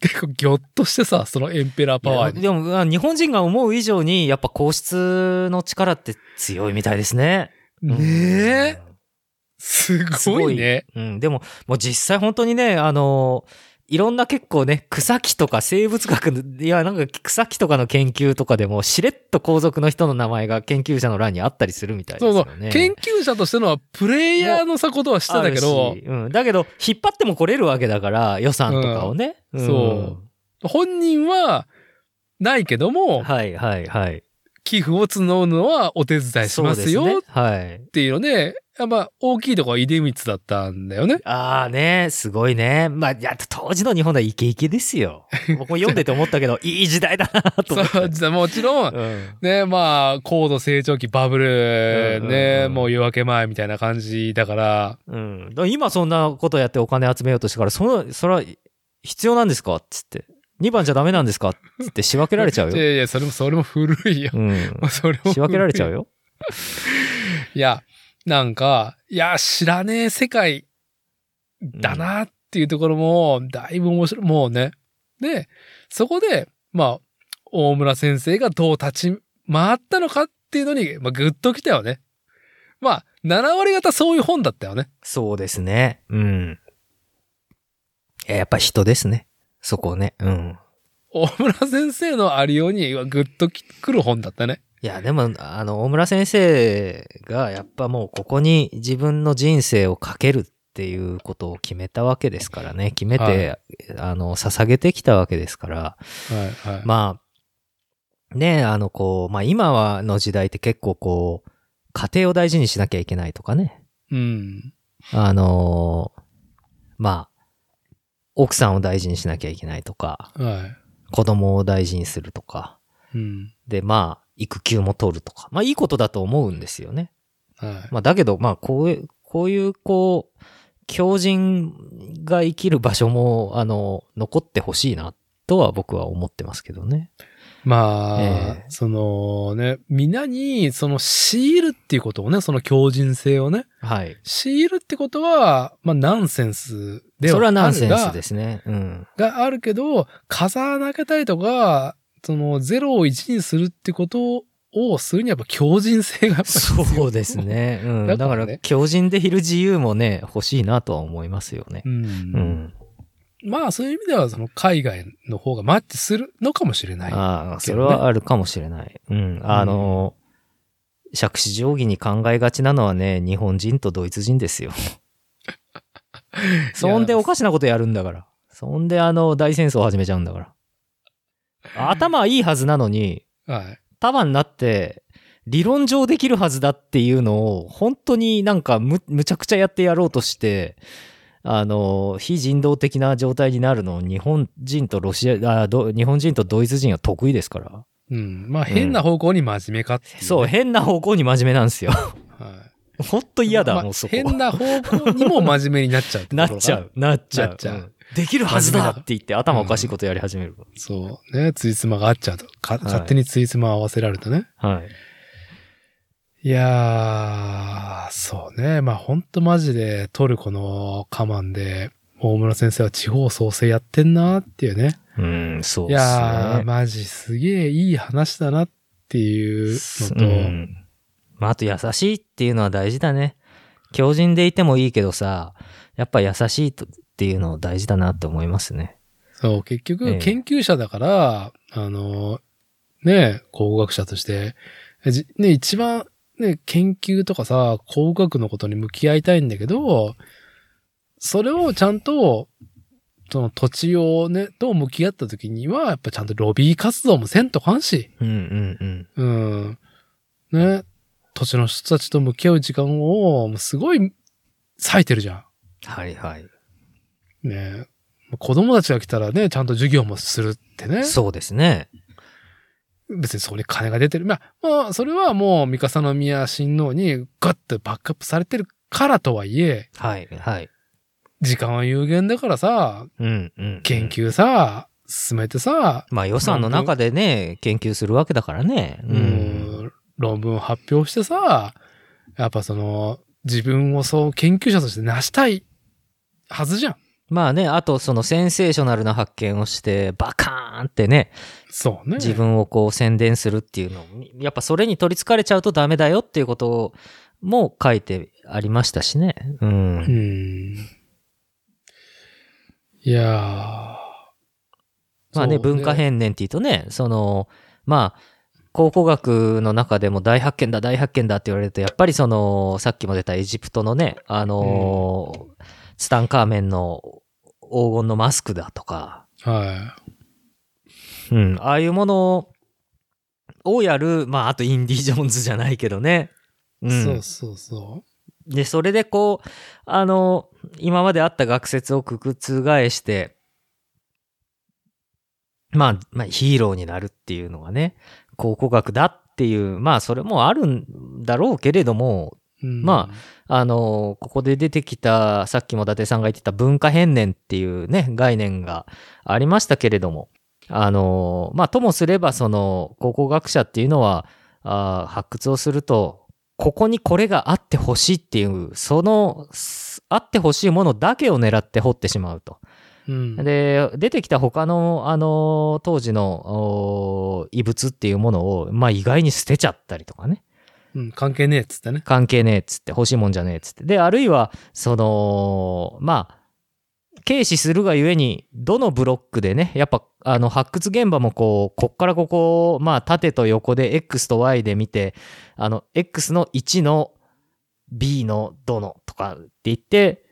Speaker 2: 結構ギョッとしてさ、そのエンペラーパワー
Speaker 1: いや
Speaker 2: に。
Speaker 1: でもまあ日本人が思う以上にやっぱ皇室の力って強いみたいですね。うん
Speaker 2: ねえ、すごいね。
Speaker 1: うん、でももう実際本当にねあのいろんな結構ね、草木とか生物学の、いや、なんか草木とかの研究とかでも、しれっと皇族の人の名前が研究者の欄にあったりするみたいです
Speaker 2: そうそ
Speaker 1: よ
Speaker 2: う。
Speaker 1: ね。
Speaker 2: 研究者としてのは、プレイヤーのさことは知ってたけ
Speaker 1: あ
Speaker 2: ど
Speaker 1: る、しうん。だけど、引っ張っても来れるわけだから、予算とかをね。
Speaker 2: うん
Speaker 1: ん
Speaker 2: そ本人は、ないけども、
Speaker 1: はいはいはい。
Speaker 2: 寄付を募るのはお手伝いしますよ
Speaker 1: そうで
Speaker 2: っ
Speaker 1: すね。はい。
Speaker 2: ていうので、やっぱ大きいとこは出光だったんだよね。
Speaker 1: ああね、すごいね。まあ、いや、当時の日本はイケイケです よ。僕も読んでて思ったけど、いい時代だなと思って。
Speaker 2: そうじゃあもちろん、
Speaker 1: うん
Speaker 2: ね、まあ、高度成長期、バブル、
Speaker 1: うんうんうん
Speaker 2: ね、もう夜明け前みたいな感じだから、
Speaker 1: うん、だから今そんなことやってお金集めようとしてから、その、それは必要なんですかっつって。2番じゃダメなんですかっつって仕分けられちゃう
Speaker 2: い
Speaker 1: よ。
Speaker 2: やいや、それも、それも古いよ。
Speaker 1: うん。
Speaker 2: それも。
Speaker 1: 仕分けられちゃ
Speaker 2: う。
Speaker 1: うよ。
Speaker 2: いや、なんか、いや、知らねえ世界 だなっていうところも、だいぶ面白い。もうね。で、そこで、まあ、大村先生がどう立ち回ったのかっていうのに、まあ、ぐっときたよね。まあ、7割方そういう本だったよね。
Speaker 1: そうですね。うん。いややっぱ人ですね。そこね。うん。
Speaker 2: 大村先生のありように、ぐっときくる本だったね。
Speaker 1: いや、でも、あの、大村先生が、やっぱもうここに自分の人生をかけるっていうことを決めたわけですからね。決めて、
Speaker 2: は
Speaker 1: あの、捧げてきたわけですから。
Speaker 2: はい、はい。
Speaker 1: まあ、ねえ、あの、こう、まあ今はの時代って結構こう、家庭を大事にしなきゃいけないとかね。
Speaker 2: うん。
Speaker 1: あのーまあ、奥さんを大事にしなきゃいけないとか、
Speaker 2: は
Speaker 1: 子供を大事にするとか、
Speaker 2: い。うん。
Speaker 1: で、まあ、育休も取るとか。まあいいことだと思うんですよね。
Speaker 2: はい。
Speaker 1: まあだけど、まあこういう、こういう、こう、強人が生きる場所も、あの、残ってほしいな、とは僕は思ってますけどね。
Speaker 2: まあ、
Speaker 1: ええ
Speaker 2: そのね、皆にその強いるっていうことをね、その強靭性をね、
Speaker 1: はい。
Speaker 2: 強いるってことは、まあナンセンスでは
Speaker 1: そ
Speaker 2: あるが
Speaker 1: れはナンセンスですね。うん。
Speaker 2: があるけど、風穴開けたりとか、その0を1にするってことをするにはやっぱ強靭性がやっぱ必要
Speaker 1: そうです。ね。うん。
Speaker 2: だ
Speaker 1: だ
Speaker 2: か
Speaker 1: から
Speaker 2: ね
Speaker 1: ら、強靭でいる自由もね、欲しいなとは思いますよね
Speaker 2: う。。
Speaker 1: うんん。
Speaker 2: まあそういう意味では、その海外の方がマッチするのかもしれない。
Speaker 1: ああ、それはあるかもしれない。うん。あの、釈子定規に考えがちなのはね、日本人とドイツ人ですよ。そんでおかしなことやるんだから。そんであの、大戦争を始めちゃうんだから。頭いいはずなのに、
Speaker 2: はい。
Speaker 1: 束になって、理論上できるはずだっていうのを、本当になんかむ、むちゃくちゃやってやろうとして、あの、非人道的な状態になるのを日本人とロシア、あど日本人とドイツ人は得意ですから。
Speaker 2: うん。まあ変な方向に真面目かっていうね、
Speaker 1: そう、変な方向に真面目なんですよ。
Speaker 2: はい。
Speaker 1: ほんと嫌だ、
Speaker 2: まあ
Speaker 1: もうそこ。
Speaker 2: 変な方向にも真面目になっちゃう て
Speaker 1: な
Speaker 2: とこ
Speaker 1: っ
Speaker 2: ろ
Speaker 1: ちゃ。
Speaker 2: か
Speaker 1: う、なっちゃう。
Speaker 2: なっちゃうん
Speaker 1: できるはず
Speaker 2: 真
Speaker 1: だ
Speaker 2: 面目
Speaker 1: っ
Speaker 2: だ
Speaker 1: て言って頭おかしいことやり始める。
Speaker 2: そう。ね、ついつまが合っちゃうと。か勝手についつま合わせられるとね。
Speaker 1: はい。
Speaker 2: い、やー、そうね。まあほんとマジでトルコのカマンで、大村先生は地方創生やってんなーっていうね。
Speaker 1: うん、そう
Speaker 2: い
Speaker 1: ですね。
Speaker 2: やー、マジすげえいい話だなっていうのと、
Speaker 1: うんまあ、あと優しいっていうのは大事だね。強靭でいてもいいけどさ、やっぱ優しいとっていうの大事だなって思いますね。
Speaker 2: そう、結
Speaker 1: え
Speaker 2: 局
Speaker 1: え
Speaker 2: 研究者だから、あの、ね、考古学者として、じね、一番ね、研究とかさ、考古学のことに向き合いたいんだけど、それをちゃんと、その土地をね、と向き合った時には、やっぱちゃんとロビー活動もせんとかんし、
Speaker 1: うんうんうん。
Speaker 2: うん。ね、土地の人たちと向き合う時間を、もうすごい、割いてるじゃん。
Speaker 1: はいはい。
Speaker 2: ね子供たちが来たらね、ちゃんと授業もするってね。
Speaker 1: そうですね。
Speaker 2: 別にそこに金が出てる。まあ、まあ、それはもう、三笠宮親王にガッとバックアップされてるからとはいえ、
Speaker 1: はいはい。
Speaker 2: 時間は有限だからさ、
Speaker 1: うんうん、うん。
Speaker 2: 研。究さ、進めてさ、
Speaker 1: まあ予算の中でね、研究するわけだからね。う。
Speaker 2: うんん、論文を発表してさ、やっぱその、自分をそう研究者として成したいはずじゃん。
Speaker 1: まあね、あとそのセンセーショナルな発見をして、バカーンってね、
Speaker 2: そうね。
Speaker 1: 自分をこう宣伝するっていうのをやっぱそれに取りつかれちゃうとダメだよっていうことも書いてありましたしね。うん。
Speaker 2: うん。いいやー
Speaker 1: まあね、
Speaker 2: そう
Speaker 1: 文化変年っていうとね、その、まあ、考古学の中でも大発見だ、大発見だって言われると、やっぱりその、さっきも出たエジプトのね、あのーツタンカーメンの黄金のマスクだとか、
Speaker 2: は
Speaker 1: うん、ああいうものをやる、まあ、あとインディ・ジョーンズじゃないけどね。う
Speaker 2: い、
Speaker 1: ん、
Speaker 2: そうそうそ
Speaker 1: で、それでこう、あの、今まであった学説をくくつ返して、まあ、まあ、ヒーローになるっていうのがね、考古学だっていう、まあ、それもあるんだろうけれども、
Speaker 2: う、うん
Speaker 1: まあの、ここで出てきた、さっきも伊達さんが言ってた文化変年っていうね、概念がありましたけれども、あの、まあ、ともすれば、その、考古学者っていうのは、あー発掘をすると、ここにこれがあってほしいっていう、その、すあってほしいものだけを狙って掘ってしまうと。
Speaker 2: うん、
Speaker 1: で、出てきた他の、あの、当時の、おー遺物っていうものを、まあ、意外に捨てちゃったりとかね。
Speaker 2: うん、関係ねえっつってね。
Speaker 1: 関係ねえっつって欲しいもんじゃねえっつってであるいはそのまあ軽視するがゆえにどのブロックでねやっぱあの発掘現場もこうこっからここをまあ縦と横で X と Y で見てあの X の1の B のどのとかって言って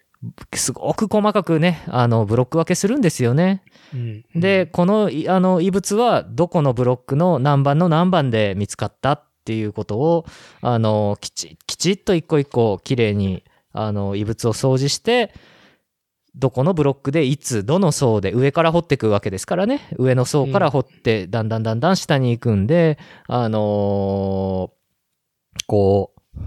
Speaker 1: すごく細かくねあのブロック分けするんですよね。
Speaker 2: うん、
Speaker 1: で、このいあの遺物はどこのブロックの何番の何番で見つかったっていうことをあのきちきちっと一個一個きれいにあの遺物を掃除してどこのブロックでいつどの層で上から掘っていくわけですからね上の層から掘って、だんだんだんだん下に行くんであのーこう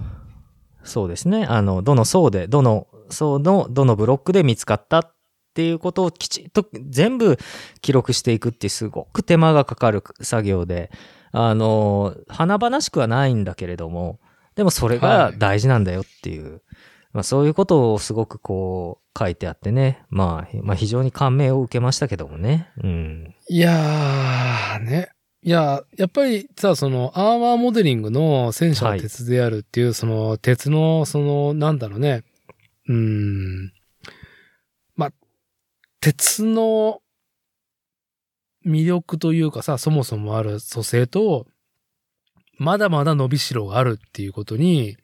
Speaker 1: そうですねあのどの層でどの層のどのブロックで見つかったっていうことをきちっと全部記録していくってすごく手間がかかる作業で、あの、華々しくはないんだけれども、でもそれが
Speaker 2: はい
Speaker 1: 大事なんだよっていう、まあそういうことをすごくこう書いてあってね、まあ、まあ非常に感銘を受けましたけどもね。うん。
Speaker 2: いやー、ね。いや、やっぱりさ、その、アーマーモデリングの戦車は鉄であるっていう、その、鉄の、その、なんだろうね。うーん。まあ、鉄の魅力というかさ、そもそもある蘇生と、まだまだ伸びしろがあるっていうことに、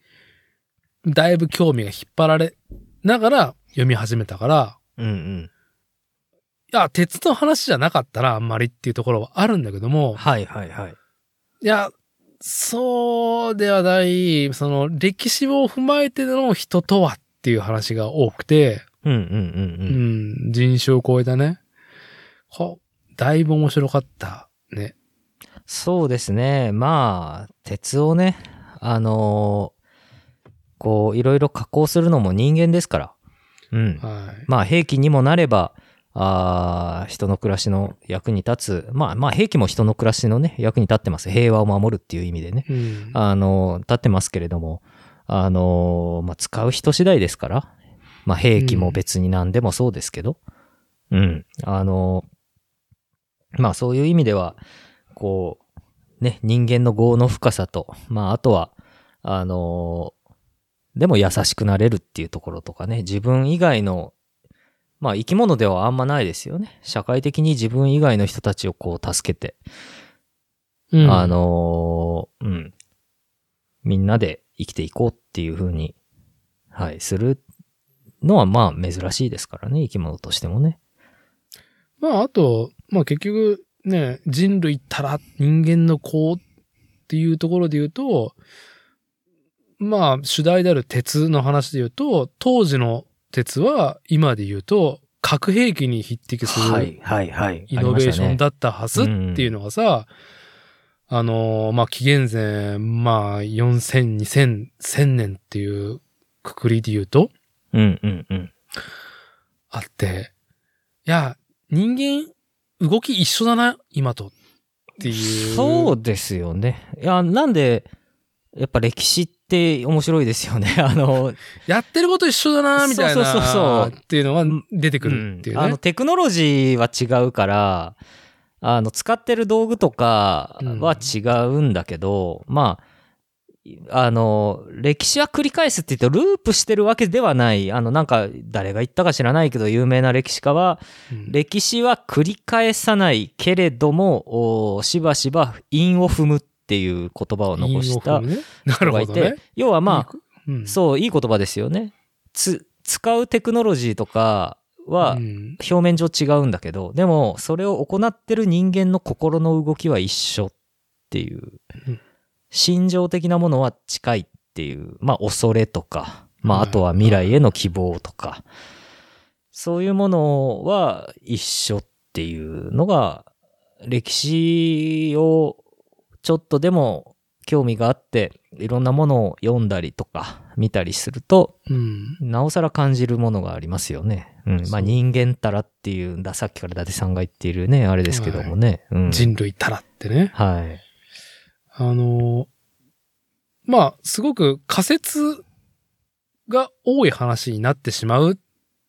Speaker 2: だいぶ興味が引っ張られながら読み始めたから、
Speaker 1: うんうん。
Speaker 2: いや、鉄の話じゃなかったな、あんまりっていうところはあるんだけども、
Speaker 1: はいはいはい。
Speaker 2: いや、そうではない、その、歴史を踏まえての人とはっていう話が多くて、
Speaker 1: うんうんう
Speaker 2: うん
Speaker 1: うん。
Speaker 2: ん、人種を超えたね。こだいぶ面白かった。ね。
Speaker 1: そうですね。まあ、鉄をね、あのこう、いろいろ加工するのも人間ですから。うん。
Speaker 2: はい。
Speaker 1: まあ兵器にもなれば、あー人の暮らしの役に立つ、まあまあ兵器も人の暮らしのね、役に立ってます。平和を守るっていう意味でね。
Speaker 2: うん。
Speaker 1: あの、立ってますけれども、あの、まあ使う人次第ですから、まあ兵器も別に何でもそうですけど、うん、あの、まあそういう意味では、こう、ね、人間の業の深さと、まああとは、あの、でも優しくなれるっていうところとかね、自分以外の、まあ生き物ではあんまないですよね。社会的に自分以外の人たちをこう助けて、
Speaker 2: うん
Speaker 1: あ、のーうん。みんなで生きていこうっていう風に、はい、するのはまあ珍しいですからね、生き物としてもね。
Speaker 2: まあ、あと、まあ結局、ね、人類ったら人間の子っていうところで言うと、まあ、主題である鉄の話で言うと、当時の鉄は今で言うと、核兵器に匹敵する、
Speaker 1: はい、はい
Speaker 2: イノベーションだったはず
Speaker 1: あ
Speaker 2: っ
Speaker 1: りましたね
Speaker 2: ていうのがさ、あのー、まあ、紀元前、まあ、4000、2000、1000年っていうくくりで言うと、
Speaker 1: うんうんうん。
Speaker 2: あって、いや、人間、動き一緒だな、今と。っていう。
Speaker 1: そうですよね。いや、なんで、やっぱ歴史って面白いですよね。 あの、
Speaker 2: やってること一緒だな、みたいな。
Speaker 1: そうそうそうそう
Speaker 2: っていうのが出てくるっていうね。
Speaker 1: うんあのテクノロジーは違うからあの使ってる道具とかは違うんだけど、まああの、歴史は繰り返すって言って、ループしてるわけではない。あの、なんか、誰が言ったか知らないけど、有名な歴史家は、
Speaker 2: うん
Speaker 1: 歴史は繰り返さないけれども、おしばしば韻を踏むっていう言葉を残した
Speaker 2: 韻を踏むねなる
Speaker 1: 人が
Speaker 2: ほ
Speaker 1: い
Speaker 2: ど
Speaker 1: て、
Speaker 2: ね。
Speaker 1: 要はまあ、
Speaker 2: うん
Speaker 1: そう、いい言葉ですよね。つ、使うテクノロジーとかは
Speaker 2: う、ん
Speaker 1: 表面上違うんだけど、でも、それを行ってる人間の心の動きは一緒っていう
Speaker 2: うん。
Speaker 1: 心情的なものは近いっていう。まあ、恐れとか、まあ、
Speaker 2: は
Speaker 1: あ
Speaker 2: い
Speaker 1: とは未来への希望とか、そういうものは一緒っていうのが、歴史をちょっとでも興味があって、いろんなものを読んだりとか、見たりすると、
Speaker 2: うん
Speaker 1: なおさら感じるものがありますよね。うん。ま
Speaker 2: そ
Speaker 1: あ
Speaker 2: う
Speaker 1: 人間たらっていうんだ、さっきから伊達さんが言っているね、あれですけどもね。うん。
Speaker 2: 人類たらってね。
Speaker 1: はい。
Speaker 2: あのーまあ、すごく仮説が多い話になってしまうっ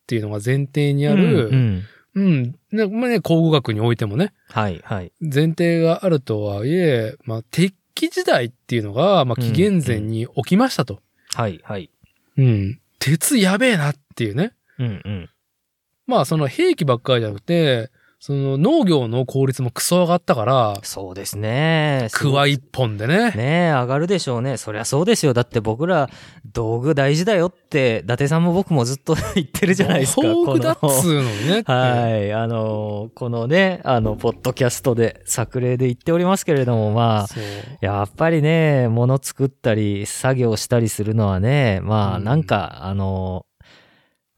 Speaker 2: ていうのが前提にあ
Speaker 1: うんう
Speaker 2: る、
Speaker 1: ん。
Speaker 2: うん、ね、まあね、考古学においてもね、
Speaker 1: はい、はい。
Speaker 2: 前提があるとはいえ、まあ、鉄器時代っていうのが、ま
Speaker 1: う
Speaker 2: あ、
Speaker 1: ん
Speaker 2: 紀元前に起きましたと。
Speaker 1: はい、はい。
Speaker 2: うん、鉄やべえなっていうね。
Speaker 1: うん、うん。
Speaker 2: まあ、その兵器ばっかりじゃなくて、その農業の効率もクソ上がったから、
Speaker 1: そうですね。す
Speaker 2: ク
Speaker 1: ご
Speaker 2: ワ
Speaker 1: い
Speaker 2: 一本でね。
Speaker 1: ねえ、上がるでしょうね。そりゃそうですよ。だって僕ら、道具大事だよって、伊達さんも僕もずっと 言ってるじゃないですか。
Speaker 2: 道具
Speaker 1: この
Speaker 2: だっつうのにね。
Speaker 1: はい。あの、このね、あの、ポッドキャストで、作例で言っておりますけれども、まあ、
Speaker 2: そう。
Speaker 1: やっぱりね、物作ったり、作業したりするのはね、まあ
Speaker 2: うん
Speaker 1: なんか、あの、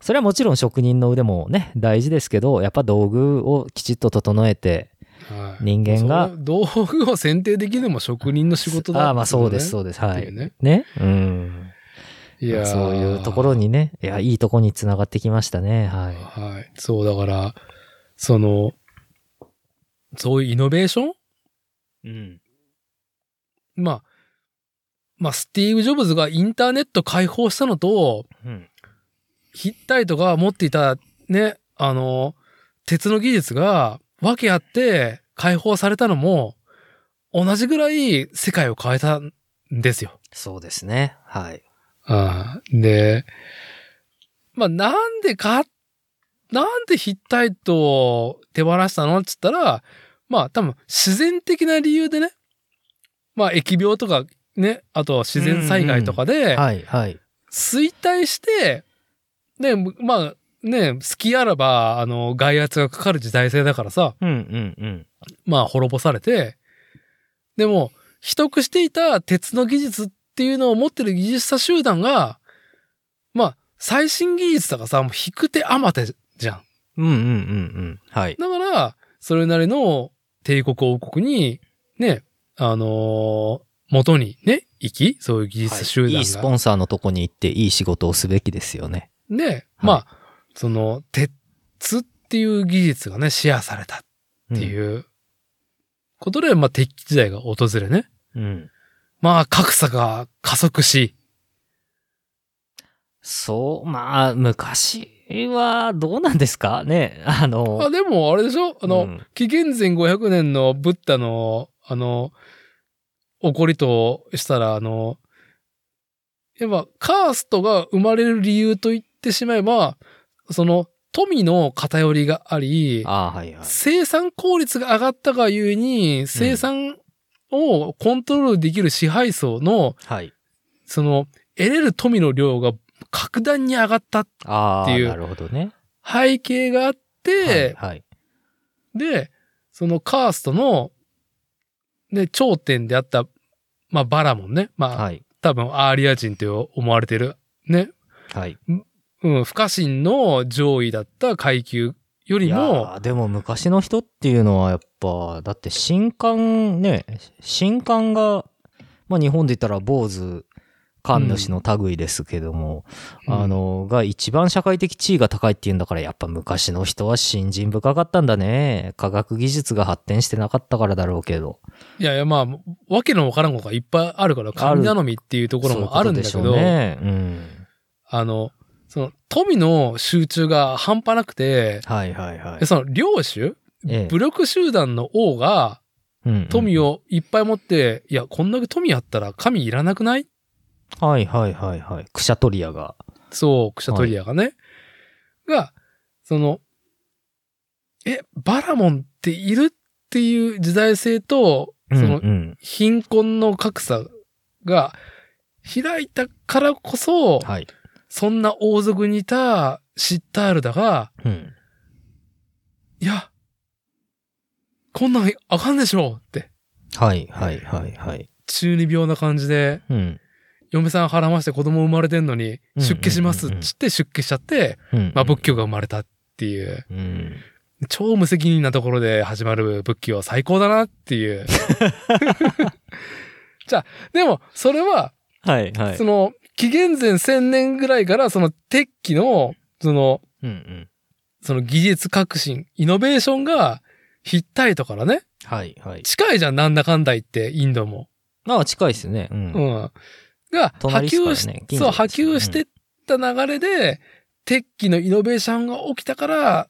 Speaker 1: それはもちろん職人の腕もね、大事ですけど、やっぱ道具をきちっと整えて、
Speaker 2: はい
Speaker 1: 人間が、
Speaker 2: そう道具を選定できるのも職人の仕事だっていね、
Speaker 1: ああ、まあそうです、そうです、は
Speaker 2: ってい。
Speaker 1: いう
Speaker 2: ね。
Speaker 1: ね。うん。
Speaker 2: いやー
Speaker 1: そういうところ。にね、いや、いいとこに繋がってきましたね、はい。
Speaker 2: はい。そう、だから、その、そういうイノベーション
Speaker 1: うん。
Speaker 2: まあ、まあ、スティーブ・ジョブズがインターネット開放したのと、
Speaker 1: うん。
Speaker 2: ヒッタイトが持っていた、ね、あの、鉄の技術が、分け合って解放されたのも、同じぐらい世界を変えたんですよ。
Speaker 1: そうですね、はい。
Speaker 2: うん。で、まあ、なんでか、なんでヒッタイトを手放したのって言ったら、まあ、多分自然的な理由でね、まあ、疫病とかね、あと自然災害とかで、
Speaker 1: はい、はい。
Speaker 2: 衰退して、ね、まあ、ね、好きあらば、あの、外圧がかかる時代性だからさ、
Speaker 1: うん、うん、うん。
Speaker 2: まあ滅ぼされて、でも、秘匿していた鉄の技術っていうのを持ってる技術者集団が、まあ、最新技術だからさ、もう引く手あまてじゃん。
Speaker 1: うん、うん、うん、うん。はい。
Speaker 2: だから、それなりの帝国王国に、ね、あのー元にね、行き、そういう技術者集団が。
Speaker 1: いいスポンサーのとこに行って、いい仕事をすべきですよね。
Speaker 2: で、まあ、その、鉄っていう技術がね、シェアされたって
Speaker 1: う
Speaker 2: いうことで、まあ、鉄器時代が訪れね。
Speaker 1: ん。うん。
Speaker 2: まあ、格差が加速し、
Speaker 1: そう、まあ、昔はどうなんですかね。あの、
Speaker 2: あ、でもあれでしょあの、
Speaker 1: うん
Speaker 2: 紀元前500年のブッダの、あの、怒りとしたら、あの、やっぱ、カーストが生まれる理由と言ってしまえば、その、富の偏りがあり、
Speaker 1: あはいはい。
Speaker 2: 生産効率が上がったがゆえに、生産をコントロールできる支配層の、
Speaker 1: はい。
Speaker 2: その、得れる富の量が格段に上がった
Speaker 1: ああ、
Speaker 2: っていう
Speaker 1: なるほどね。
Speaker 2: 背景があって、
Speaker 1: はい、はい。
Speaker 2: で、そのカーストの、ね、頂点であった、まあ、バラモンね。まあ、
Speaker 1: はい。
Speaker 2: 多分、アーリア人と思われてる、ね。
Speaker 1: はい。
Speaker 2: うん、不可侵の上位だった階級よ
Speaker 1: い
Speaker 2: り
Speaker 1: や
Speaker 2: も、
Speaker 1: ーでも昔の人っていうのはやっぱ、だって新刊ね、新刊が、まあ日本で言ったら坊主神主の類ですけども、
Speaker 2: うん
Speaker 1: あの、が一番社会的地位が高いっていうんだから、やっぱ昔の人は信心深かったんだね。科学技術が発展してなかったからだろうけど。
Speaker 2: いやいや、まあ、わけのわからんことがいっぱいあるから、神頼みっていうところもあるんだけ
Speaker 1: そうい
Speaker 2: ど、
Speaker 1: うことでしょうね。うん。
Speaker 2: あの、その、富の集中が半端なくて、
Speaker 1: はいはいは
Speaker 2: でその、領主
Speaker 1: い。
Speaker 2: 武力集団の王が、
Speaker 1: ええ
Speaker 2: 富
Speaker 1: を。
Speaker 2: をいっぱい持って、いや、こんだけ富あったら神いらなくないっ
Speaker 1: はいはいはいはい。クシャトリアが。
Speaker 2: そう、クシャトリアがね。が、その、え、バラモンっているっていう時代性と、その
Speaker 1: うんうん、
Speaker 2: 貧困の格差が開いたからこそ、
Speaker 1: はい。
Speaker 2: そんな王族にいたシッタールだが、
Speaker 1: うん。
Speaker 2: いや、こんなんあかんでしょうって、
Speaker 1: はいはいはいはい。
Speaker 2: 中二病な感じで、
Speaker 1: うん。
Speaker 2: 嫁さん孕まして子供生まれてんのに、
Speaker 1: うん
Speaker 2: 出家します
Speaker 1: う
Speaker 2: っ
Speaker 1: んうんうん
Speaker 2: つって出家しちゃって、
Speaker 1: うん。
Speaker 2: まあ仏教が生まれたっていう、
Speaker 1: うん。
Speaker 2: 超無責任なところで始まる仏教は最高だなって いう。じゃあ、でも、それは、
Speaker 1: はいはい
Speaker 2: そ。の、紀元前1000年ぐらいから、その、鉄器の、その、
Speaker 1: うんうん。
Speaker 2: その技術革新、イノベーションが、ヒッタイトからね、
Speaker 1: はいはい。
Speaker 2: 近いじゃん、なんだかんだ言って、インドも。
Speaker 1: まあ近いですね。うん。
Speaker 2: うん。が、
Speaker 1: 隣
Speaker 2: 波
Speaker 1: ですから
Speaker 2: 及
Speaker 1: ね
Speaker 2: し、
Speaker 1: 近
Speaker 2: そ
Speaker 1: 所です
Speaker 2: う、波
Speaker 1: から
Speaker 2: 及してった流れで、鉄器のイノベーションが起きたから、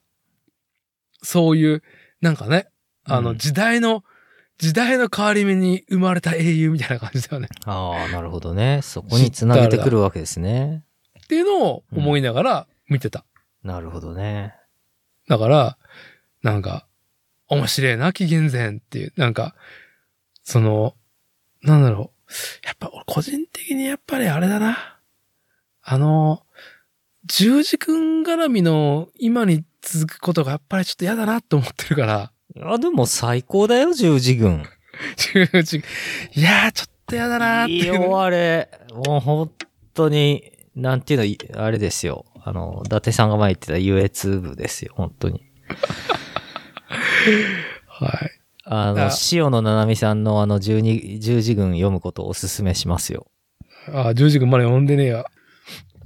Speaker 2: そういう、なんかね、あ
Speaker 1: う
Speaker 2: の、
Speaker 1: ん
Speaker 2: 時代の、時代の変わり目に生まれた英雄みたいな感じだよね。
Speaker 1: ああ、なるほどね。そこに繋げてくるわけですね。
Speaker 2: っていうのを思いながら見てた。
Speaker 1: なるほどね。
Speaker 2: だから、なんか、面白いな、紀元前っていう、なんか、その、なんだろう。やっぱ、俺個人的にやっぱりあれだな。あの、十字軍絡みの今に続くことがやっぱりちょっと嫌だなと思ってるから、
Speaker 1: あ、でも最高だよ、十字軍。
Speaker 2: 十字、いやーちょっと嫌だなーって
Speaker 1: い
Speaker 2: い。
Speaker 1: いうよ、あれ。もう本当に、なんていうのい、あれですよ。あの、伊達さんが前言ってた優越部ですよ、本当に。
Speaker 2: はい。
Speaker 1: あの
Speaker 2: あ、
Speaker 1: 塩野七海さんのあの、十二、十字軍読むことをお勧めしますよ。
Speaker 2: あ、十字軍まで呼んでねえや。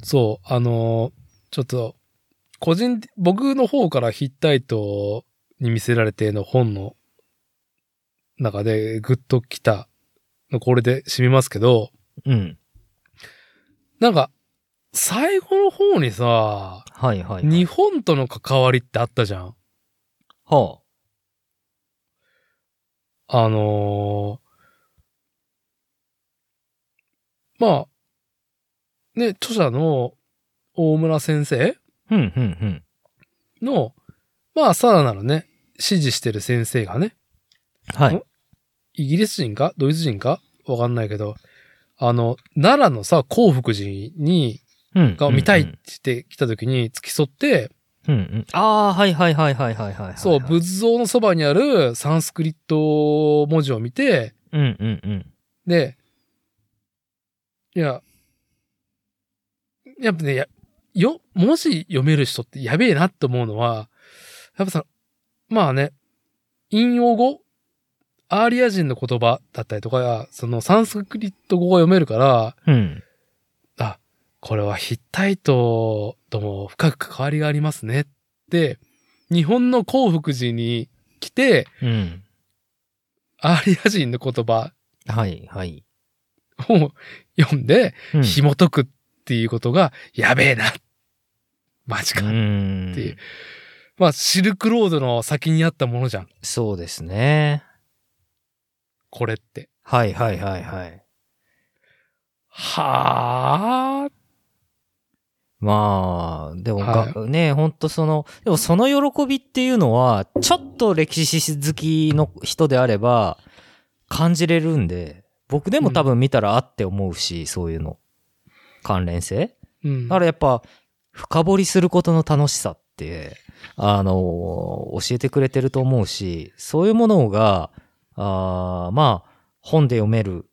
Speaker 2: そう、あのーちょっと、個人、僕の方からヒッタイトに見せられての本の中でグッときたの、これで締めますけど、
Speaker 1: うん。
Speaker 2: なんか、最後の方にさ、
Speaker 1: はいはい、はい。
Speaker 2: 日本との関わりってあったじゃん。
Speaker 1: は
Speaker 2: あのーまあ、ね、著者の大村先生
Speaker 1: あ。うん、うん、うん。
Speaker 2: の、まあ、さらなるね、支持してる先生がね、
Speaker 1: はい
Speaker 2: ん。イギリス人かドイツ人かわかんないけど、あの、奈良のさ、幸福寺に、
Speaker 1: うん。
Speaker 2: が見たいっ
Speaker 1: う
Speaker 2: て
Speaker 1: ん
Speaker 2: 言ってきた時に付き添って、
Speaker 1: うん、うんうん。ああ、はいはいはいはいはいはい、はい。
Speaker 2: そう、仏像のそばにあるサンスクリット文字を見て、
Speaker 1: うん、うん、うん。
Speaker 2: で、いや、やっぱね、やよ、もし読める人ってやべえなと思うのは、やっぱさ、まあね、引用語、アーリア人の言葉だったりとか、そのサンスクリット語が読めるから、
Speaker 1: うん。
Speaker 2: あ、これはヒッタイトとも深く関わりがありますねって、日本の幸福寺に来て、
Speaker 1: うん。
Speaker 2: アーリア人の言葉
Speaker 1: はいはい。
Speaker 2: を読んで、
Speaker 1: うん
Speaker 2: 紐解くっていうことが、やべえな。マジ
Speaker 1: う
Speaker 2: か。
Speaker 1: ん
Speaker 2: っていうまあ、シルクロードの先にあったものじゃん。
Speaker 1: そうですね。
Speaker 2: これって。
Speaker 1: はいはいはいはい。
Speaker 2: はあ。
Speaker 1: まあ、でもが、
Speaker 2: は
Speaker 1: ね、ほんとその、でもその喜びっていうのは、ちょっと歴史好きの人であれば、感じれるんで、僕でも多分見たらあって思うし、そういうの。関連性
Speaker 2: うん。
Speaker 1: だからやっぱ、深掘りすることの楽しさって、あの教えてくれてると思うし、そういうものが、あーまあ、本で読める。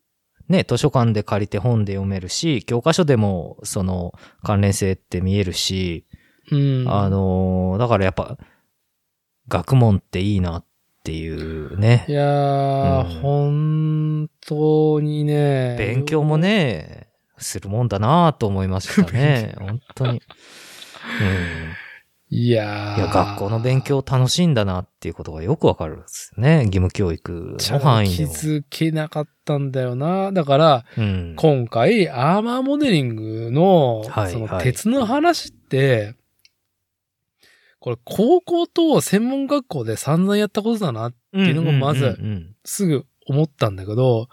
Speaker 1: ね、図書館で借りて本で読めるし、教科書でも、その、関連性って見えるし、
Speaker 2: うん。
Speaker 1: あ、のだからやっぱ、学問っていいなっていう
Speaker 2: い
Speaker 1: ね。
Speaker 2: やー、本当にね。
Speaker 1: 勉強も。ね、するもんだなと思いました ね。本当に。うん
Speaker 2: いやー
Speaker 1: いや、学校の勉強楽しいんだなっていうことがよくわかるんですよね。義務教育
Speaker 2: ちゃ
Speaker 1: の
Speaker 2: んと
Speaker 1: 範囲
Speaker 2: 気
Speaker 1: でも。
Speaker 2: づけなかったんだよな。だから、
Speaker 1: うん。
Speaker 2: 今回、アーマーモデリングの、
Speaker 1: はい
Speaker 2: その
Speaker 1: はい
Speaker 2: 鉄の話って、これ高校と専門学校で散々やったことだな、
Speaker 1: て
Speaker 2: いうのがまず
Speaker 1: うん
Speaker 2: すぐ思ったんだけど、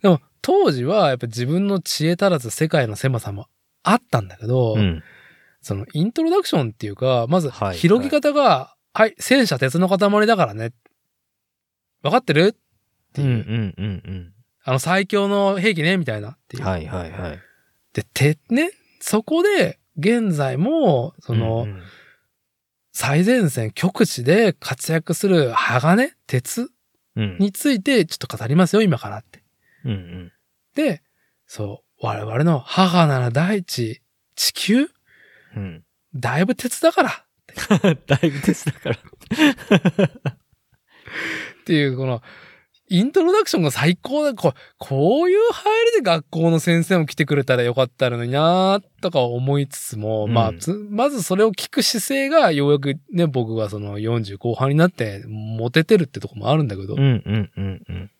Speaker 2: でも当時はやっぱ自分の知恵足らず世界の狭さもあったんだけど、
Speaker 1: うん。
Speaker 2: そのイントロダクションっていうか、まず
Speaker 1: はい
Speaker 2: 広げ方が、はい、戦車鉄の塊だからね。わかってるって
Speaker 1: う
Speaker 2: い
Speaker 1: ん
Speaker 2: う、
Speaker 1: うんうん
Speaker 2: あの最強の兵器ね、みたいなって
Speaker 1: う
Speaker 2: い
Speaker 1: ん。
Speaker 2: う。
Speaker 1: はいはいはい。
Speaker 2: で、て、ね、そこで、現在も、そ
Speaker 1: うん
Speaker 2: の
Speaker 1: う、ん
Speaker 2: 最前線、極地で活躍する鋼、鉄
Speaker 1: うん。
Speaker 2: について、ちょっと語りますよ、今からって。
Speaker 1: うんうん。
Speaker 2: で、そう、我々の母なら大地、地球、
Speaker 1: うん。
Speaker 2: だいぶ鉄だからっ
Speaker 1: だいぶですだから。
Speaker 2: ていう、この、イントロダクションが最高だ。こう、こういう入りで学校の先生も来てくれたらよかったのになーとか思いつつも、
Speaker 1: うん
Speaker 2: まあ、つまずそれを聞く姿勢がようやくね、僕がその40後半になってモテてるってとこもあるんだけど、
Speaker 1: うんうんうんうん。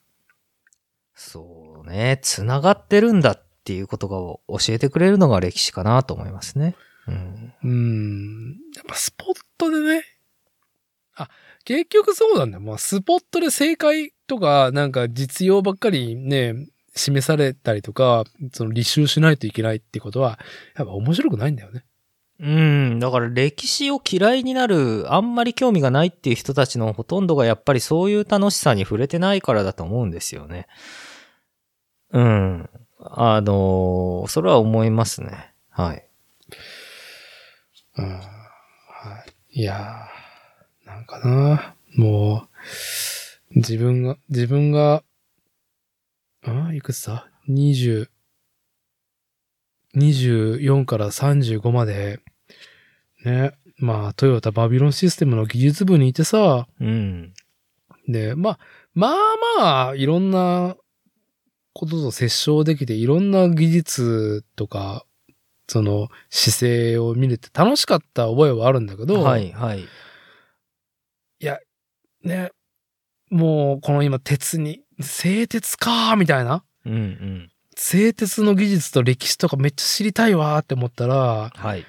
Speaker 1: そうね。つながってるんだっていうことが教えてくれるのが歴史かなと思いますね。うん。
Speaker 2: うん、やっぱスポットでね、あ、結局そうなんだよ。まあ、スポットで正解とか、なんか実用ばっかりね、示されたりとか、その履修しないといけないってことは、やっぱ面白くないんだよね。
Speaker 1: うん。だから歴史を嫌いになる、あんまり興味がないっていう人たちのほとんどがやっぱりそういう楽しさに触れてないからだと思うんですよね。うん。あのーそれは思いますね。はい。
Speaker 2: うん。はい。いやー、なんかな、もう、自分が、自分が、あいくつだ ?20、24から35まで、ね、まあ、トヨタバビロンシステムの技術部にいてさ、
Speaker 1: うん。
Speaker 2: で、まあ、まあまあ、いろんなことと接触できて、いろんな技術とか、その姿勢を見れて楽しかった覚えはあるんだけど、
Speaker 1: はいはい。
Speaker 2: ね、もうこの今鉄に、製鉄かーみたいな、
Speaker 1: うんうん。
Speaker 2: 製鉄の技術と歴史とかめっちゃ知りたいわーって思ったら、
Speaker 1: はい。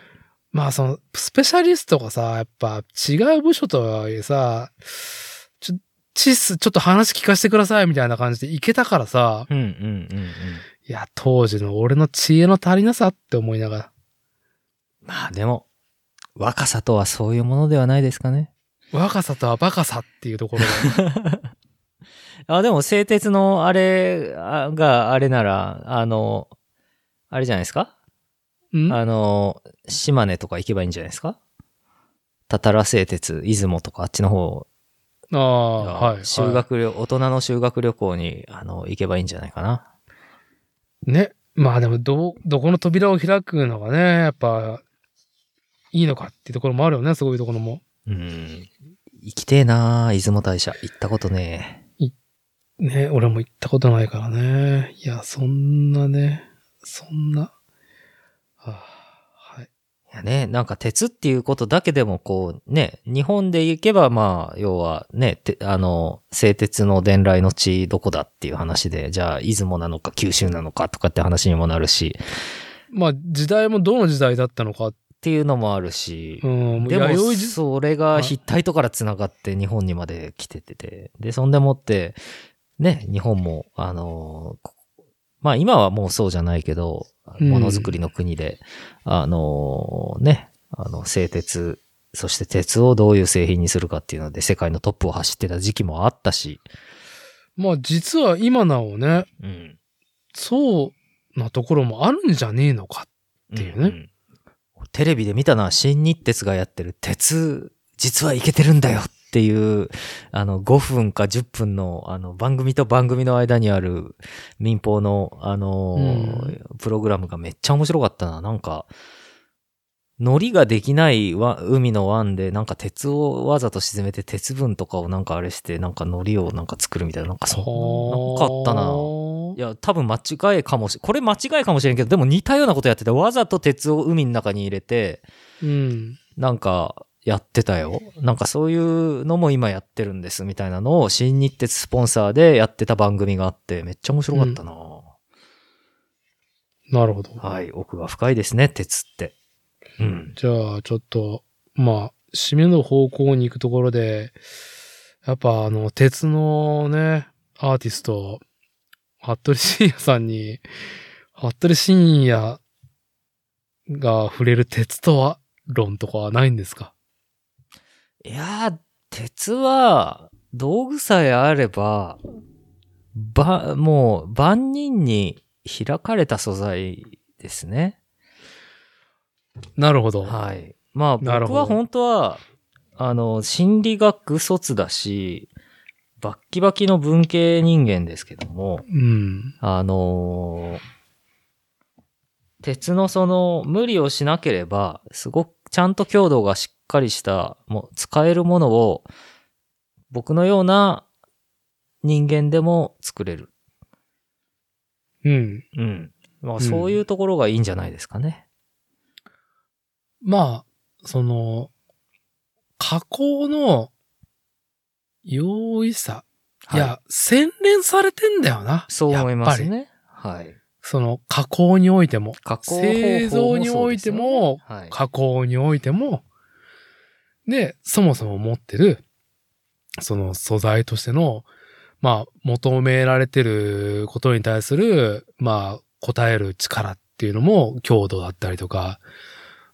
Speaker 2: まあその、スペシャリストがさ、やっぱ違う部署とはいえさ、ちょ、チッス、ちょっと話聞かせてくださいみたいな感じでいけたからさ、
Speaker 1: うんうんうんうん。
Speaker 2: いや、当時の俺の知恵の足りなさって思いながら。
Speaker 1: まあでも、若さとはそういうものではないですかね。
Speaker 2: 若さとはバカさっていうところが。
Speaker 1: あ、でも製鉄のあれあがあれなら、あの、あれじゃないですか
Speaker 2: うん
Speaker 1: あの、島根とか行けばいいんじゃないですかたたら製鉄、出雲とかあっちの方、
Speaker 2: ああ、はいはい。
Speaker 1: 修学旅、大人の修学旅行にあの行けばいいんじゃないかな。
Speaker 2: ね。まあでも、どう、どこの扉を開くのがね、やっぱ、いいのかっていうところもあるよね、そういうところも。
Speaker 1: うん。行きてえな出雲大社。行ったことね
Speaker 2: ね、俺も行ったことないからね。いや、そんなね、そんな、はあ、はい。
Speaker 1: え。いやね、なんか鉄っていうことだけでもこう、ね、日本で行けばまあ、要はね、てあの、製鉄の伝来の地どこだっていう話で、じゃあ出雲なのか九州なのかとかって話にもなるし、っ
Speaker 2: まあ、時代もどの時代だったのか、
Speaker 1: ていうのもあるし、
Speaker 2: うん、
Speaker 1: でも
Speaker 2: 弥生時
Speaker 1: それがヒッタイトから繋がって日本にまで来ててて、で、そんでもって、ね、日本も、あのーこまあ今はもうそうじゃないけど、
Speaker 2: うん
Speaker 1: ものづくりの国で、あのーね、あの、製鉄、そして鉄をどういう製品にするかっていうので世界のトップを走ってた時期もあったし、
Speaker 2: まあ、実は今なおね、
Speaker 1: うん。
Speaker 2: そうなところもあるんじゃねえのか。っていうね
Speaker 1: んテレビで見たのは新日鉄がやってる鉄、実はいけてるんだよっていう、あの、5分か10分の、あの、番組と番組の間にある民放の、あのー
Speaker 2: う
Speaker 1: プログラムがめっちゃ面白かったな。なんか、海苔ができないわ海の湾で、なんか鉄をわざと沈めて鉄分とかをなんかあれして、なんか海苔をなんか作るみたいな、なんかそんななかったな。いや、多分間違いかもし、これ間違いかもしれんけど、でも似たようなことやってて、わざと鉄を海の中に入れて、
Speaker 2: うん。
Speaker 1: なんかやってたよ。なんかそういうのも今やってるんです、みたいなのを新日鉄スポンサーでやってた番組があって、めっちゃ面白かったな、
Speaker 2: なるほど。
Speaker 1: はい、奥が深いですね、鉄って。うん。
Speaker 2: じゃあ、ちょっと、まあ、締めの方向に行くところで、やっぱあの、鉄のね、アーティスト、服部慎也さんに、服部慎也が触れる鉄とは論とかはないんですか
Speaker 1: いやー、鉄は、道具さえあれば、ば、もう、万人に開かれた素材ですね。
Speaker 2: なるほど。
Speaker 1: はい。まあ、
Speaker 2: なる
Speaker 1: 僕
Speaker 2: ほど
Speaker 1: は本当は、あの、心理学卒だし、バッキバキの文系人間ですけども、
Speaker 2: うん。
Speaker 1: あのー鉄のその無理をしなければ、すごくちゃんと強度がしっかりした、もう使えるものを、僕のような人間でも作れる。
Speaker 2: うん。
Speaker 1: うん。ま
Speaker 2: う
Speaker 1: あ
Speaker 2: ん
Speaker 1: そういうところがいいんじゃないですかね。
Speaker 2: まあ、その、加工の容易さ。い、
Speaker 1: は
Speaker 2: や、洗練されてんだよな。
Speaker 1: い、そう思います
Speaker 2: やっぱり
Speaker 1: ね。はい。
Speaker 2: その加工においても、
Speaker 1: 加工方法もそう
Speaker 2: 製
Speaker 1: ですよ
Speaker 2: 造
Speaker 1: ね
Speaker 2: においても、
Speaker 1: はい。
Speaker 2: 加工においても、で、そもそも持ってる、その素材としての、まあ、求められてることに対する、まあ、答える力っていうのも、強度だったりとか、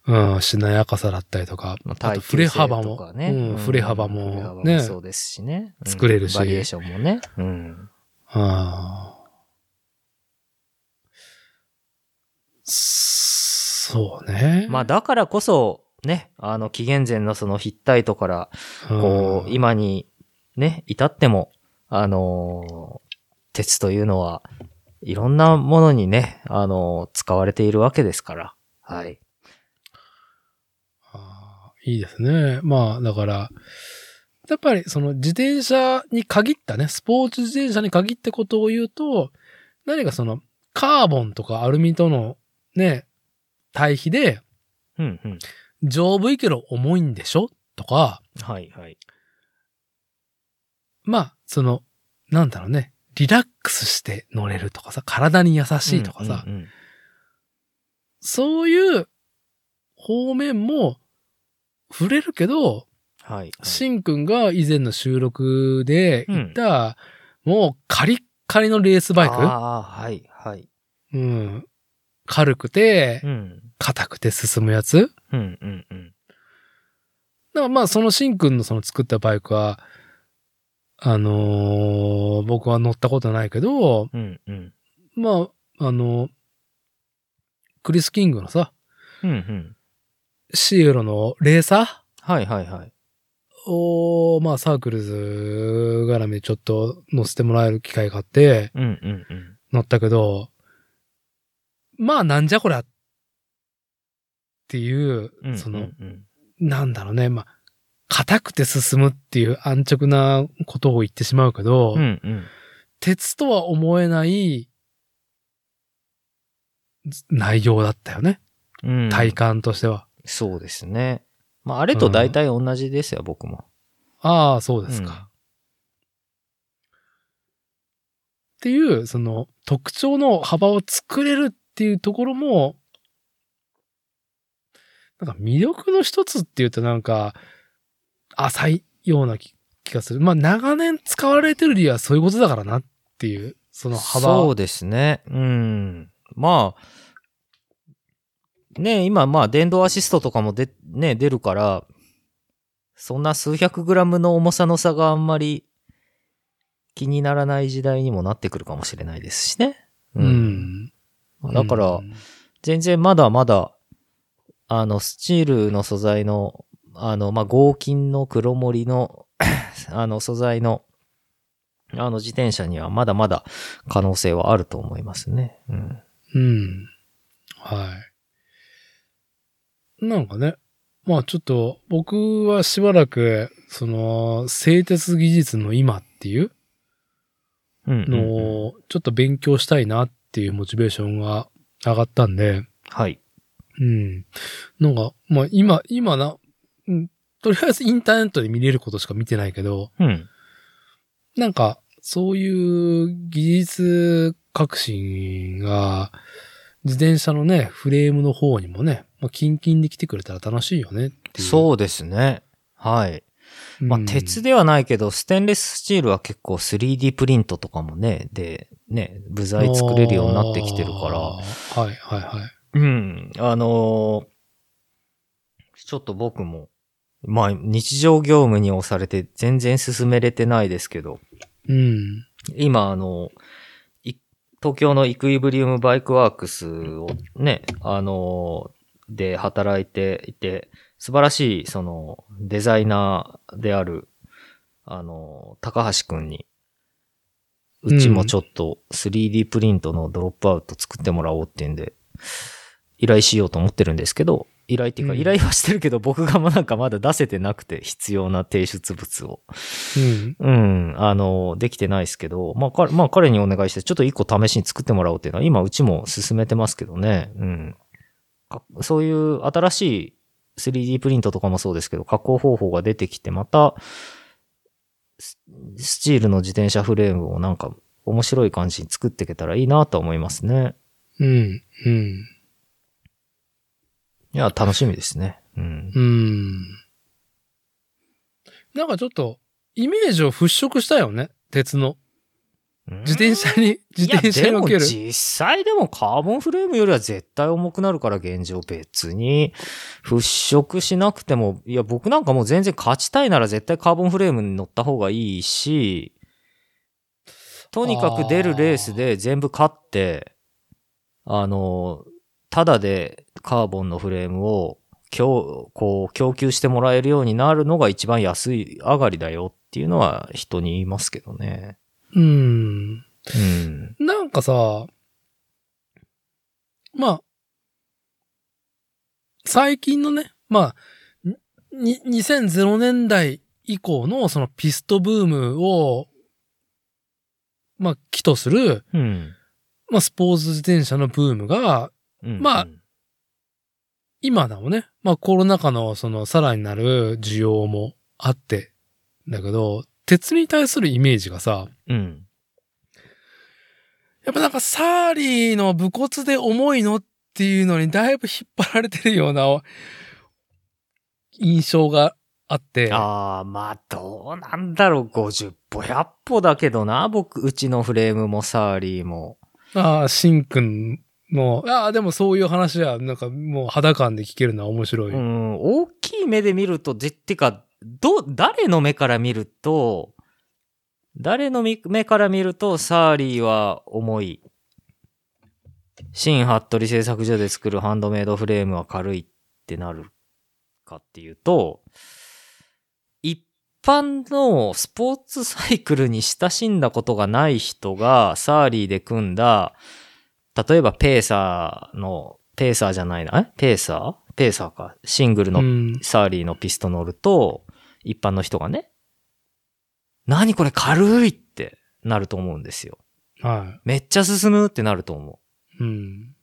Speaker 2: うん、しなやかさだったりとか、
Speaker 1: まあ
Speaker 2: あと
Speaker 1: 耐
Speaker 2: 振れ
Speaker 1: 久性
Speaker 2: 幅
Speaker 1: と
Speaker 2: も
Speaker 1: か、ね
Speaker 2: うん、振れ幅
Speaker 1: うん振れ
Speaker 2: も、
Speaker 1: 幅
Speaker 2: ね、
Speaker 1: そうですしね。うん
Speaker 2: 作れるし
Speaker 1: バリエーションもね。うん。
Speaker 2: ああ。そうね。
Speaker 1: まあだからこそ、ね、あの、紀元前のそのヒッタイトから、こう、
Speaker 2: うん
Speaker 1: 今にね、至っても、あのー鉄というのは、いろんなものにね、あのー使われているわけですから。はい。
Speaker 2: あーいいですね。まあ、だから、やっぱりその自転車に限ったね、スポーツ自転車に限ってことを言うと、何かそのカーボンとかアルミとのね、対比で、
Speaker 1: うんうん。
Speaker 2: 丈夫いけど重いんでしょとか、
Speaker 1: はいはい。
Speaker 2: まあ、その、なんだろうね、リラックスして乗れるとかさ、体に優しいとかさ、
Speaker 1: うんうんうん
Speaker 2: そういう方面も触れるけど、
Speaker 1: はい、はい。
Speaker 2: しんくんが以前の収録で言った、もうカリッカリのレースバイク、
Speaker 1: ああ、はいはい。
Speaker 2: うん、軽くて
Speaker 1: う、ん。
Speaker 2: 硬くて進むやつ。
Speaker 1: うんうんうん。
Speaker 2: だからまあそのしんくんのその作ったバイクは、あのー僕は乗ったことないけど、
Speaker 1: うんうん。
Speaker 2: まあ、あのクリス・キングのさ、
Speaker 1: うんうん。
Speaker 2: シエロのレーサー
Speaker 1: はいはいはい。
Speaker 2: を、まあ、サークルズ絡みでちょっと乗せてもらえる機会があって、
Speaker 1: うんうんうん。
Speaker 2: 乗ったけど、まあ、なんじゃこりゃってい
Speaker 1: うん
Speaker 2: う、
Speaker 1: うんうん
Speaker 2: その、なんだろうね、まあ、硬くて進むっていう安直なことを言ってしまうけど、
Speaker 1: うんうん。
Speaker 2: 鉄とは思えない内容だったよね。
Speaker 1: うん
Speaker 2: 体感としては。
Speaker 1: そうですね。まあ、あれと大体同じですよ、僕も。
Speaker 2: ああ、そうですか。
Speaker 1: うん
Speaker 2: っていう、その特徴の幅を作れるっていうところも、なんか魅力の一つっていうとなんか、浅いような気気がする。まあ長年使われてる理由はそういうことだからなっていう、その幅。
Speaker 1: そうですね。うん。まあ、ね今、まあ、電動アシストとかもで、ね、出るから、そんな数百グラムの重さの差があんまり気にならない時代にもなってくるかもしれないですしね。
Speaker 2: う。ん。
Speaker 1: だから、
Speaker 2: うん
Speaker 1: 全然まだまだ、あの、スチールの素材の、あの、まあ、合金の黒森の、 あの、素材の、あの、自転車にはまだまだ可能性はあると思いますね。うん。
Speaker 2: うん。はい。なんかね、まあちょっと僕はしばらく、その、製鉄技術の今っていう
Speaker 1: うん、うんうん。
Speaker 2: のをちょっと勉強したいなっていうモチベーションが上がったんで、
Speaker 1: はい。
Speaker 2: うん。なんか、まあ今、今な、うんとりあえずインターネットで見れることしか見てないけど、
Speaker 1: うん。
Speaker 2: なんか、そういう技術革新が、自転車のね、フレームの方にもね、まあ、キンキンで来てくれたら楽しいよねっていう。
Speaker 1: そうですね。はい。
Speaker 2: うん。
Speaker 1: まあ、鉄ではないけど、ステンレススチールは結構 3D プリントとかもね、で、ね、部材作れるようになってきてるから、
Speaker 2: ら。はいはいはい。
Speaker 1: うん、あのーちょっと僕も、まあ日常業務に押されて全然進めれてないですけど、
Speaker 2: うん。
Speaker 1: 今あの、い東京のイクイブリウムバイクワークスをね、あのーで働いていて、素晴らしいそのデザイナーである、あのー高橋くんに、うちもちょっと 3D プリントのドロップアウト作ってもらおうっていうんで、依頼しようと思ってるんですけど、依頼っていうか、
Speaker 2: うん
Speaker 1: 依頼はしてるけど、僕がまあなんかまだ出せてなくて、必要な提出物を。
Speaker 2: うん。
Speaker 1: うん、あの、できてないですけど、まあ、彼まあ、彼にお願いして、ちょっと一個試しに作ってもらおうっていうのは、今、うちも進めてますけどね。うん。かそういう新しい 3D プリントとかもそうですけど、加工方法が出てきて、また、ススチールの自転車フレームをなんか、面白い感じに作っていけたらいいなとは思いますね。
Speaker 2: うん。うん。
Speaker 1: いや、楽しみですね。うん。
Speaker 2: うん。なんかちょっと、イメージを払拭したよね。鉄の。自転車に、自転車におけ
Speaker 1: いやで
Speaker 2: る
Speaker 1: も。実際でもカーボンフレームよりは絶対重くなるから現状別に払拭しなくても、いや僕なんかもう全然勝ちたいなら絶対カーボンフレームに乗った方がいいし、とにかく出るレースで全部勝って、あの、ただでカーボンのフレームを供こう供給してもらえるようになるのが一番安い上がりだよっていうのは人に言いますけどね。
Speaker 2: うん。
Speaker 1: うん。
Speaker 2: なんかさ、まあ、最近のね、まあ、に、2000年代以降のそのピストブームを、まあ、起とする、
Speaker 1: うん。
Speaker 2: まあ、スポーツ自転車のブームが、まあ
Speaker 1: うん、
Speaker 2: 今なおね、まあ、コロナ禍のそのさらになる需要もあって、だけど、鉄に対するイメージがさ、
Speaker 1: うん。
Speaker 2: やっぱなんかサーリーの武骨で重いのっていうのにだいぶ引っ張られてるような印象があって。
Speaker 1: ああ、まあ、どうなんだろう。50歩、100歩だけどな。僕、うちのフレームもサーリーも。
Speaker 2: ああ、シンくんの、ああ、でもそういう話はなんかもう肌感で聞けるのは面白い。
Speaker 1: うん、大きい目で見ると、ぜってか、ど、誰の目から見ると、誰のみ目から見ると、サーリーは重い。新服部製作所で作るハンドメイドフレームは軽いってなるかっていうと、一般のスポーツサイクルに親しんだことがない人が、サーリーで組んだ、例えばペーサーの、ペーサーじゃないな、えペーサーペーサーか。シングルの
Speaker 2: うん
Speaker 1: サーリーのピスト乗ると、一般の人がね、何これ軽いってなると思うんですよ。
Speaker 2: は
Speaker 1: めっちゃ進むってなると思
Speaker 2: い。うん。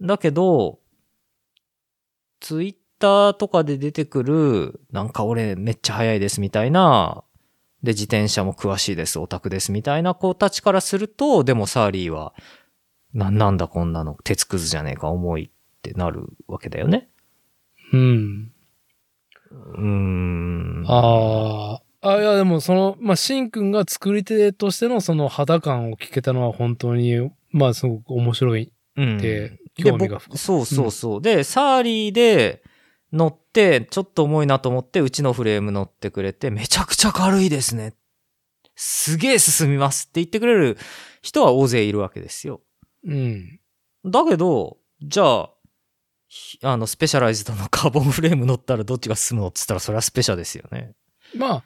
Speaker 1: う。だけど、ツイッターとかで出てくる、なんか俺めっちゃ速いですみたいな、で、自転車も詳しいです、オタクですみたいな子たちからすると、でもサーリーは、な、なんだこんなの、鉄くずじゃねえか、重いってなるわけだよね。
Speaker 2: うん。
Speaker 1: うーん。
Speaker 2: ああ。あいや、でもその、まあ、シンくんが作り手としてのその肌感を聞けたのは本当に、まあ、すごく面白い
Speaker 1: うん
Speaker 2: って、
Speaker 1: で
Speaker 2: 興味が深
Speaker 1: 僕そうそうそう。で、サーリーで乗って、ちょっと重いなと思って、うちのフレーム乗ってくれて、めちゃくちゃ軽いですね。すげえ進みますって言ってくれる人は大勢いるわけですよ。
Speaker 2: うん。
Speaker 1: だけど、じゃあ、ひあの、スペシャライズドのカーボンフレーム乗ったらどっちが進むのって言ったら、それはスペシャですよね。
Speaker 2: まあ、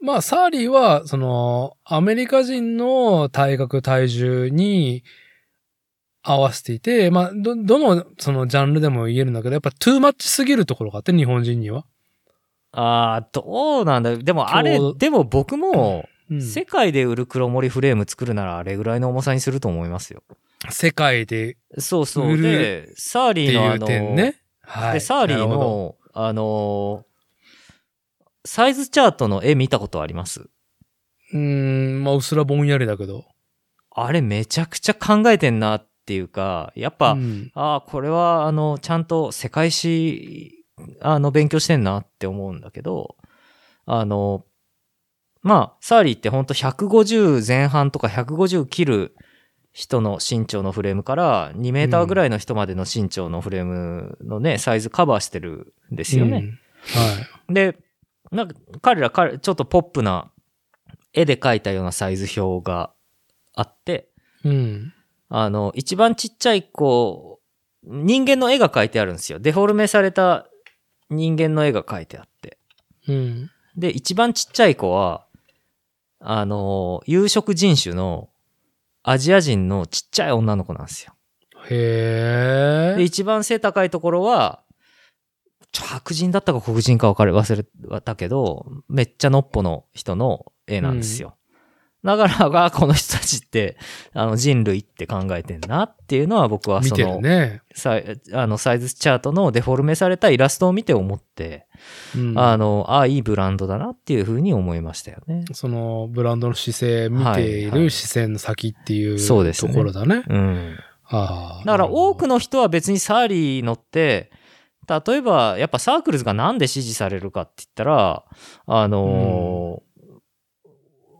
Speaker 2: まあ、サーリーは、その、アメリカ人の体格、体重に合わせていて、まあ、ど、どの、その、ジャンルでも言えるんだけど、やっぱ、トゥーマッチすぎるところがあって、日本人には。
Speaker 1: ああ、どうなんだ。でもあれ
Speaker 2: そう、
Speaker 1: でも僕も、
Speaker 2: うん
Speaker 1: 世界で売る黒森フレーム作るならあれぐらいの重さにすると思いますよ。
Speaker 2: 世界で、っ
Speaker 1: そうそうう。
Speaker 2: る
Speaker 1: で、サー
Speaker 2: て
Speaker 1: リーの
Speaker 2: い
Speaker 1: あ
Speaker 2: う
Speaker 1: の、
Speaker 2: 点ね。はい。
Speaker 1: で、サーリー
Speaker 2: なるほど、
Speaker 1: の、あのーサイズチャートの絵見たことあります
Speaker 2: うーん、まあ、うっすらぼんやりだけど。
Speaker 1: あれめちゃくちゃ考えてんなっていうか、やっぱ、
Speaker 2: うん
Speaker 1: ああ、これは、あの、ちゃんと世界史、あの、勉強してんなって思うんだけど、あの、まあ、サーリーってほんと150前半とか150切る人の身長のフレームから2メーターぐらいの人までの身長のフレームのね、サイズカバーしてるんですよね。で、なんか彼ら彼、ちょっとポップな絵で描いたようなサイズ表があって、
Speaker 2: うん。はい。うん。
Speaker 1: あの、一番ちっちゃい子、人間の絵が描いてあるんですよ。デフォルメされた人間の絵が描いてあって。
Speaker 2: うん。
Speaker 1: で、一番ちっちゃい子は、あの、有色人種のアジア人のちっちゃい女の子なんですよ。
Speaker 2: へ
Speaker 1: で、
Speaker 2: え。
Speaker 1: 一番背高いところは、ちょ白人だったか黒人か分かる、忘れたけど、めっちゃのっぽの人の絵なんですよ。だから、がこの人たちって、あの人類って考えてんなっていうのは僕は
Speaker 2: 見
Speaker 1: そ
Speaker 2: てる
Speaker 1: の、
Speaker 2: ね。
Speaker 1: サイあのサイズチャートのデフォルメされたイラストを見て思って、
Speaker 2: うん
Speaker 1: あの、ああ、いいブランドだなっていうふうに思いましたよね。
Speaker 2: そのブランドの姿勢、見てい
Speaker 1: はいは
Speaker 2: る
Speaker 1: い
Speaker 2: 視線の先っていう
Speaker 1: そうです
Speaker 2: と
Speaker 1: ね
Speaker 2: ころだね。
Speaker 1: うん。
Speaker 2: ああ
Speaker 1: だから多く
Speaker 2: の。
Speaker 1: の人は別にサーリー乗って、例えばやっぱサークルズがなんで支持されるかって言ったら、あのー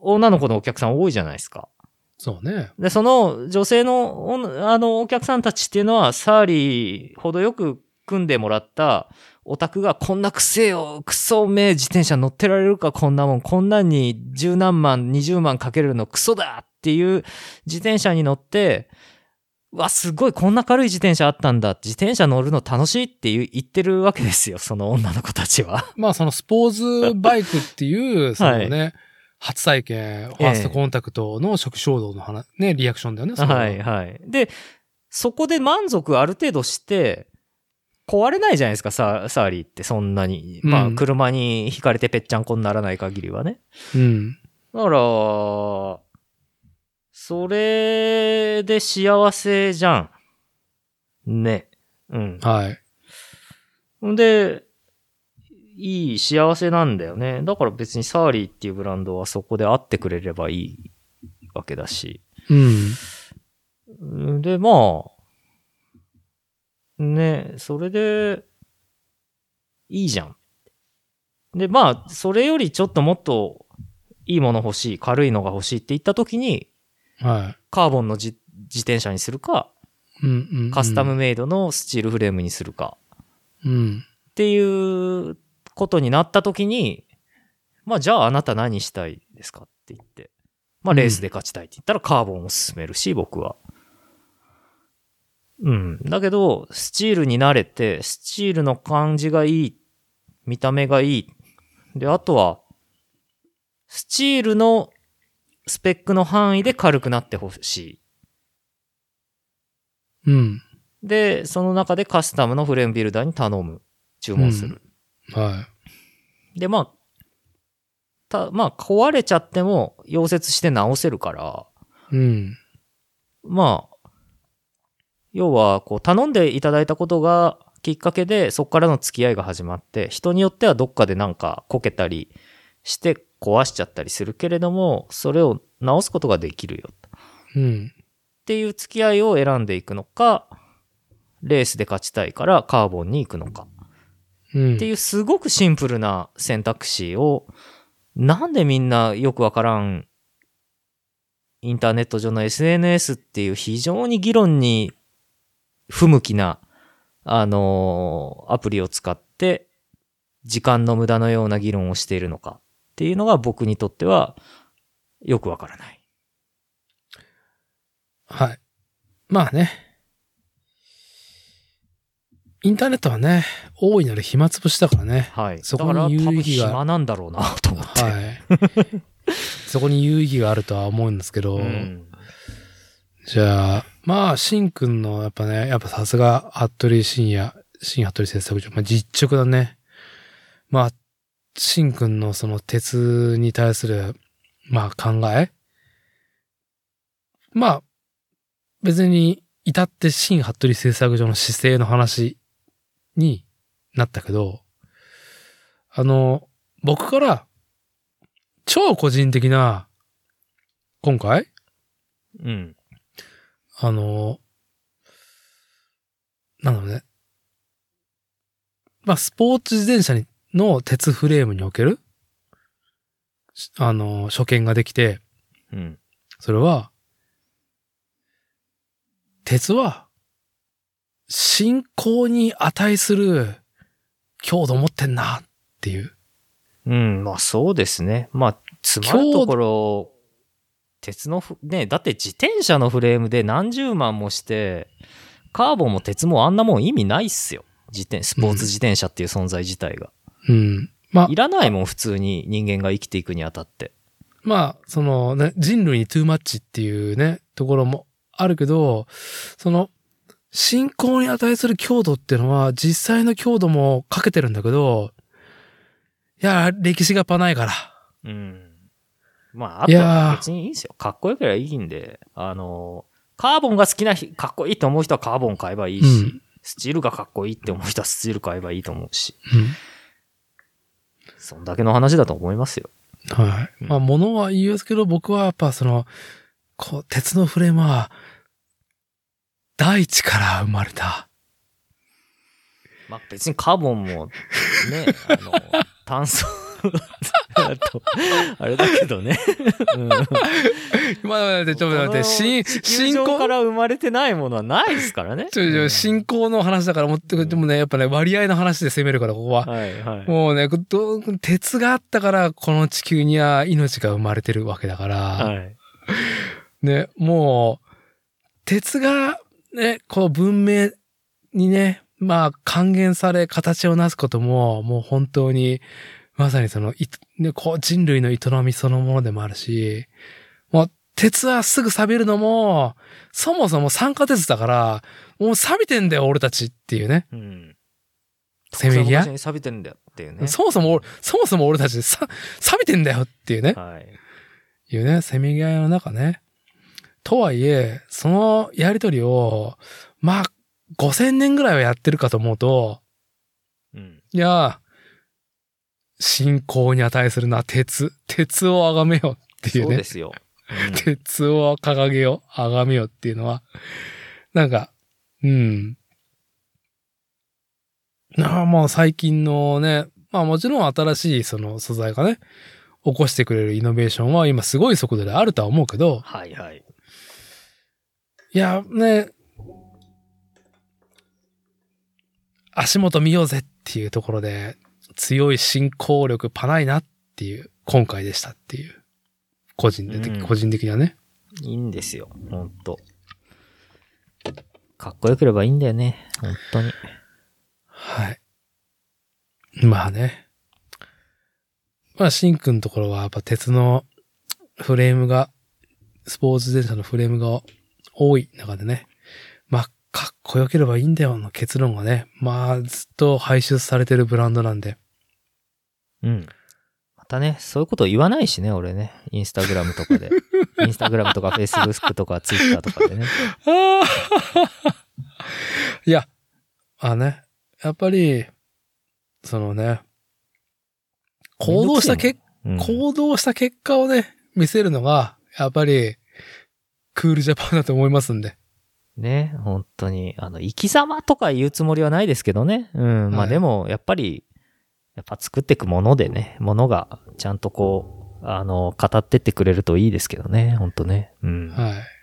Speaker 1: 女の子のお客さん多いじゃないですか。
Speaker 2: そうね。
Speaker 1: で、その女性のおんあのお客さんたちっていうのは、サーリーほどよく組んでもらったオタクがこんなくせえよ、クソめえ自転車乗ってられるか、こんなもん、こんなんに十何万、二十万かけるのクソだっていう自転車に乗って、うわ、すごい、こんな軽い自転車あったんだ、自転車乗るの楽しいっていう言ってるわけですよ、その女の子たちは。
Speaker 2: まあそのスポーツバイクっていう、そのね、初体験、ファーストコンタクトの食衝動の話、ね、リアクションだよね、それ
Speaker 1: はいはい。で、そこで満足ある程度して、壊れないじゃないですか、サーサーリーってそんなに。
Speaker 2: うん
Speaker 1: まあ、車にひかれてぺっちゃんこにならない限りはね。
Speaker 2: うん。
Speaker 1: だから、それで幸せじゃん。ね。うん。
Speaker 2: はい。
Speaker 1: んで、いい幸せなんだよね。だから別にサーリーっていうブランドはそこで会ってくれればいいわけだし。
Speaker 2: うん。
Speaker 1: で、まあ、ね、それで、いいじゃん。で、まあ、それよりちょっともっといいもの欲しい、軽いのが欲しいって言った時に、
Speaker 2: は
Speaker 1: カーボンのじ自転車にするか、
Speaker 2: い。うん、うん。
Speaker 1: カスタム。メイドのスチールフレームにするか、
Speaker 2: うん。
Speaker 1: っていうことになった時に、まあ、じゃああなた何したいですかって言って、まあ、レースで勝ちたいって言ったらカーボンを進めるし、僕は。うん。だけど、スチールに慣れて、スチールの感じがいい、見た目がいい。で、あとは、スチールのスペックの範囲で軽くなってほしい。
Speaker 2: うん。
Speaker 1: で、その中でカスタムのフレームビルダーに頼む。注文する。
Speaker 2: は
Speaker 1: で、まあ、た、まあ、壊れちゃっても、溶接して直せるから、
Speaker 2: い。うん。
Speaker 1: まあ、要は、こう、頼んでいただいたことがきっかけで、そこからの付き合いが始まって、人によってはどっかでなんかこけたりして壊しちゃったりするけれども、それを直すことができるよ。
Speaker 2: うん。
Speaker 1: っていう付き合いを選んでいくのか、レースで勝ちたいからカーボンに行くのか。
Speaker 2: うん。
Speaker 1: っていうすごくシンプルな選択肢を、なんでみんなよくわからん、インターネット上の SNS っていう非常に議論に不向きな、あのーアプリを使って、時間の無駄のような議論をしているのかっていうのが僕にとってはよくわからない。
Speaker 2: はい。まあね。インターネットはね、大いなる暇つぶしだからね。
Speaker 1: はい。
Speaker 2: そこ
Speaker 1: だ
Speaker 2: に
Speaker 1: から多
Speaker 2: 有意義が
Speaker 1: 分暇なんだろうなと思って。
Speaker 2: はい。 そこに有意義があるとは思うんですけど、
Speaker 1: うん
Speaker 2: じゃあ、まあ、シンくんの、やっぱね、やっぱさすが、服部深也、新服部製作所、まあ、実直だね。まあ、シンくんのその鉄に対する、まあ、考え。まあ、別に、至って新服部製作所の姿勢の話になったけど、あの、僕から、超個人的な、今回、
Speaker 1: うん。
Speaker 2: あの、なんだろうね。まあ、スポーツ自転車にの鉄フレームにおける、しあの、所見ができて、
Speaker 1: うん。
Speaker 2: それは、鉄は、信仰に値する強度持ってんなっていう。
Speaker 1: うん、まあそうですね。まあ、詰まるところ、鉄のふ、ね、だって自転車のフレームで何十万もして、カーボンも鉄もあんなもん意味ないっすよ。自転、スポーツ自転車っていう存在自体が。
Speaker 2: うん。まあ
Speaker 1: い、らないもん、普通に人間が生きていくにあたって。
Speaker 2: まあ、そのね、人類にトゥーマッチっていうね、ところもあるけど、その、信仰に値する強度っていうのは、実際の強度もかけてるんだけど、いや、歴史がパないから。
Speaker 1: うん。まあ、あ
Speaker 2: い
Speaker 1: と
Speaker 2: やー
Speaker 1: は別にいいんすよ。かっこよければいいんで、あの、カーボンが好きな人、かっこいいと思う人はカーボン買えばいいし、
Speaker 2: うん
Speaker 1: スチールがかっこいいって思う人はスチール買えばいいと思うし、そんだけの話だと思いますよ。
Speaker 2: はい。まあ、ものは言いますけど、僕はやっぱその、こう、鉄のフレームは、大地から生まれた。
Speaker 1: まあ、別にカーボンも、ね、あ の、炭素だと、あれだけど ね。うん、
Speaker 2: まあ、待って、ちょっと待って、信、
Speaker 1: 地
Speaker 2: 信
Speaker 1: 球上か
Speaker 2: 仰、
Speaker 1: ら生まれてないものはないですからね。
Speaker 2: ちょいちょ
Speaker 1: う
Speaker 2: い
Speaker 1: ん
Speaker 2: 信仰の話だから持ってくる。でもね、やっぱね、割合の話で攻めるから、ここは。
Speaker 1: はいはい。
Speaker 2: もうね、どう鉄があったから、この地球には命が生まれてるわけだから、
Speaker 1: はい。
Speaker 2: ね、もう、鉄が、ね、こう文明にね、まあ、還元され、形をなすことも、もう本当に、まさにその、いね、こう人類の営みそのものでもあるし、もう、鉄はすぐ錆びるのも、そもそも酸化鉄だから、もう錆びてんだよ、俺たちっていうね。
Speaker 1: うん。
Speaker 2: せめぎ合い
Speaker 1: 特に錆びてるんだよっていうね。
Speaker 2: そもそも、そもそも俺たちさ、錆びてんだよっていうね。
Speaker 1: はい。
Speaker 2: いうね、せめぎ合いの中ね。とはいえ、そのやりとりを、まあ、5000年ぐらいはやってるかと思うと、
Speaker 1: うん。
Speaker 2: いや、信仰に値するな、鉄。鉄を崇めようって
Speaker 1: そ
Speaker 2: い
Speaker 1: うう
Speaker 2: ね
Speaker 1: で。すよ。
Speaker 2: 鉄を掲げよう、崇めようっていうのは、なんか、うん。なあ、もう最近のね、まあもちろん新しいその素材がね、起こしてくれるイノベーションは今すごい速度であるとは思うけど、
Speaker 1: はいはい。
Speaker 2: いや、ね、足元見ようぜっていうところで、強い進行力パないなっていう、今回でしたっていう。個人的、
Speaker 1: うん
Speaker 2: 個人的にはね。
Speaker 1: いいんですよ。ほんと。かっこよければいいんだよね。ほんとに。
Speaker 2: はい。まあね。まあ、シンくんのところはやっぱ鉄のフレームが、スポーツ自転車のフレームが多い中でね。まあ、かっこよければいいんだよの結論がね。まあ、ずっと排出されてるブランドなんで。
Speaker 1: うん。またね、そういうこと言わないしね、俺ね。インスタグラムとか で。インスタグラムとかフェイスブックとかツイッターとかでね。
Speaker 2: ああいや、あね、やっぱり、そのね、 行動した結
Speaker 1: うん、
Speaker 2: 行動した結果をね、見せるのが、やっぱり、クールジャパンだと思いますんで。
Speaker 1: ね、本当に。あの、生き様とか言うつもりはないですけどね。うん。ま
Speaker 2: は
Speaker 1: あ
Speaker 2: い
Speaker 1: でも、やっぱり、やっぱ作っていくものでね、ものがちゃんとこう、あの、語ってってくれるといいですけどね、本当ね。うん。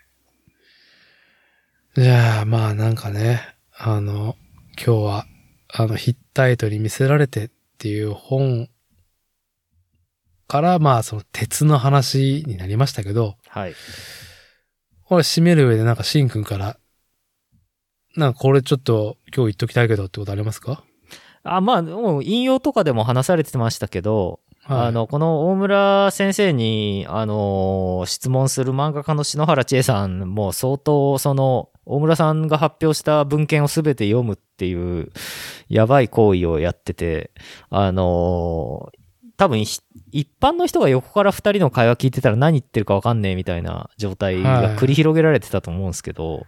Speaker 2: はい。じゃあ、まあなんかね、あの、今日は、あの、ヒッタイトに見せられてっていう本から、まあその鉄の話になりましたけど、
Speaker 1: はい。
Speaker 2: これ締める上でなんかシンくんから、なんかこれちょっと今日言っときたいけどってことありますか
Speaker 1: あ、まあ、もう引用とかでも話されてましたけど、
Speaker 2: はい
Speaker 1: あの、この大村先生に、あのー質問する漫画家の篠原千恵さんも相当、その、大村さんが発表した文献をすべて読むっていう、やばい行為をやってて、あのー多分ひ一般の人が横から二人の会話聞いてたら何言ってるかわかんねえみたいな状態が繰り広げられてたと思うんですけど、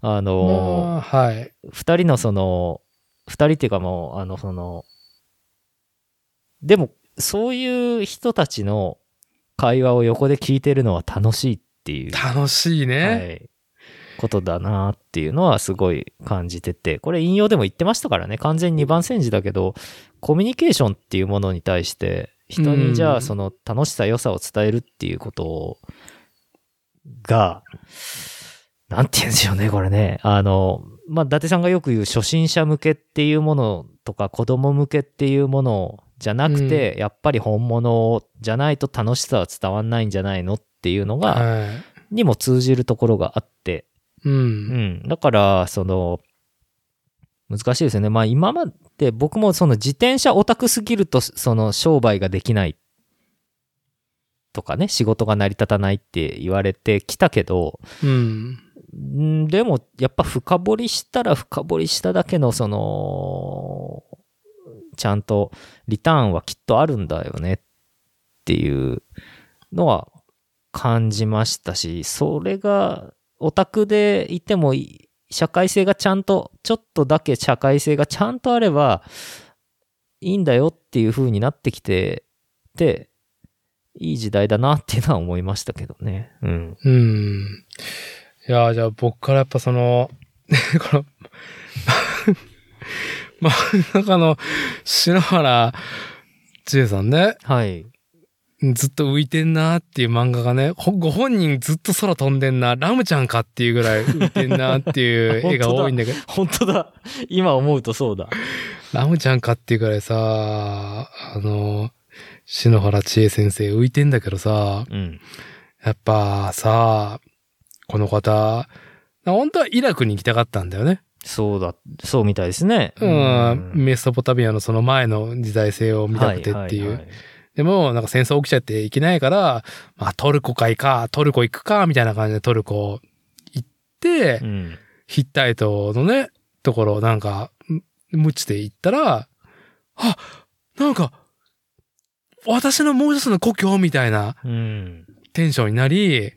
Speaker 1: あのー
Speaker 2: まあはい。
Speaker 1: 二人のその、二人っていうかもう、あの、その、でも、そういう人たちの会話を横で聞いてるのは楽しいっていう、
Speaker 2: 楽しい
Speaker 1: は
Speaker 2: ね。
Speaker 1: い、ことだなっていうのはすごい感じてて、これ引用でも言ってましたからね、完全に二番煎じだけど、コミュニケーションっていうものに対して、人
Speaker 2: う
Speaker 1: に
Speaker 2: ん
Speaker 1: じゃあその楽しさ、良さを伝えるっていうことをが、なんて言うんでしょうね、これね。あの、まあ、伊達さんがよく言う初心者向けっていうものとか子供向けっていうものじゃなくて、やっぱり本物じゃないと楽しさは伝わんないんじゃないのっていうのが、
Speaker 2: は
Speaker 1: にも通じるところがあって、
Speaker 2: い。う。
Speaker 1: うんん。だから、その、難しいですよね。まあ今まで僕もその自転車オタクすぎると、その商売ができないとかね、仕事が成り立たないって言われてきたけど、
Speaker 2: うん。
Speaker 1: んでもやっぱ深掘りしたら深掘りしただけのその、ちゃんとリターンはきっとあるんだよねっていうのは感じましたし、それがオタクでいてもい社会性がちゃんと、ちょっとだけ社会性がちゃんとあればいいんだよっていう風になってきてて、いい時代だなっていうのは思いましたけどね。うん。
Speaker 2: うん。いやー、じゃあ僕からやっぱその、 この、ま、真ん中の篠原千恵さんね、
Speaker 1: はい。
Speaker 2: ずっと浮いてんなーっていう漫画がね、ほご本人ずっと空飛んでんな、ラムちゃんかっていうぐらい浮いてんなーっていう絵が多いんだけど、
Speaker 1: 本当だ。今思うとそうだ。
Speaker 2: ラムちゃんかっていうぐらいさ、あの、篠原千恵先生浮いてんだけどさ、
Speaker 1: うん。
Speaker 2: やっぱさ、この方、本当はイラクに行きたかったんだよね。
Speaker 1: そうだ。そうみたいですね。
Speaker 2: うん、メソポタミアのその前の時代性を見たくてっていう。
Speaker 1: はいはいはい
Speaker 2: でも、なんか戦争起きちゃっていけないから、まあトルコかいか、トルコ行くか、みたいな感じでトルコ行って、
Speaker 1: うん。
Speaker 2: ヒッタイトのね、ところ、なんか、む無知で行ったら、あ、なんか、私のもう一つの故郷みたいな
Speaker 1: うん。
Speaker 2: テンションになり、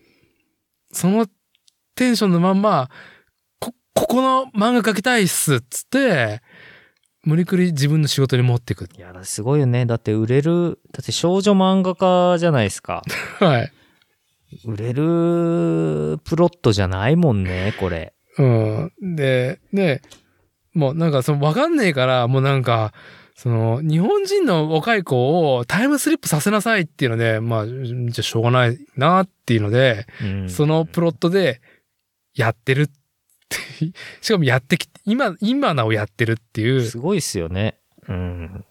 Speaker 2: そのテンションのまんま、こ、ここの漫画描きたいっすっつって、無理くり自分の仕事に持っていく。
Speaker 1: いや、だってすごいよね。だって売れる、だって少女漫画家じゃないですか。
Speaker 2: はい。
Speaker 1: 売れるプロットじゃないもんね、これ。
Speaker 2: うん。で、ね、もうなんかそのわかんねえから、もうなんか、その日本人の若い子をタイムスリップさせなさいっていうので、まあ、じゃあしょうがないなっていうので、
Speaker 1: うん
Speaker 2: そのプロットでやってるって、しかもやってきて、今、今なおやってるっていう。
Speaker 1: すごいっすよね。うん。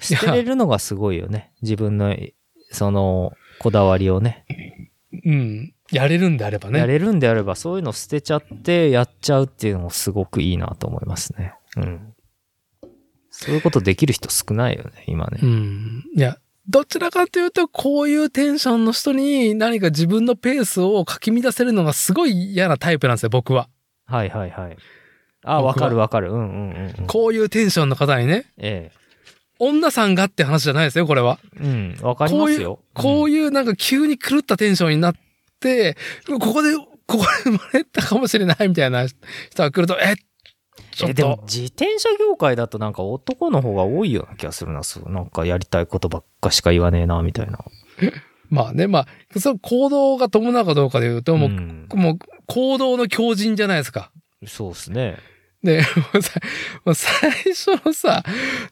Speaker 1: 捨てれるのがすごいよね。自分の、その、こだわりをね。
Speaker 2: うん。やれるんであれば
Speaker 1: や
Speaker 2: ね。
Speaker 1: れるんであればそういうの捨てちゃってやっちゃうっていうのもすごくいいなと思いますね。うん。そういうことできる人少ないよね、今
Speaker 2: う
Speaker 1: ね。
Speaker 2: ん。いや、どちらかというと、こういうテンションの人に何か自分のペースをかき乱せるのがすごい嫌なタイプなんですよ、僕は。
Speaker 1: はいはいはい。あ、
Speaker 2: 僕は
Speaker 1: わかるわかる。うんうんうんうん。
Speaker 2: こういうテンションの方にね、
Speaker 1: え
Speaker 2: 女さんがって話じゃないですよ、これは。
Speaker 1: え。うん、わかりますよ。
Speaker 2: こう
Speaker 1: い
Speaker 2: いうなんか急に狂ったテンションになって、ここで、ここで生まれたかもしれないみたいな人が来ると、え、ちょっ
Speaker 1: え、でも
Speaker 2: と、
Speaker 1: 自転車業界だとなんか男の方が多いような気がするな、そう。なんかやりたいことばっかしか言わねえな、みたいな。
Speaker 2: まあね、まあ、その行動が伴うかどうかで言うと、もう、
Speaker 1: ん
Speaker 2: もう行動の強靭じゃないですか。
Speaker 1: そうですね。
Speaker 2: で、もうさ、もう最初のさ、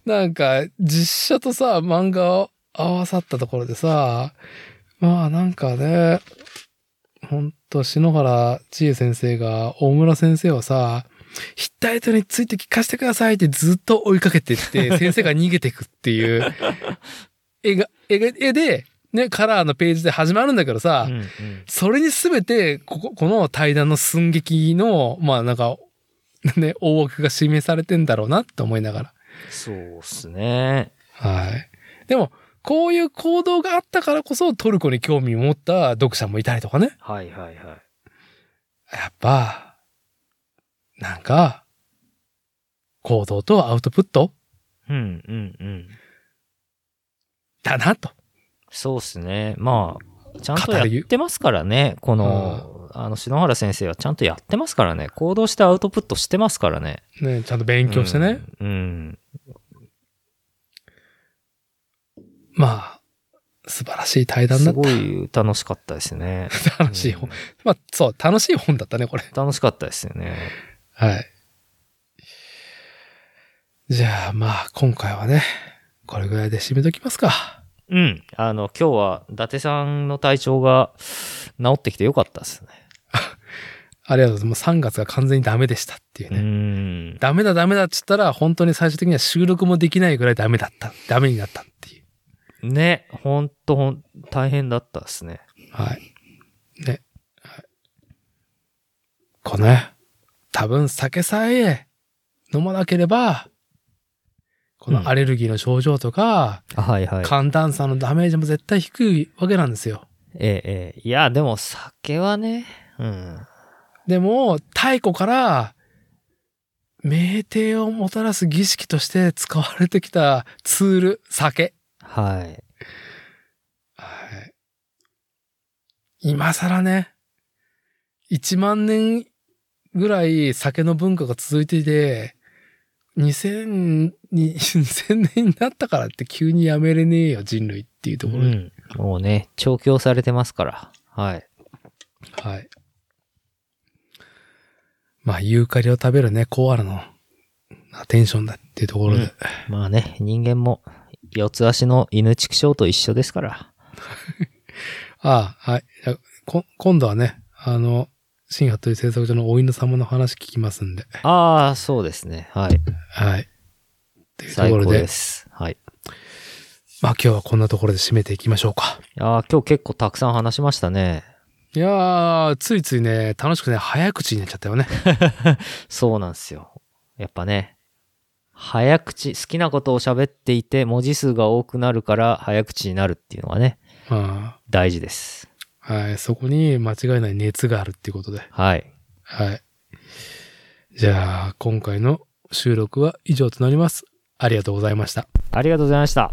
Speaker 2: なんか、実写とさ、漫画を合わさったところでさ、まあなんかね、ほんと、篠原千恵先生が、大村先生をさ、ヒッタイトについて聞かせてくださいってずっと追いかけてって、先生が逃げてくっていう、絵が、絵が、絵で、ね、カラーのページで始まるんだけどさ、
Speaker 1: うんうん
Speaker 2: それにすべて、ここ、この対談の寸劇の、まあなんか、ね、大枠が示されてんだろうなって思いながら。
Speaker 1: そうですね。
Speaker 2: はい。でも、こういう行動があったからこそトルコに興味を持った読者もいたりとかね。
Speaker 1: はいはいはい。
Speaker 2: やっぱ、なんか、行動とアウトプット
Speaker 1: うんうんうん。
Speaker 2: だなと。
Speaker 1: そうっすね。まあ、ちゃんとやってますからね。この、あの、篠原先生はちゃんとやってますからね。行動してアウトプットしてますからね。
Speaker 2: ね、ちゃんと勉強してね。
Speaker 1: うん。うん。
Speaker 2: まあ、素晴らしい対談だ
Speaker 1: す
Speaker 2: った
Speaker 1: ご。い楽しかったですね。
Speaker 2: 楽しい本
Speaker 1: うん。
Speaker 2: まあ、そう、楽しい本だったね、これ。
Speaker 1: 楽しかったですよね。
Speaker 2: はい。じゃあ、まあ、今回はね、これぐらいで締めときますか。
Speaker 1: うん。あの、今日は、伊達さんの体調が治ってきてよかったですね。
Speaker 2: ありがとうございます。もう3月が完全にダメでしたっていう
Speaker 1: う
Speaker 2: ね。
Speaker 1: ーん。
Speaker 2: ダメだダメだっつったら、本当に最終的には収録もできないぐらいダメだった。ダメになったっていう。
Speaker 1: ね、ほんとほん、大変だったですね。
Speaker 2: はい。ね。はい、このね、多分酒さえ飲まなければ、こ
Speaker 1: うん
Speaker 2: のアレルギーの症状とか、
Speaker 1: あはいはい。
Speaker 2: 寒暖差のダメージも絶対低いわけなんですよ。
Speaker 1: ええ、ええ。いや、でも酒はね、うん。
Speaker 2: でも、太古から、酩酊をもたらす儀式として使われてきたツール、酒。
Speaker 1: はい。
Speaker 2: はい。今更ね、1万年ぐらい酒の文化が続いていて、2000に、2000年になったからって急にやめれねえよ、人類っていうと
Speaker 1: う
Speaker 2: ころで。
Speaker 1: ん。もうね、調教されてますから。はい。
Speaker 2: はい。まあ、ユーカリを食べるね、コアラのあテンションだっていうところで。
Speaker 1: うんまあね、人間も、四つ足の犬畜生と一緒ですから。
Speaker 2: ああ、はい。じゃあこ今度はね、あの、新ハットリ製作所のお犬様の話聞きますんで。
Speaker 1: ああ、そうですね。はい。
Speaker 2: はい。っていうと
Speaker 1: 最
Speaker 2: ころ
Speaker 1: 高
Speaker 2: で、
Speaker 1: です。はい。
Speaker 2: まあ今日はこんなところで締めていきましょうか。
Speaker 1: ああ、今日結構たくさん話しましたね。
Speaker 2: いやー、ついついね、楽しくね、早口になっちゃったよね。
Speaker 1: そうなんですよ。やっぱね、早口、好きなことを喋っていて、文字数が多くなるから早口になるっていうのがね、
Speaker 2: うん。
Speaker 1: 大事です。
Speaker 2: はい。そこに間違いない熱があるっていうことで。
Speaker 1: はい。
Speaker 2: はい。じゃあ、今回の収録は以上となります。ありがとうございました。
Speaker 1: ありがとうございました。